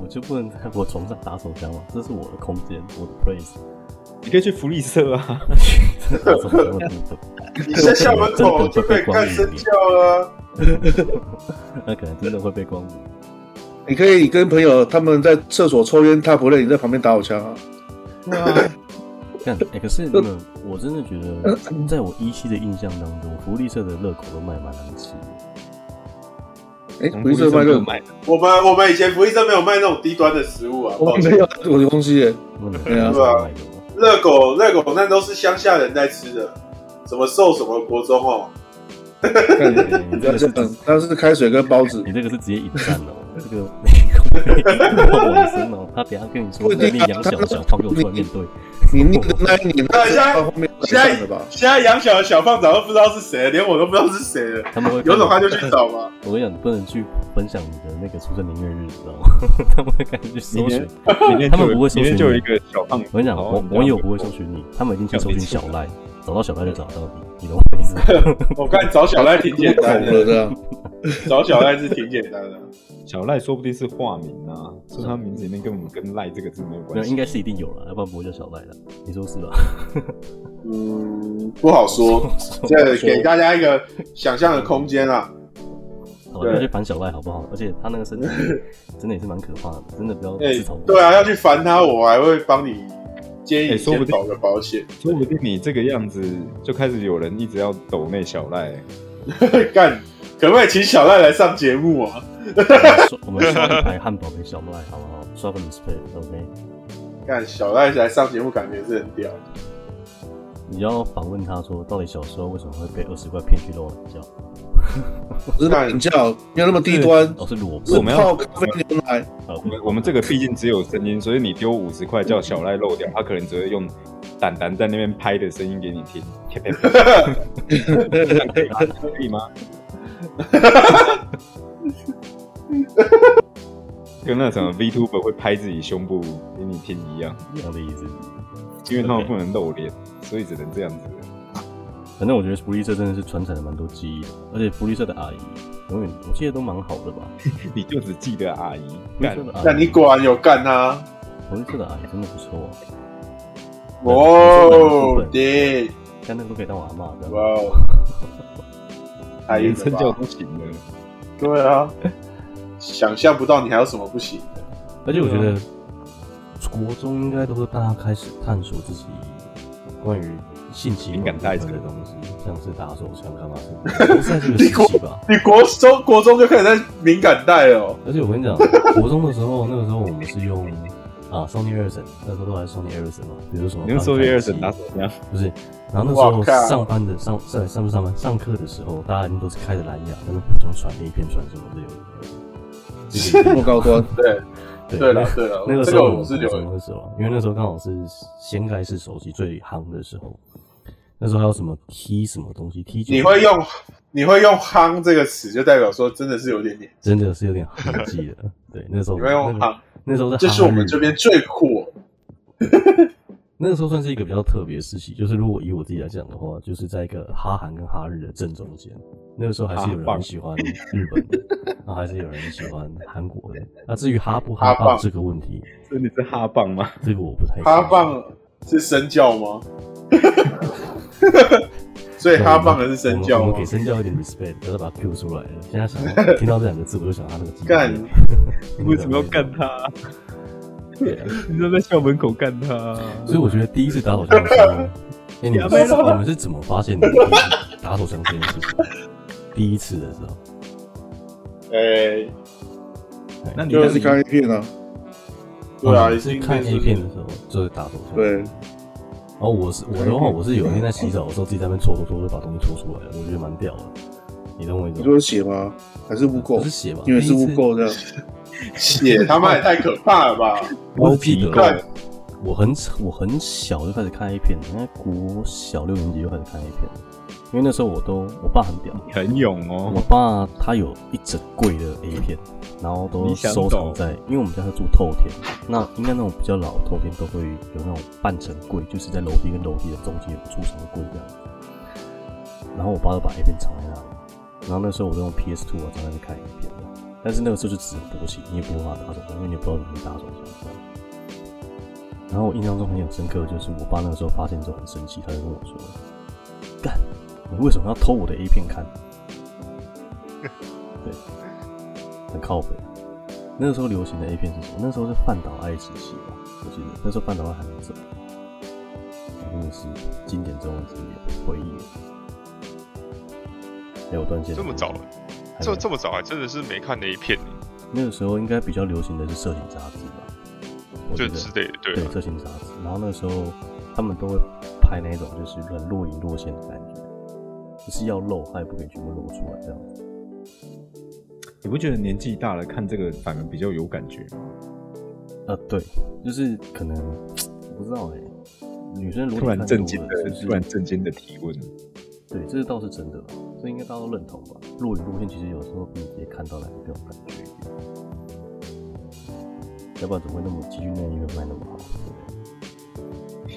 [SPEAKER 1] 我就不能在我床上打手枪吗？这是我的空间，我的 place。
[SPEAKER 3] [laughs] 你可以去福利社啊，
[SPEAKER 1] 打手枪的部分，
[SPEAKER 2] 你在校门口就可以干身教啊，
[SPEAKER 1] 那可能真的会被光顾。
[SPEAKER 4] 你可以跟朋友他们在厕所抽烟，他不累，你在旁边打火枪啊。
[SPEAKER 3] 对啊，
[SPEAKER 1] 但、欸、可是你们，我真的觉得，
[SPEAKER 4] 嗯
[SPEAKER 1] 在我依稀的印象当中，福利社的热狗都卖蛮难吃的。
[SPEAKER 4] 哎，
[SPEAKER 3] 从
[SPEAKER 4] 福利社
[SPEAKER 3] 没
[SPEAKER 4] 卖
[SPEAKER 3] 有
[SPEAKER 4] 热狗，
[SPEAKER 3] 卖，
[SPEAKER 2] 我们我们以前福利社没有卖那种低端的食物啊，
[SPEAKER 4] 我
[SPEAKER 2] 抱
[SPEAKER 4] 没
[SPEAKER 2] 歉
[SPEAKER 4] 有我的东西
[SPEAKER 3] [laughs]
[SPEAKER 4] 耶。
[SPEAKER 1] 那你
[SPEAKER 4] 对啊
[SPEAKER 1] 怎么卖的吗？
[SPEAKER 2] 热狗热狗那都是乡下人在吃的，什么寿什么国中哦，
[SPEAKER 4] 看你
[SPEAKER 1] 欸你
[SPEAKER 4] 不要
[SPEAKER 1] 这个
[SPEAKER 4] 这
[SPEAKER 1] 是
[SPEAKER 4] 样，那是开水跟包子
[SPEAKER 1] 你。这个是直接引战哦，这个你跟我一生哦，他等一下跟你说
[SPEAKER 4] 不一定啊
[SPEAKER 1] 你养小小胖给我出来面对，
[SPEAKER 4] 你念的那一年，
[SPEAKER 2] 那现在
[SPEAKER 4] 到后面
[SPEAKER 2] 现在
[SPEAKER 4] 了吧？
[SPEAKER 2] 现在养小的小胖早都不知道是谁了，连我都不知道是谁了。
[SPEAKER 1] 他们会
[SPEAKER 2] 有种他就去找嘛。
[SPEAKER 1] 我跟你讲，你不能去分享你的那个出生年月日，知道吗？ [laughs] 他们会开始去搜寻。
[SPEAKER 3] 明天
[SPEAKER 1] 他们
[SPEAKER 3] 就有
[SPEAKER 1] 不会搜
[SPEAKER 3] 明天
[SPEAKER 1] 寻
[SPEAKER 3] 就有
[SPEAKER 1] 你
[SPEAKER 3] 一个小胖，
[SPEAKER 1] 我跟你讲，
[SPEAKER 3] 好啊
[SPEAKER 1] 网
[SPEAKER 3] 你不要
[SPEAKER 1] 网友不会
[SPEAKER 3] 回
[SPEAKER 1] 搜
[SPEAKER 3] 我
[SPEAKER 1] 寻你，他们已经去搜寻小赖，找到小赖就找到你，你懂我意思吗？
[SPEAKER 2] [laughs]
[SPEAKER 3] [laughs]
[SPEAKER 2] 我看找小赖挺简
[SPEAKER 4] 口
[SPEAKER 2] 单
[SPEAKER 4] 了
[SPEAKER 2] 的，
[SPEAKER 4] 这样，
[SPEAKER 2] [laughs] 找小赖是挺简单的。
[SPEAKER 3] 小赖说不定是化名啊，说他名字里面根本跟赖这个字没有
[SPEAKER 1] 没
[SPEAKER 3] 关
[SPEAKER 1] 有，
[SPEAKER 3] 系。
[SPEAKER 1] 应该是一定有了，要不然不会叫小赖的。你说是吧？
[SPEAKER 2] 嗯，不好说，
[SPEAKER 1] 说
[SPEAKER 2] 这给大家一个想象的空间啊。
[SPEAKER 1] 好吧，
[SPEAKER 2] 对
[SPEAKER 1] 要去烦小赖好不好？而且他那个
[SPEAKER 2] [laughs]
[SPEAKER 1] 身体真的也是蛮可怕的，真的不要
[SPEAKER 2] 哎、
[SPEAKER 1] 自找。
[SPEAKER 2] 对啊，要去烦他，我还会帮你建议
[SPEAKER 3] 哎
[SPEAKER 2] 你
[SPEAKER 3] 说不
[SPEAKER 2] 先
[SPEAKER 3] 定
[SPEAKER 2] 保个保险。 [laughs]
[SPEAKER 3] 说不定你这个样子，就开始有人一直要抖内小赖。
[SPEAKER 2] 干，可不可以请小赖来上节目啊？
[SPEAKER 1] 我们刷一排汉堡给小赖好不好？刷个 respect，OK？
[SPEAKER 2] 干，小赖来上节目感觉是很屌。
[SPEAKER 1] 你要访问他说，到底小时候为什么会被二十块骗去肉懒觉？
[SPEAKER 4] 不是懒觉，没有那么低端，
[SPEAKER 1] 哦，是裸
[SPEAKER 4] 是
[SPEAKER 1] 奔
[SPEAKER 3] 我们要
[SPEAKER 4] 泡咖啡牛奶， [laughs]
[SPEAKER 1] 啊！
[SPEAKER 3] 我们我们这个毕竟只有声音，所以你丢五十块叫小赖漏掉，他可能只会用蛋蛋在那边拍的声音给你听。 [laughs] 这样可以吗？可以吗？跟那什么 VTuber 会拍自己胸部给你听一样，
[SPEAKER 1] 一样的意思。
[SPEAKER 3] 因为他们不能露脸，所以只能这样 [laughs] 子。
[SPEAKER 1] 反正我觉得福利社真的是传承了蛮多记忆的，而且福利社的阿姨永远我记得都蛮好的吧？
[SPEAKER 3] 你就只记得阿姨，
[SPEAKER 1] 福利
[SPEAKER 3] 干
[SPEAKER 1] 社的
[SPEAKER 2] 那
[SPEAKER 1] 阿
[SPEAKER 2] 你
[SPEAKER 1] 姨，
[SPEAKER 2] 果然有干啊他
[SPEAKER 1] 福利社的阿姨真的不错、啊，
[SPEAKER 2] 哦，对，
[SPEAKER 1] 但那个都可以当我阿妈的。
[SPEAKER 2] 哇哦，太硬
[SPEAKER 3] 连
[SPEAKER 2] 了
[SPEAKER 3] 身教
[SPEAKER 2] 吧？
[SPEAKER 3] 都行了。
[SPEAKER 2] 对啊，想象不到你还有什么不行的。
[SPEAKER 1] 而且我觉得
[SPEAKER 3] 啊
[SPEAKER 1] 国中应该都是大家开始探索自己关于性情
[SPEAKER 3] 敏感带这个
[SPEAKER 1] 的东
[SPEAKER 3] [laughs]
[SPEAKER 1] 西，像是打手枪、啊干嘛什么，在 [laughs] 这个时期吧。
[SPEAKER 2] 你国中国中就开始在敏感带了哦，
[SPEAKER 1] 而且我跟你讲，国中的时候，那个时候我们是用啊 Sony Ericsson，那时候都还是 Sony Ericsson 嘛，比如什么
[SPEAKER 3] 你用 s o
[SPEAKER 1] 翻
[SPEAKER 3] v
[SPEAKER 1] 开机
[SPEAKER 3] i e r s o n 打手枪，
[SPEAKER 1] 不是，然后那时候
[SPEAKER 2] 哇靠
[SPEAKER 1] 上班的上在上不上班上课的时候，大家一定都是开着蓝牙，在那互相传一片传什么的有
[SPEAKER 2] [laughs]
[SPEAKER 1] 的
[SPEAKER 4] 那
[SPEAKER 1] 没
[SPEAKER 4] 么
[SPEAKER 1] 的。
[SPEAKER 3] [laughs]
[SPEAKER 4] 高端，
[SPEAKER 2] 对
[SPEAKER 1] 对
[SPEAKER 2] 对了对了，
[SPEAKER 1] 那个
[SPEAKER 2] 这
[SPEAKER 1] 时
[SPEAKER 2] 个
[SPEAKER 1] 候
[SPEAKER 2] 我是
[SPEAKER 1] 什
[SPEAKER 2] 有
[SPEAKER 1] 么的时候啊，因为那时候刚好是掀盖式手机最夯的时候，那时候还有什么 T 什么东西 T 九，
[SPEAKER 2] 你会用你会用“夯”这个词，就代表说真的是有点点，
[SPEAKER 1] 真的是有点痕迹了。对，那时候
[SPEAKER 2] 你会用“夯
[SPEAKER 1] 那时候”，在
[SPEAKER 2] 这是我们这边最酷。
[SPEAKER 1] 那时候算是一个比较特别的时期，就是如果以我自己来讲的话，就是在一个哈韩跟哈日的正中间。那个时
[SPEAKER 2] 啊
[SPEAKER 1] 候还是有人
[SPEAKER 3] 哈棒
[SPEAKER 1] 很喜欢日本的，然后还是有人喜欢韩国的。那至于哈不哈
[SPEAKER 2] 哈棒
[SPEAKER 1] 棒这个问题，
[SPEAKER 3] 真的是哈棒吗？
[SPEAKER 1] 这个我不太清楚
[SPEAKER 2] 哈棒是身教
[SPEAKER 1] [laughs]
[SPEAKER 2] 吗？所以
[SPEAKER 1] 对
[SPEAKER 2] 哈棒的是身教
[SPEAKER 1] 我们我们
[SPEAKER 2] 吗
[SPEAKER 1] 给？身教一点 respect，不要再把它 Q 出来了。现在想到听到这两个字，我就想他那个鸡
[SPEAKER 2] 干
[SPEAKER 1] 鸡，
[SPEAKER 3] [laughs] 为什么要干？他？
[SPEAKER 1] 对啊
[SPEAKER 3] [laughs] 你都在校门口干他？
[SPEAKER 1] 所以我觉得第一次打手枪的时候，哎，你们是你们是怎么发现你们第一次打手枪这件事情？第一次的时候，
[SPEAKER 2] 哎，
[SPEAKER 3] 那你
[SPEAKER 4] 就是看一片啊，
[SPEAKER 2] 对啊，
[SPEAKER 1] 哦
[SPEAKER 2] 已
[SPEAKER 1] 是
[SPEAKER 2] 经
[SPEAKER 1] 看
[SPEAKER 2] 变
[SPEAKER 1] A
[SPEAKER 2] 成
[SPEAKER 1] 片的时候就是打手枪。
[SPEAKER 4] 对，
[SPEAKER 1] 然后我是我的话，我是有一天在洗澡的时候自己在那边搓搓搓，就把东西搓出来了，我觉得蛮屌的。你懂我意思
[SPEAKER 4] 你
[SPEAKER 1] 吗？
[SPEAKER 4] 说血吗？还是污垢
[SPEAKER 1] 不是？血吧？
[SPEAKER 4] 因为是污
[SPEAKER 1] 第一次
[SPEAKER 4] 垢这样，
[SPEAKER 2] 血，他妈也太可怕了吧！
[SPEAKER 1] 我记得
[SPEAKER 2] 对
[SPEAKER 1] 我很我很小就开始看 A 片了，应该国小六年级就开始看 A 片了，因为那时候我都我爸很屌，
[SPEAKER 3] 很勇哦
[SPEAKER 1] 我，爸他有一整柜的 A 片，然后都
[SPEAKER 3] 你想
[SPEAKER 1] 收藏
[SPEAKER 3] 懂
[SPEAKER 1] 在，因为我们家是住透天，那应该那种比较老的透天都会有那种半层柜，就是在楼梯跟楼梯的中间有储藏柜这样。然后我爸就把 A 片藏在那里，然后那时候我都用 PS Two 啊在那边看 A 片的，但是那个时候就只能勃起，你也不会怕打手枪，因为你也不知道怎么打手枪这样。然后我印象中很有深刻，的就是我爸那个时候发现之后很生气，他就跟我说：“干，你为什么要偷我的 A 片
[SPEAKER 5] [laughs]
[SPEAKER 1] 看？”很靠北。那个时候流行的 A 片是什么？那时候是半岛爱时期吧，我记得那时候半岛爱还很早，真的是经典中的经典回忆。哎、我断线了
[SPEAKER 5] 这么早啊
[SPEAKER 1] 还没
[SPEAKER 5] 这这么早还真的是没看那一片，
[SPEAKER 1] 那个时候应该比较流行的是色情杂志吧？我觉
[SPEAKER 5] 就
[SPEAKER 1] 得
[SPEAKER 5] 之类的，对
[SPEAKER 1] 对
[SPEAKER 5] 啊，
[SPEAKER 1] 色情杂志。然后那个时候他们都会拍那种就是很若隐若现的感觉，就是要露，它也不可以全部露出来这样子。
[SPEAKER 3] 你不觉得年纪大了看这个反而比较有感觉吗？
[SPEAKER 1] 呃啊，对，就是可能我不知道哎、女生裸体
[SPEAKER 3] 突然
[SPEAKER 1] 看
[SPEAKER 3] 震
[SPEAKER 1] 多
[SPEAKER 3] 惊
[SPEAKER 1] 了，
[SPEAKER 3] 的，
[SPEAKER 1] 是
[SPEAKER 3] 突
[SPEAKER 1] 不是
[SPEAKER 3] 然？震惊的提问， [laughs]
[SPEAKER 1] 对，这倒是真的啦，这应该大家都认同吧？若隐若现，其实有时候比你直接看到来的更有感觉一点，要不然怎么会那么几句内容卖那么好？对不对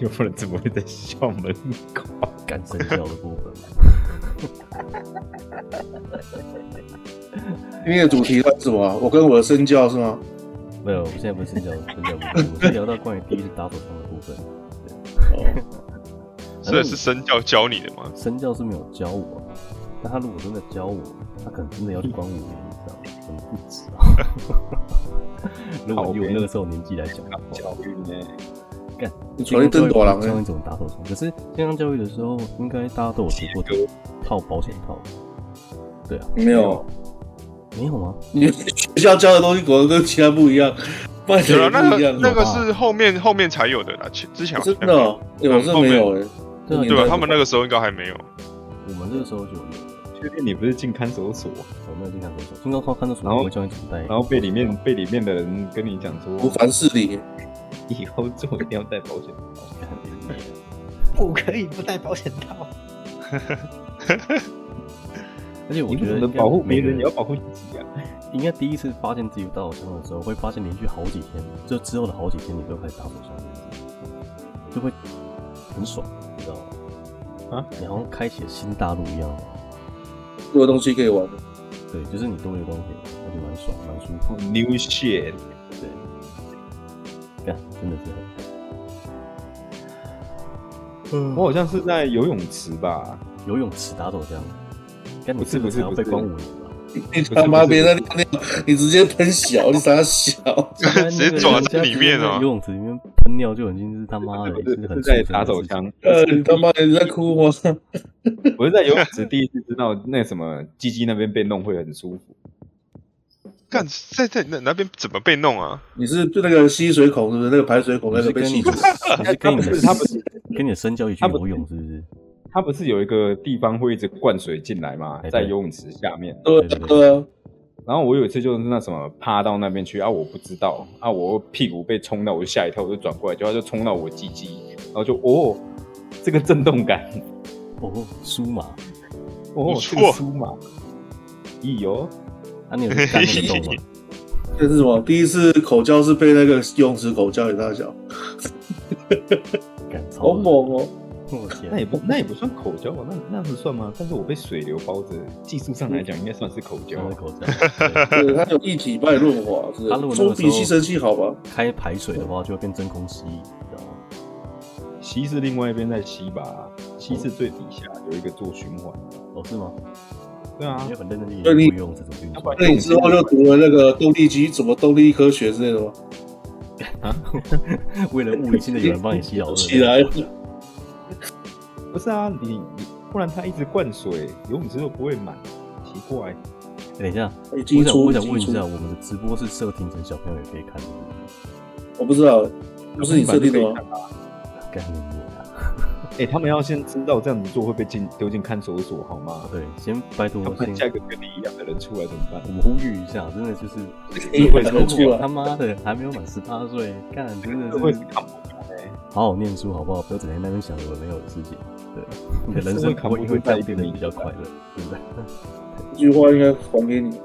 [SPEAKER 3] 有人怎么会在校门口？
[SPEAKER 1] 干生效的部分。
[SPEAKER 4] 今天的主题是什么啊？我跟我的身教是吗？
[SPEAKER 1] 没有，我们现在不是聊真的，我们是聊到关于第一次打手枪的部分。
[SPEAKER 4] 哦，
[SPEAKER 1] 反
[SPEAKER 5] 这
[SPEAKER 1] 正
[SPEAKER 5] 是身教教你的吗？
[SPEAKER 1] 身教是没有教我，但他如果真的教我，他可能真的要去关五年以上，可能不止啊。 [laughs] 如果以我那个时候年纪来讲的话，
[SPEAKER 3] [laughs] 教育呢？
[SPEAKER 4] 你昨天登朵狼
[SPEAKER 1] 教
[SPEAKER 4] 哎
[SPEAKER 1] 你，怎么打手枪。可是健康教育的时候，应该大家都有学过套保险套。对啊，
[SPEAKER 4] 没有，
[SPEAKER 1] 没有啊吗？
[SPEAKER 4] 你学校教的东西可能跟其他不一样，不然
[SPEAKER 5] 有了，
[SPEAKER 4] 也
[SPEAKER 5] 那
[SPEAKER 4] 不一
[SPEAKER 5] 个
[SPEAKER 4] 样。
[SPEAKER 5] 那个
[SPEAKER 1] 吧
[SPEAKER 5] 是后面后面才有的啦，其之前好像
[SPEAKER 4] 真的哦，哎我是没有
[SPEAKER 3] 欸
[SPEAKER 4] 哎，
[SPEAKER 3] 嗯
[SPEAKER 1] 对啊，
[SPEAKER 5] 对吧？他们那
[SPEAKER 1] 个
[SPEAKER 5] 个时候应该还没有。
[SPEAKER 1] 我们这个时候就有，
[SPEAKER 3] 确定你不是进看守所，
[SPEAKER 1] 我没有健康手术，健康靠看得出，
[SPEAKER 3] 然后
[SPEAKER 1] 我会教你怎么戴。
[SPEAKER 3] 然后被里面被里面的人跟你讲
[SPEAKER 4] 不
[SPEAKER 3] 说，
[SPEAKER 4] 凡事理。
[SPEAKER 3] 以后做一定要带保险套，
[SPEAKER 1] 很便宜
[SPEAKER 3] 不可以不带保险套。
[SPEAKER 1] 而且我
[SPEAKER 3] 你不
[SPEAKER 1] 觉得
[SPEAKER 3] 能
[SPEAKER 1] 应该
[SPEAKER 3] 保护别
[SPEAKER 1] 每个
[SPEAKER 3] 人，你要保护自己啊！
[SPEAKER 1] 应该第一次发现自己打手枪的时候，会发现连续好几天，就之后的好几天，你都开始打手枪这件事情，就会很爽，你知道吗？
[SPEAKER 3] 啊，
[SPEAKER 1] 你好像开启了新大陆一样，
[SPEAKER 4] 多东西可以玩，
[SPEAKER 1] 对，就是你多了一个东西，那就蛮爽，蛮舒服，
[SPEAKER 3] 哦 New shit，
[SPEAKER 1] 对，干，真的是很
[SPEAKER 3] 我好像是在游泳池吧？
[SPEAKER 1] 游泳池打手枪，干你
[SPEAKER 3] 不是
[SPEAKER 1] 这个
[SPEAKER 3] 不是
[SPEAKER 1] 才要被
[SPEAKER 3] 不是
[SPEAKER 1] 关五年吧？
[SPEAKER 4] 你他妈别在那尿，你直接喷小，你傻小，
[SPEAKER 1] 干
[SPEAKER 5] 直接
[SPEAKER 1] 那个
[SPEAKER 5] 撞
[SPEAKER 1] 人
[SPEAKER 5] 在
[SPEAKER 1] 家
[SPEAKER 5] 里面啊
[SPEAKER 1] 游泳池里面喷尿就已经是他妈的，
[SPEAKER 3] 不
[SPEAKER 1] 已
[SPEAKER 3] 是
[SPEAKER 1] 经
[SPEAKER 3] 不
[SPEAKER 1] 很
[SPEAKER 3] 是在
[SPEAKER 1] 畜生的
[SPEAKER 3] 打手
[SPEAKER 1] 事情
[SPEAKER 3] 枪，
[SPEAKER 4] 呃，你他妈你在哭吗？ [laughs]
[SPEAKER 3] 我是在游泳池第一次知道那什么鸡鸡那边被弄会很舒服。
[SPEAKER 5] 干，在在那那边怎么被弄啊？
[SPEAKER 4] 你是就那个吸水孔是不是？那个排水 [laughs] 孔那
[SPEAKER 1] 你
[SPEAKER 4] 个
[SPEAKER 1] 是
[SPEAKER 4] 被
[SPEAKER 1] 跟你
[SPEAKER 4] 吸
[SPEAKER 1] 的
[SPEAKER 4] 住，
[SPEAKER 1] 你是跟你的
[SPEAKER 3] 他不是
[SPEAKER 1] 跟你的身教一起
[SPEAKER 3] 他不
[SPEAKER 1] 游泳是不是？
[SPEAKER 3] 它不是有一个地方会一直灌水进来吗
[SPEAKER 1] 哎？对
[SPEAKER 3] 在游泳池下面。
[SPEAKER 4] 对
[SPEAKER 1] 对对
[SPEAKER 4] 对啊，
[SPEAKER 3] 然后我有一次就是那什么趴到那边去啊，我不知道啊，我屁股被冲到，我就吓一跳，我就转过来，结果它就冲到我鸡鸡，然后就哦，这个震动感，
[SPEAKER 1] 哦，舒马，
[SPEAKER 3] 哦
[SPEAKER 5] 不，错
[SPEAKER 3] 这个酥麻，咦哟，
[SPEAKER 1] 啊，你有去干那个洞吗？
[SPEAKER 4] 这是什么？第一次口交是被那个游泳池口交给大小，
[SPEAKER 1] 干超
[SPEAKER 4] 好猛！哦！
[SPEAKER 1] 我
[SPEAKER 3] 那也
[SPEAKER 1] 天，
[SPEAKER 3] 不那也不算口交吧，那那样子算吗？但是我被水流包着，技术上
[SPEAKER 4] 嗯
[SPEAKER 3] 来讲应该算是口交
[SPEAKER 1] 那。是口罩。对
[SPEAKER 4] 对，它有一体脉润滑，是
[SPEAKER 1] 他如果那个时候
[SPEAKER 4] 总比吸尘器好吧？
[SPEAKER 1] 开排水的话，就会变真空吸，你知道吗？
[SPEAKER 3] 吸是另外一边在吸吧，
[SPEAKER 4] 哦
[SPEAKER 3] 吸是最底下有一个做循环。
[SPEAKER 1] 哦，是吗？
[SPEAKER 3] 对啊
[SPEAKER 1] 因，
[SPEAKER 4] 嗯
[SPEAKER 1] 为很认真去研
[SPEAKER 4] 对你
[SPEAKER 1] 究游泳池怎么运
[SPEAKER 3] 要不
[SPEAKER 1] 作
[SPEAKER 3] 然，
[SPEAKER 4] 那你之后就读了那个动力机，什么动力科学之类的吗？
[SPEAKER 1] 为了物理性的有人哎帮你吸好
[SPEAKER 4] 起来，
[SPEAKER 3] 不是啊，你你不然它一直灌水，游泳池又不会满，奇怪。
[SPEAKER 1] 等一下，
[SPEAKER 4] 已经
[SPEAKER 1] 我想
[SPEAKER 4] 出，
[SPEAKER 1] 我想问一
[SPEAKER 4] 激
[SPEAKER 1] 下，
[SPEAKER 4] 出，
[SPEAKER 1] 我们的直播是设定成小朋友也可以看的吗？
[SPEAKER 4] 我不知道，不是你设定的吗？
[SPEAKER 1] 干你娘啊！
[SPEAKER 3] 哎、他们要先知道这样子做会被进丢进看守所，好吗？
[SPEAKER 4] 哦
[SPEAKER 1] 对，先拜托
[SPEAKER 3] 他
[SPEAKER 1] 我
[SPEAKER 3] 们下
[SPEAKER 1] 先。
[SPEAKER 3] 一个跟你一样的人出来怎么办
[SPEAKER 4] [laughs]
[SPEAKER 1] 我？们呼吁一下，真的就是，
[SPEAKER 4] 你
[SPEAKER 3] 会
[SPEAKER 4] 看得出
[SPEAKER 1] 他
[SPEAKER 4] 来，
[SPEAKER 1] 妈的还没有满十八岁，干真的
[SPEAKER 3] 这会
[SPEAKER 1] 是
[SPEAKER 3] 是看不惯的、
[SPEAKER 1] 好好念书好不好？不要整天在那边想有的没有的事
[SPEAKER 3] [laughs]
[SPEAKER 1] 情。对，你的人生不会因为这样变得比较快乐，对不对？
[SPEAKER 4] 这句话应该还给你。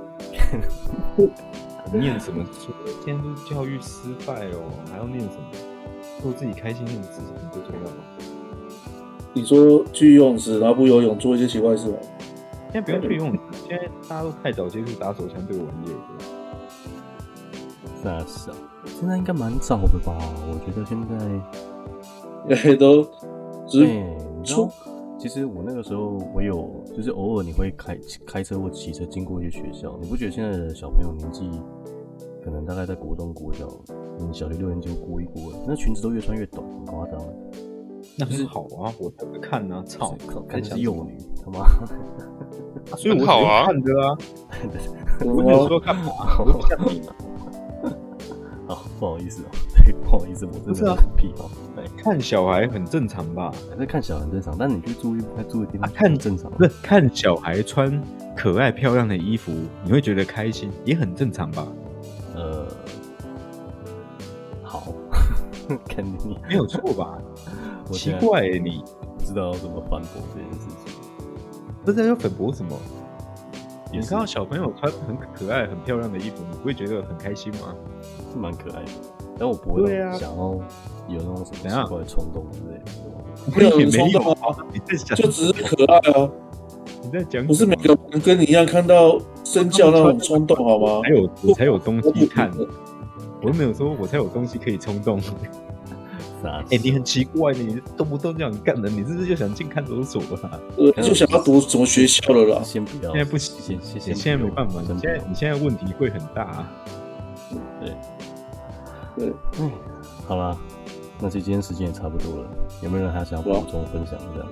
[SPEAKER 3] 念什么书？现在都是教育失败哦，还要念什么？做自己开心的事情最重要嘛。
[SPEAKER 4] 你说去游泳池，然后不游泳，做一些奇怪的事吗？ [laughs]
[SPEAKER 3] 现在不要去游泳池，现在大家都太早接触打手枪这个玩意了。
[SPEAKER 1] 那是啊，现在应该蛮早的吧？我觉得现在，
[SPEAKER 4] 因为都只
[SPEAKER 1] 哎、
[SPEAKER 4] 是
[SPEAKER 1] 你知道，其实我那个时候我有，就是偶尔你会开开车或骑车经过一些学校，你不觉得现在的小朋友年纪可能大概在国中、国小，嗯，小学六年级、国一、国二，那裙子都越穿越短，很夸张。
[SPEAKER 3] 那很好啊，我怎么看呢、操，
[SPEAKER 1] 靠，看起
[SPEAKER 3] 起
[SPEAKER 1] 来
[SPEAKER 3] 来
[SPEAKER 1] 是幼女，他妈，
[SPEAKER 3] 所以我
[SPEAKER 5] 很好啊
[SPEAKER 3] 只能看着啊，我只能
[SPEAKER 4] 我
[SPEAKER 3] 说干
[SPEAKER 1] [laughs]
[SPEAKER 3] 嘛？我不像你，
[SPEAKER 1] 好，不好意思哦、对，不好意思，我
[SPEAKER 3] 不
[SPEAKER 1] 真
[SPEAKER 3] 是
[SPEAKER 1] 的
[SPEAKER 3] 啊
[SPEAKER 1] 很屁哦、对。
[SPEAKER 3] 看小孩很正常吧？
[SPEAKER 1] 还是看小很正常，但你去注意该注意的地方
[SPEAKER 3] 啊看
[SPEAKER 1] 很正常。
[SPEAKER 3] 不是看小孩穿可爱漂亮的衣服，你会觉得开心，也很正常吧？
[SPEAKER 1] 呃，好，看你 [laughs]
[SPEAKER 3] [laughs] 没有错吧？
[SPEAKER 1] 我
[SPEAKER 3] 奇
[SPEAKER 1] 现在
[SPEAKER 3] 怪、欸、你
[SPEAKER 1] 不知道怎么反驳这件事情。
[SPEAKER 3] 不是在反驳什么？
[SPEAKER 1] 也
[SPEAKER 3] 你
[SPEAKER 1] 是
[SPEAKER 3] 看到小朋友穿很可爱、很漂亮的衣服，你不会觉得很开心吗？
[SPEAKER 1] 是蛮可爱的，但我不会
[SPEAKER 4] 对啊
[SPEAKER 1] 想要有那种什
[SPEAKER 3] 怎
[SPEAKER 1] 么
[SPEAKER 3] 样
[SPEAKER 1] 奇怪的冲动之类的。
[SPEAKER 4] 没有
[SPEAKER 3] 也
[SPEAKER 4] 人
[SPEAKER 3] 没
[SPEAKER 4] 冲
[SPEAKER 3] 有
[SPEAKER 4] 动
[SPEAKER 3] 啊， [laughs] 你在想
[SPEAKER 4] 就只是可爱啊，
[SPEAKER 3] 你在讲什么，
[SPEAKER 4] 不是每个人跟你一样看到身教那种冲动好吗
[SPEAKER 3] 才？有我才有东西看，
[SPEAKER 4] 我
[SPEAKER 3] 我又没有说我才有东西可以冲动。
[SPEAKER 1] 啥？
[SPEAKER 3] 哎、你很奇怪，你动不动就想干人，你是不是就想进看守所啊？
[SPEAKER 4] 我就想要读什么学校了啦。
[SPEAKER 1] 先不要，
[SPEAKER 3] 现在不行
[SPEAKER 1] 先，先
[SPEAKER 3] 你
[SPEAKER 1] 先
[SPEAKER 3] 哎现在
[SPEAKER 1] 不
[SPEAKER 3] 没
[SPEAKER 1] 要
[SPEAKER 3] 办法，
[SPEAKER 1] 先
[SPEAKER 3] 你
[SPEAKER 1] 不
[SPEAKER 3] 现
[SPEAKER 1] 要
[SPEAKER 3] 在你现在问题会很大、啊。
[SPEAKER 4] 对，
[SPEAKER 1] 哎，好啦，那其实今天时间也差不多了，有没有人还想补充分享一下？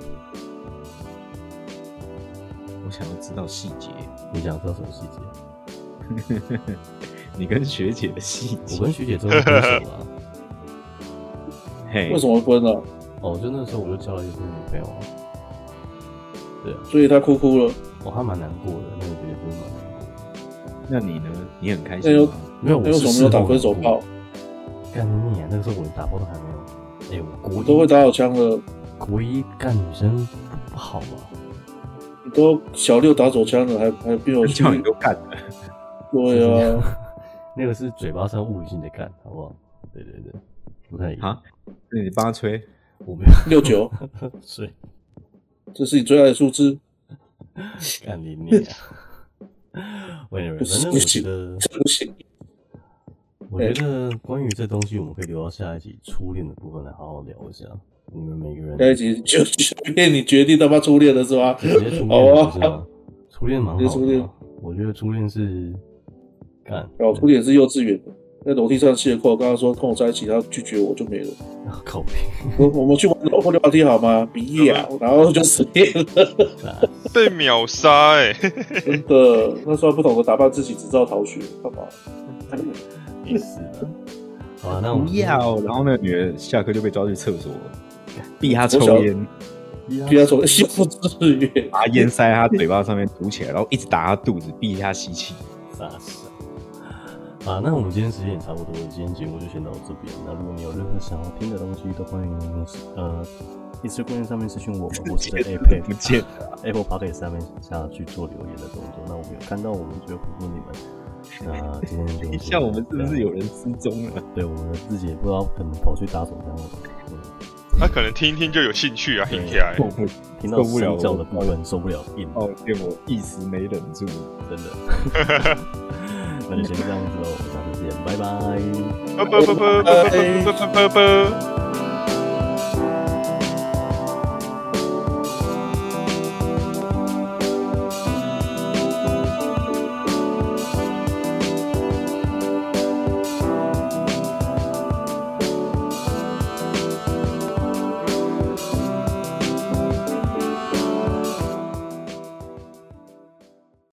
[SPEAKER 3] 我想要知道细节，
[SPEAKER 1] 你想知道什么细节？
[SPEAKER 3] 你跟学姐的细节
[SPEAKER 1] 我。跟学姐真的分手了啊、哎
[SPEAKER 3] 嘿
[SPEAKER 4] 为什么分啊了？
[SPEAKER 1] 哦，就那时候我就交了一个女朋友啊。对啊，
[SPEAKER 4] 所以他哭哭了。
[SPEAKER 1] 我还蛮难过的，那个也不是蛮难过的。
[SPEAKER 3] 那你呢？你很开
[SPEAKER 4] 哎
[SPEAKER 3] 心
[SPEAKER 4] 呦
[SPEAKER 3] 吗？
[SPEAKER 1] 没有，
[SPEAKER 4] 那
[SPEAKER 1] 我是
[SPEAKER 4] 为什么没
[SPEAKER 1] 事
[SPEAKER 4] 有
[SPEAKER 1] 后
[SPEAKER 4] 打分手
[SPEAKER 1] 难过
[SPEAKER 4] 炮？？
[SPEAKER 1] 干你啊！那个时候我连打炮都还没有。哎、我国
[SPEAKER 4] 你
[SPEAKER 1] 一
[SPEAKER 4] 都会打好枪了，
[SPEAKER 1] 国一干女生不不好啊吗？
[SPEAKER 4] 你都小六打手枪了，还还没有去？
[SPEAKER 3] 叫你都干了，
[SPEAKER 4] 对啊， [laughs]
[SPEAKER 1] 那个是嘴巴上物理性的干，好不好？对对对，不太一样。
[SPEAKER 3] 啊那你帮他吹。
[SPEAKER 1] 我没有
[SPEAKER 4] 六九，
[SPEAKER 1] 睡，
[SPEAKER 4] 这是你最爱的数字。
[SPEAKER 1] 干你你啊！喂，反正我觉得，
[SPEAKER 4] 这不行，
[SPEAKER 1] 我觉得关于这东西，我们可以留到下一集初恋的部分来好好聊一下。你们每个人
[SPEAKER 4] 下一集就随便你决定他妈初恋了是吧？
[SPEAKER 1] 直接初
[SPEAKER 4] 好
[SPEAKER 1] 恋
[SPEAKER 3] 哦
[SPEAKER 4] 啊
[SPEAKER 1] 不是吗？初恋蛮
[SPEAKER 4] 直接
[SPEAKER 1] 好
[SPEAKER 4] 初
[SPEAKER 1] 的啊
[SPEAKER 4] 恋，
[SPEAKER 1] 我觉得初恋是干
[SPEAKER 4] 然
[SPEAKER 3] 哦
[SPEAKER 4] 后
[SPEAKER 1] [laughs]
[SPEAKER 4] 初恋哦是幼稚园的，在楼梯上邂逅，刚刚说跟我在一起，他拒绝我就没了。
[SPEAKER 1] 靠背
[SPEAKER 4] 我我们去玩楼溜滑梯好吗？毕业啊，然后就失恋了，
[SPEAKER 1] 干
[SPEAKER 5] 被秒杀哎、
[SPEAKER 4] 真的。那时候不懂得打扮自己，只知道逃学，干嘛？
[SPEAKER 1] 也是的。好啊，那我
[SPEAKER 3] 不
[SPEAKER 1] 们
[SPEAKER 3] 要。然后那个女的下课就被抓去厕所，逼她
[SPEAKER 4] 我想
[SPEAKER 3] 抽烟，
[SPEAKER 4] 逼他说幼稚园，
[SPEAKER 3] 把烟塞她嘴巴上面堵起来，然后一直打她肚子，逼她吸气。
[SPEAKER 1] 傻笑。啊，那我们今天时间也差不多了，今天节目就先到这边。那如果你有任何想要听的东西，都欢迎呃，Instagram 上面私信我们，或是在 Apple
[SPEAKER 3] [laughs] 不见
[SPEAKER 1] Apple Podcast 上面下去做留言的动作。那我们有看到，我们就会回复你们。那今天
[SPEAKER 3] [laughs]
[SPEAKER 1] 就
[SPEAKER 3] 像我们是
[SPEAKER 1] 啊
[SPEAKER 3] 不是有人失踪了？
[SPEAKER 1] 对我们自己也不知道，可能跑去打手枪了吧？嗯，
[SPEAKER 5] 他可能听一听就有兴趣啊，听起来。
[SPEAKER 3] [laughs]
[SPEAKER 1] 受不听到
[SPEAKER 3] 受不了
[SPEAKER 1] 睡觉的部
[SPEAKER 3] 我
[SPEAKER 1] 分受不了硬，
[SPEAKER 3] 哦，对，我一时没忍住。
[SPEAKER 1] 真的。
[SPEAKER 3] [laughs]
[SPEAKER 1] [laughs] 那就先这样子喽，我们下次见，拜拜。
[SPEAKER 5] 啵啵啵啵啵啵啵啵啵啵啵。